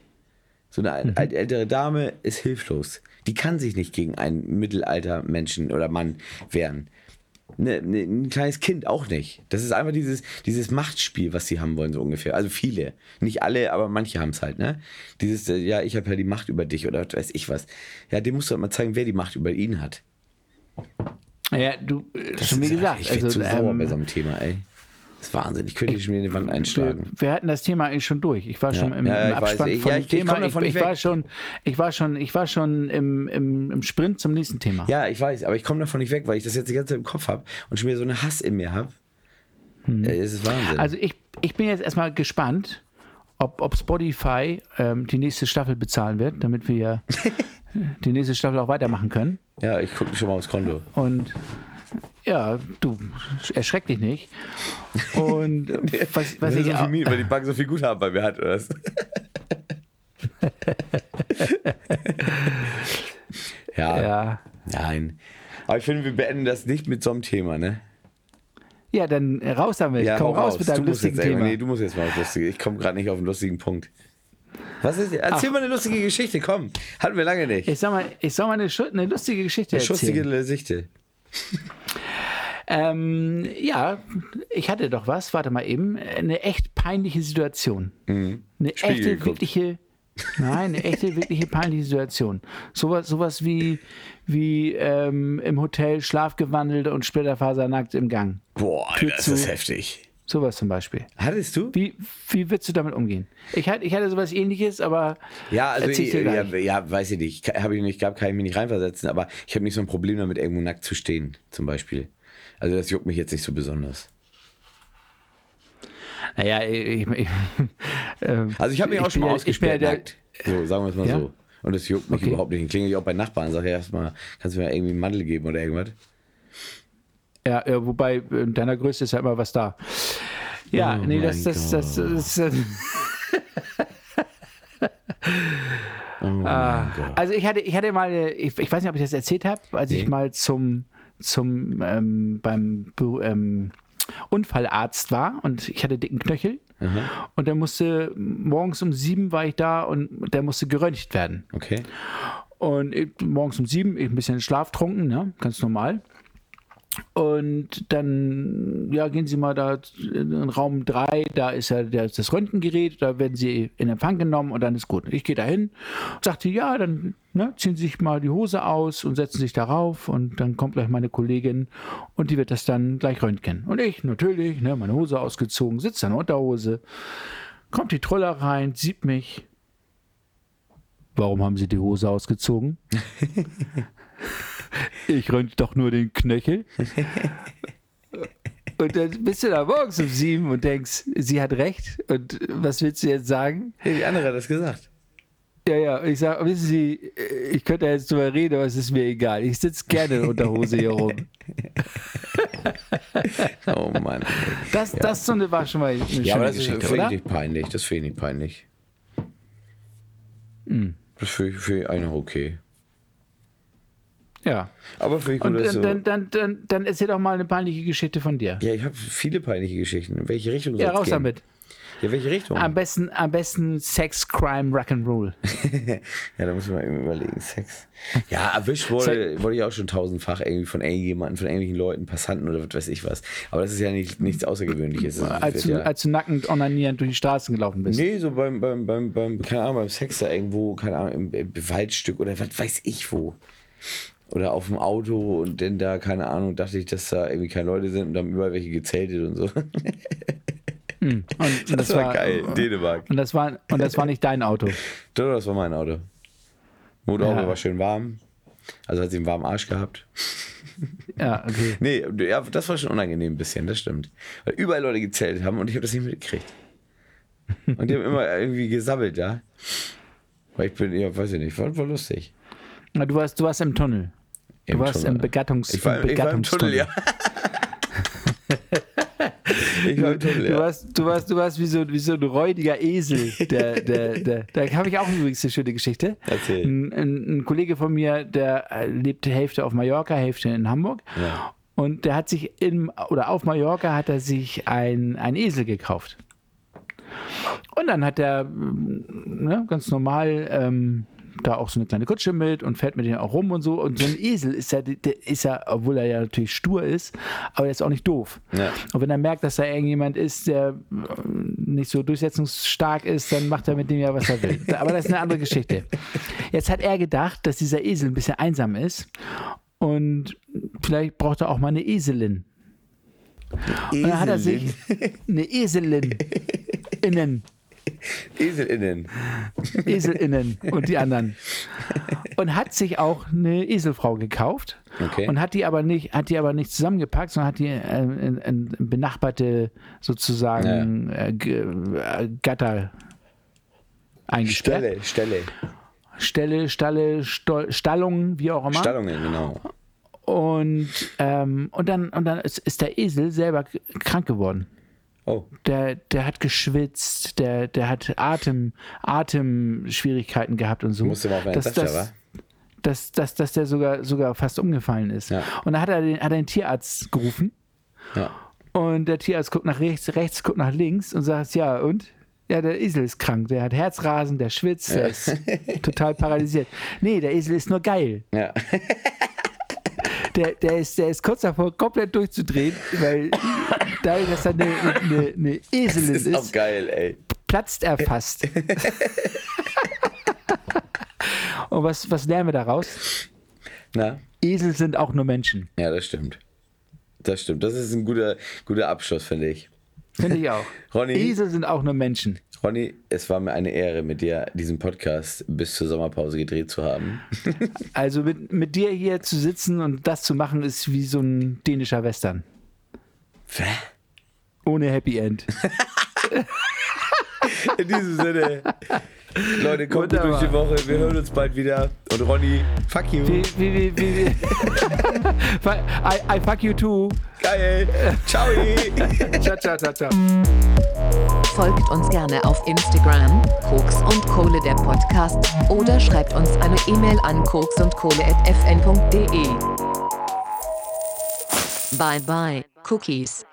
Speaker 3: So
Speaker 1: Mhm.
Speaker 3: eine äl- äl- ältere Dame ist hilflos. Die kann sich nicht gegen einen mittelalter Menschen oder Mann wehren. Ne, ne, ein kleines Kind auch nicht. Das ist einfach dieses, dieses Machtspiel, was sie haben wollen, so ungefähr. Also viele. Nicht alle, aber manche haben es halt, ne? Dieses, äh, ja, ich habe ja die Macht über dich oder was weiß ich was. Ja, dem musst du halt mal zeigen, wer die Macht über ihn hat.
Speaker 1: Ja, du äh, schon wie
Speaker 3: Das ist-
Speaker 1: gesagt,
Speaker 3: Ich bin
Speaker 1: also
Speaker 3: zu sauer bei so
Speaker 1: ähm,
Speaker 3: einem Thema, ey. Das ist Wahnsinn. Ich könnte schon in die Wand
Speaker 1: wir,
Speaker 3: einschlagen.
Speaker 1: wir hatten das Thema eigentlich schon durch. Ich war schon im,
Speaker 3: Ja, ja,
Speaker 1: im
Speaker 3: ich weiß.
Speaker 1: Abspann
Speaker 3: Ich-
Speaker 1: von
Speaker 3: ja,
Speaker 1: dem
Speaker 3: ich- ich
Speaker 1: Thema.
Speaker 3: komm
Speaker 1: Ich,
Speaker 3: davon
Speaker 1: ich,
Speaker 3: nicht
Speaker 1: war
Speaker 3: weg.
Speaker 1: schon, ich war schon, ich war schon im, im, im Sprint zum nächsten Thema.
Speaker 3: Ja, ich weiß, aber ich komme davon nicht weg, weil ich das jetzt die ganze Zeit im Kopf habe und schon wieder so einen Hass in mir habe. Es ist Wahnsinn.
Speaker 1: Hm. Also ich, ich bin jetzt erstmal gespannt, ob, ob Spotify ähm, die nächste Staffel bezahlen wird, damit wir die nächste Staffel auch weitermachen können.
Speaker 3: Ja, ich gucke schon mal aufs Konto.
Speaker 1: Und ja, du, erschreck dich nicht. Und äh, was, was
Speaker 3: das ist
Speaker 1: ich
Speaker 3: so viel
Speaker 1: auch,
Speaker 3: Miet, weil die Bank so viel Guthaben bei mir hat, oder was? ja,
Speaker 1: ja,
Speaker 3: nein. Aber ich finde, wir beenden das nicht mit so einem Thema, ne?
Speaker 1: ja, dann raus damit.
Speaker 3: Ja,
Speaker 1: Komm
Speaker 3: hau
Speaker 1: raus mit deinem
Speaker 3: Du musst
Speaker 1: lustigen
Speaker 3: jetzt, ey,
Speaker 1: Thema.
Speaker 3: Nee, du musst jetzt mal auf lustige. Ich komme gerade nicht auf einen lustigen Punkt. Was ist, erzähl mal eine lustige Geschichte, komm. Hatten wir lange nicht.
Speaker 1: ich sag mal, ich soll mal eine, schu- eine lustige Geschichte erzählen.
Speaker 3: Schussige Sichte.
Speaker 1: Ähm, ja, ich hatte doch was, warte mal eben, eine echt peinliche Situation. Eine
Speaker 3: Mhm. Spiegel
Speaker 1: echte,
Speaker 3: geguckt.
Speaker 1: wirkliche, nein, eine echte, wirkliche peinliche Situation. Sowas sowas wie, wie ähm, im Hotel schlafgewandelt und splitterfasernackt im Gang.
Speaker 3: Boah, Alter, ist
Speaker 1: zu.
Speaker 3: das heftig.
Speaker 1: Sowas zum Beispiel.
Speaker 3: Hattest du?
Speaker 1: Wie, wie würdest du damit umgehen? Ich hatte, ich hatte sowas ähnliches, aber
Speaker 3: Ja, also
Speaker 1: erzähl
Speaker 3: ich,
Speaker 1: ich dir
Speaker 3: ja,
Speaker 1: gleich.
Speaker 3: ja, weiß ich nicht. Habe ich nicht gehabt, kann ich mich nicht reinversetzen, aber ich habe nicht so ein Problem damit, irgendwo nackt zu stehen, zum Beispiel. Also das juckt mich jetzt nicht so besonders.
Speaker 1: Naja, ich, ich, ähm,
Speaker 3: Also ich habe mich auch schon
Speaker 1: bin
Speaker 3: mal
Speaker 1: ja- ich bin ja
Speaker 3: ausgesperrt
Speaker 1: der-
Speaker 3: nackt. So, sagen wir es mal
Speaker 1: Ja?
Speaker 3: so. Und das juckt mich
Speaker 1: Okay.
Speaker 3: überhaupt nicht. Dann klingel ich auch bei Nachbarn und sage ja, erstmal, kannst du mir irgendwie einen Mandel geben oder irgendwas?
Speaker 1: Ja, ja, wobei äh, in deiner Größe ist ja immer was da. Ja,
Speaker 3: Oh
Speaker 1: nee, das,
Speaker 3: mein
Speaker 1: das, das, äh, das, das,
Speaker 3: Oh mein Gott.
Speaker 1: also ich hatte, ich hatte mal, ich, ich weiß nicht, ob ich das erzählt habe, als ich
Speaker 3: Nee.
Speaker 1: mal zum, zum ähm, beim Bü- ähm, Unfallarzt war und ich hatte dicken Knöchel und der musste morgens um sieben war ich da und der musste geröntgt werden.
Speaker 3: Okay.
Speaker 1: Und ich, morgens um sieben, ich ein bisschen Schlaf trunken, ne? ganz normal. Und dann, ja, gehen Sie mal da in den Raum 3, da ist ja der- das Röntgengerät, da werden Sie in Empfang genommen und dann ist gut. Ich gehe da hin, sagte, ja, dann ne, ziehen Sie sich mal die Hose aus und setzen sich darauf und dann kommt gleich meine Kollegin und die wird das dann gleich röntgen. Und ich natürlich, ne, meine Hose ausgezogen, sitze in der Unterhose, kommt die Troller rein, sieht mich. Warum haben Sie die Hose ausgezogen? ich röntge doch nur den Knöchel. Und dann bist du da morgens um sieben und denkst, sie hat recht. Und was willst du jetzt sagen?
Speaker 3: Hey, die andere hat das gesagt.
Speaker 1: Ja, ja, und ich sage, wissen Sie, ich könnte da jetzt drüber reden, aber es ist mir egal. Ich sitze gerne in Unterhose hier rum.
Speaker 3: Oh Mann.
Speaker 1: Das, das so eine, war schon mal eine
Speaker 3: ja,
Speaker 1: schöne
Speaker 3: aber das ist-
Speaker 1: Geschichte,
Speaker 3: finde ich
Speaker 1: oder?
Speaker 3: nicht peinlich. Das finde ich nicht peinlich.
Speaker 1: Hm.
Speaker 3: Das finde ich, find ich eigentlich noch okay.
Speaker 1: Ja.
Speaker 3: Aber finde ich gut,
Speaker 1: Und
Speaker 3: dass
Speaker 1: dann,
Speaker 3: Also so.
Speaker 1: dann, dann, dann, dann erzähl doch mal eine peinliche Geschichte von dir.
Speaker 3: ja, ich habe viele peinliche Geschichten. In welche Richtung soll
Speaker 1: Ja,
Speaker 3: es
Speaker 1: raus
Speaker 3: gehen?
Speaker 1: damit.
Speaker 3: Ja, welche Richtung?
Speaker 1: Am besten, am besten Sex, Crime, Rock'n'Roll.
Speaker 3: ja, da muss man irgendwie überlegen. Sex. Ja, erwischt wurde, wurde ich auch schon tausendfach irgendwie von irgendjemandem, von irgendwelchen Leuten, Passanten oder was weiß ich was. Aber das ist ja nicht, nichts Außergewöhnliches. Das
Speaker 1: Als
Speaker 3: wird
Speaker 1: du,
Speaker 3: ja,
Speaker 1: als du nackend onanierend durch die Straßen gelaufen bist.
Speaker 3: Nee, so beim, beim, beim, beim, keine Ahnung, beim Sex da irgendwo, keine Ahnung, im, im Waldstück oder was weiß ich wo. Oder auf dem Auto und dann da, keine Ahnung, dachte ich, dass da irgendwie keine Leute sind und dann überall welche gezeltet und so.
Speaker 1: Hm, Und, äh, und
Speaker 3: Das, war, geil, Dänemark.
Speaker 1: Und das war, und das war nicht dein Auto.
Speaker 3: Doch, das war mein Auto. Motorhaube
Speaker 1: Ja.
Speaker 3: war schön warm. Also hat sie einen warmen Arsch gehabt.
Speaker 1: Ja, okay.
Speaker 3: Nee, ja, das war schon unangenehm ein bisschen, das stimmt. Weil überall Leute gezählt haben und ich habe das nicht mitgekriegt. Und die haben immer irgendwie gesammelt da. Weil ich bin, ja, weiß ich nicht, war, war lustig.
Speaker 1: Na, Du warst, du warst im Tunnel. Du warst im Begattungs-
Speaker 3: ich war,
Speaker 1: im
Speaker 3: ich war im Tunnel, ja. ich war im Tunnel,
Speaker 1: Du
Speaker 3: ja.
Speaker 1: warst, du warst, du warst wie, so, wie so ein räudiger Esel. Der, der, der, da habe ich auch übrigens eine schöne Geschichte.
Speaker 3: Erzähl.
Speaker 1: Ein, ein, ein Kollege von mir, der äh, lebte Hälfte auf Mallorca, Hälfte in Hamburg.
Speaker 3: Ja.
Speaker 1: Und der hat sich im, oder auf Mallorca hat er sich ein, ein Esel gekauft. Und dann hat er mm, ne, ganz normal ähm, da auch so eine kleine Kutsche mit und fährt mit denen auch rum und so. Und so ein Esel ist ja, der ist ja, obwohl er ja natürlich stur ist, aber der ist auch nicht doof.
Speaker 3: Ja.
Speaker 1: Und wenn er merkt, dass da irgendjemand ist, der äh, nicht so durchsetzungsstark ist, dann macht er mit dem ja, was er will. Aber das ist eine andere Geschichte. Jetzt hat er gedacht, dass dieser Esel ein bisschen einsam ist und vielleicht braucht er auch mal eine Eselin. Und dann hat er sich eine Eselin innen
Speaker 3: Eselinnen.
Speaker 1: EselInnen und die anderen. und hat sich auch eine Eselfrau gekauft
Speaker 3: Okay.
Speaker 1: und hat die aber nicht, hat die aber nicht zusammengepackt, sondern hat die ähm, in, in benachbarte sozusagen äh, G- äh, Gatter eingesperrt.
Speaker 3: Stelle, Stelle.
Speaker 1: Stelle, Stalle, Stol Stallung, wie auch immer.
Speaker 3: Stallungen, genau.
Speaker 1: Und, ähm, und dann, und dann ist, ist der Esel selber k- krank geworden.
Speaker 3: Oh,
Speaker 1: Der, der hat geschwitzt, der, der hat Atem, Atemschwierigkeiten gehabt und so.
Speaker 3: musste mal auf einen
Speaker 1: dass,
Speaker 3: Taster, wa?
Speaker 1: dass, dass, dass, dass der sogar, sogar fast umgefallen ist.
Speaker 3: Ja.
Speaker 1: Und da hat er, den, hat er den Tierarzt gerufen
Speaker 3: Ja.
Speaker 1: und der Tierarzt guckt nach rechts, rechts guckt nach links und sagt, ja und? Ja, der Esel ist krank, der hat Herzrasen, der schwitzt, der ist total paralysiert. Nee, der Esel ist nur geil.
Speaker 3: Ja.
Speaker 1: Der, der, ist, der ist kurz davor, komplett durchzudrehen, weil dadurch, dass er eine, eine, eine Eselin
Speaker 3: Das
Speaker 1: ist,
Speaker 3: ist auch geil, ey.
Speaker 1: platzt er fast. Und was, was lernen wir daraus?
Speaker 3: Na?
Speaker 1: Esel sind auch nur Menschen.
Speaker 3: Ja, das stimmt. Das stimmt. Das ist ein guter, guter Abschluss, finde ich.
Speaker 1: Finde ich auch.
Speaker 3: Ronny?
Speaker 1: Esel sind auch nur Menschen.
Speaker 3: Ronny, es war mir eine Ehre, mit dir diesen Podcast bis zur Sommerpause gedreht zu haben.
Speaker 1: Also mit, mit dir hier zu sitzen und das zu machen, ist wie so ein dänischer Western. Ohne Happy End.
Speaker 3: In diesem Sinne, Leute, kommt gut durch die Woche. Wir hören uns bald wieder. Und Ronny, fuck you.
Speaker 1: Wie, wie, wie, wie, wie. I, I fuck you too.
Speaker 3: Geil. Ciao.
Speaker 1: Ciao, ciao, ciao, ciao.
Speaker 2: Folgt uns gerne auf Instagram, Koks und Kohle der Podcast, oder schreibt uns eine E-Mail an koksundkohle.fn.de. Bye bye, Cookies.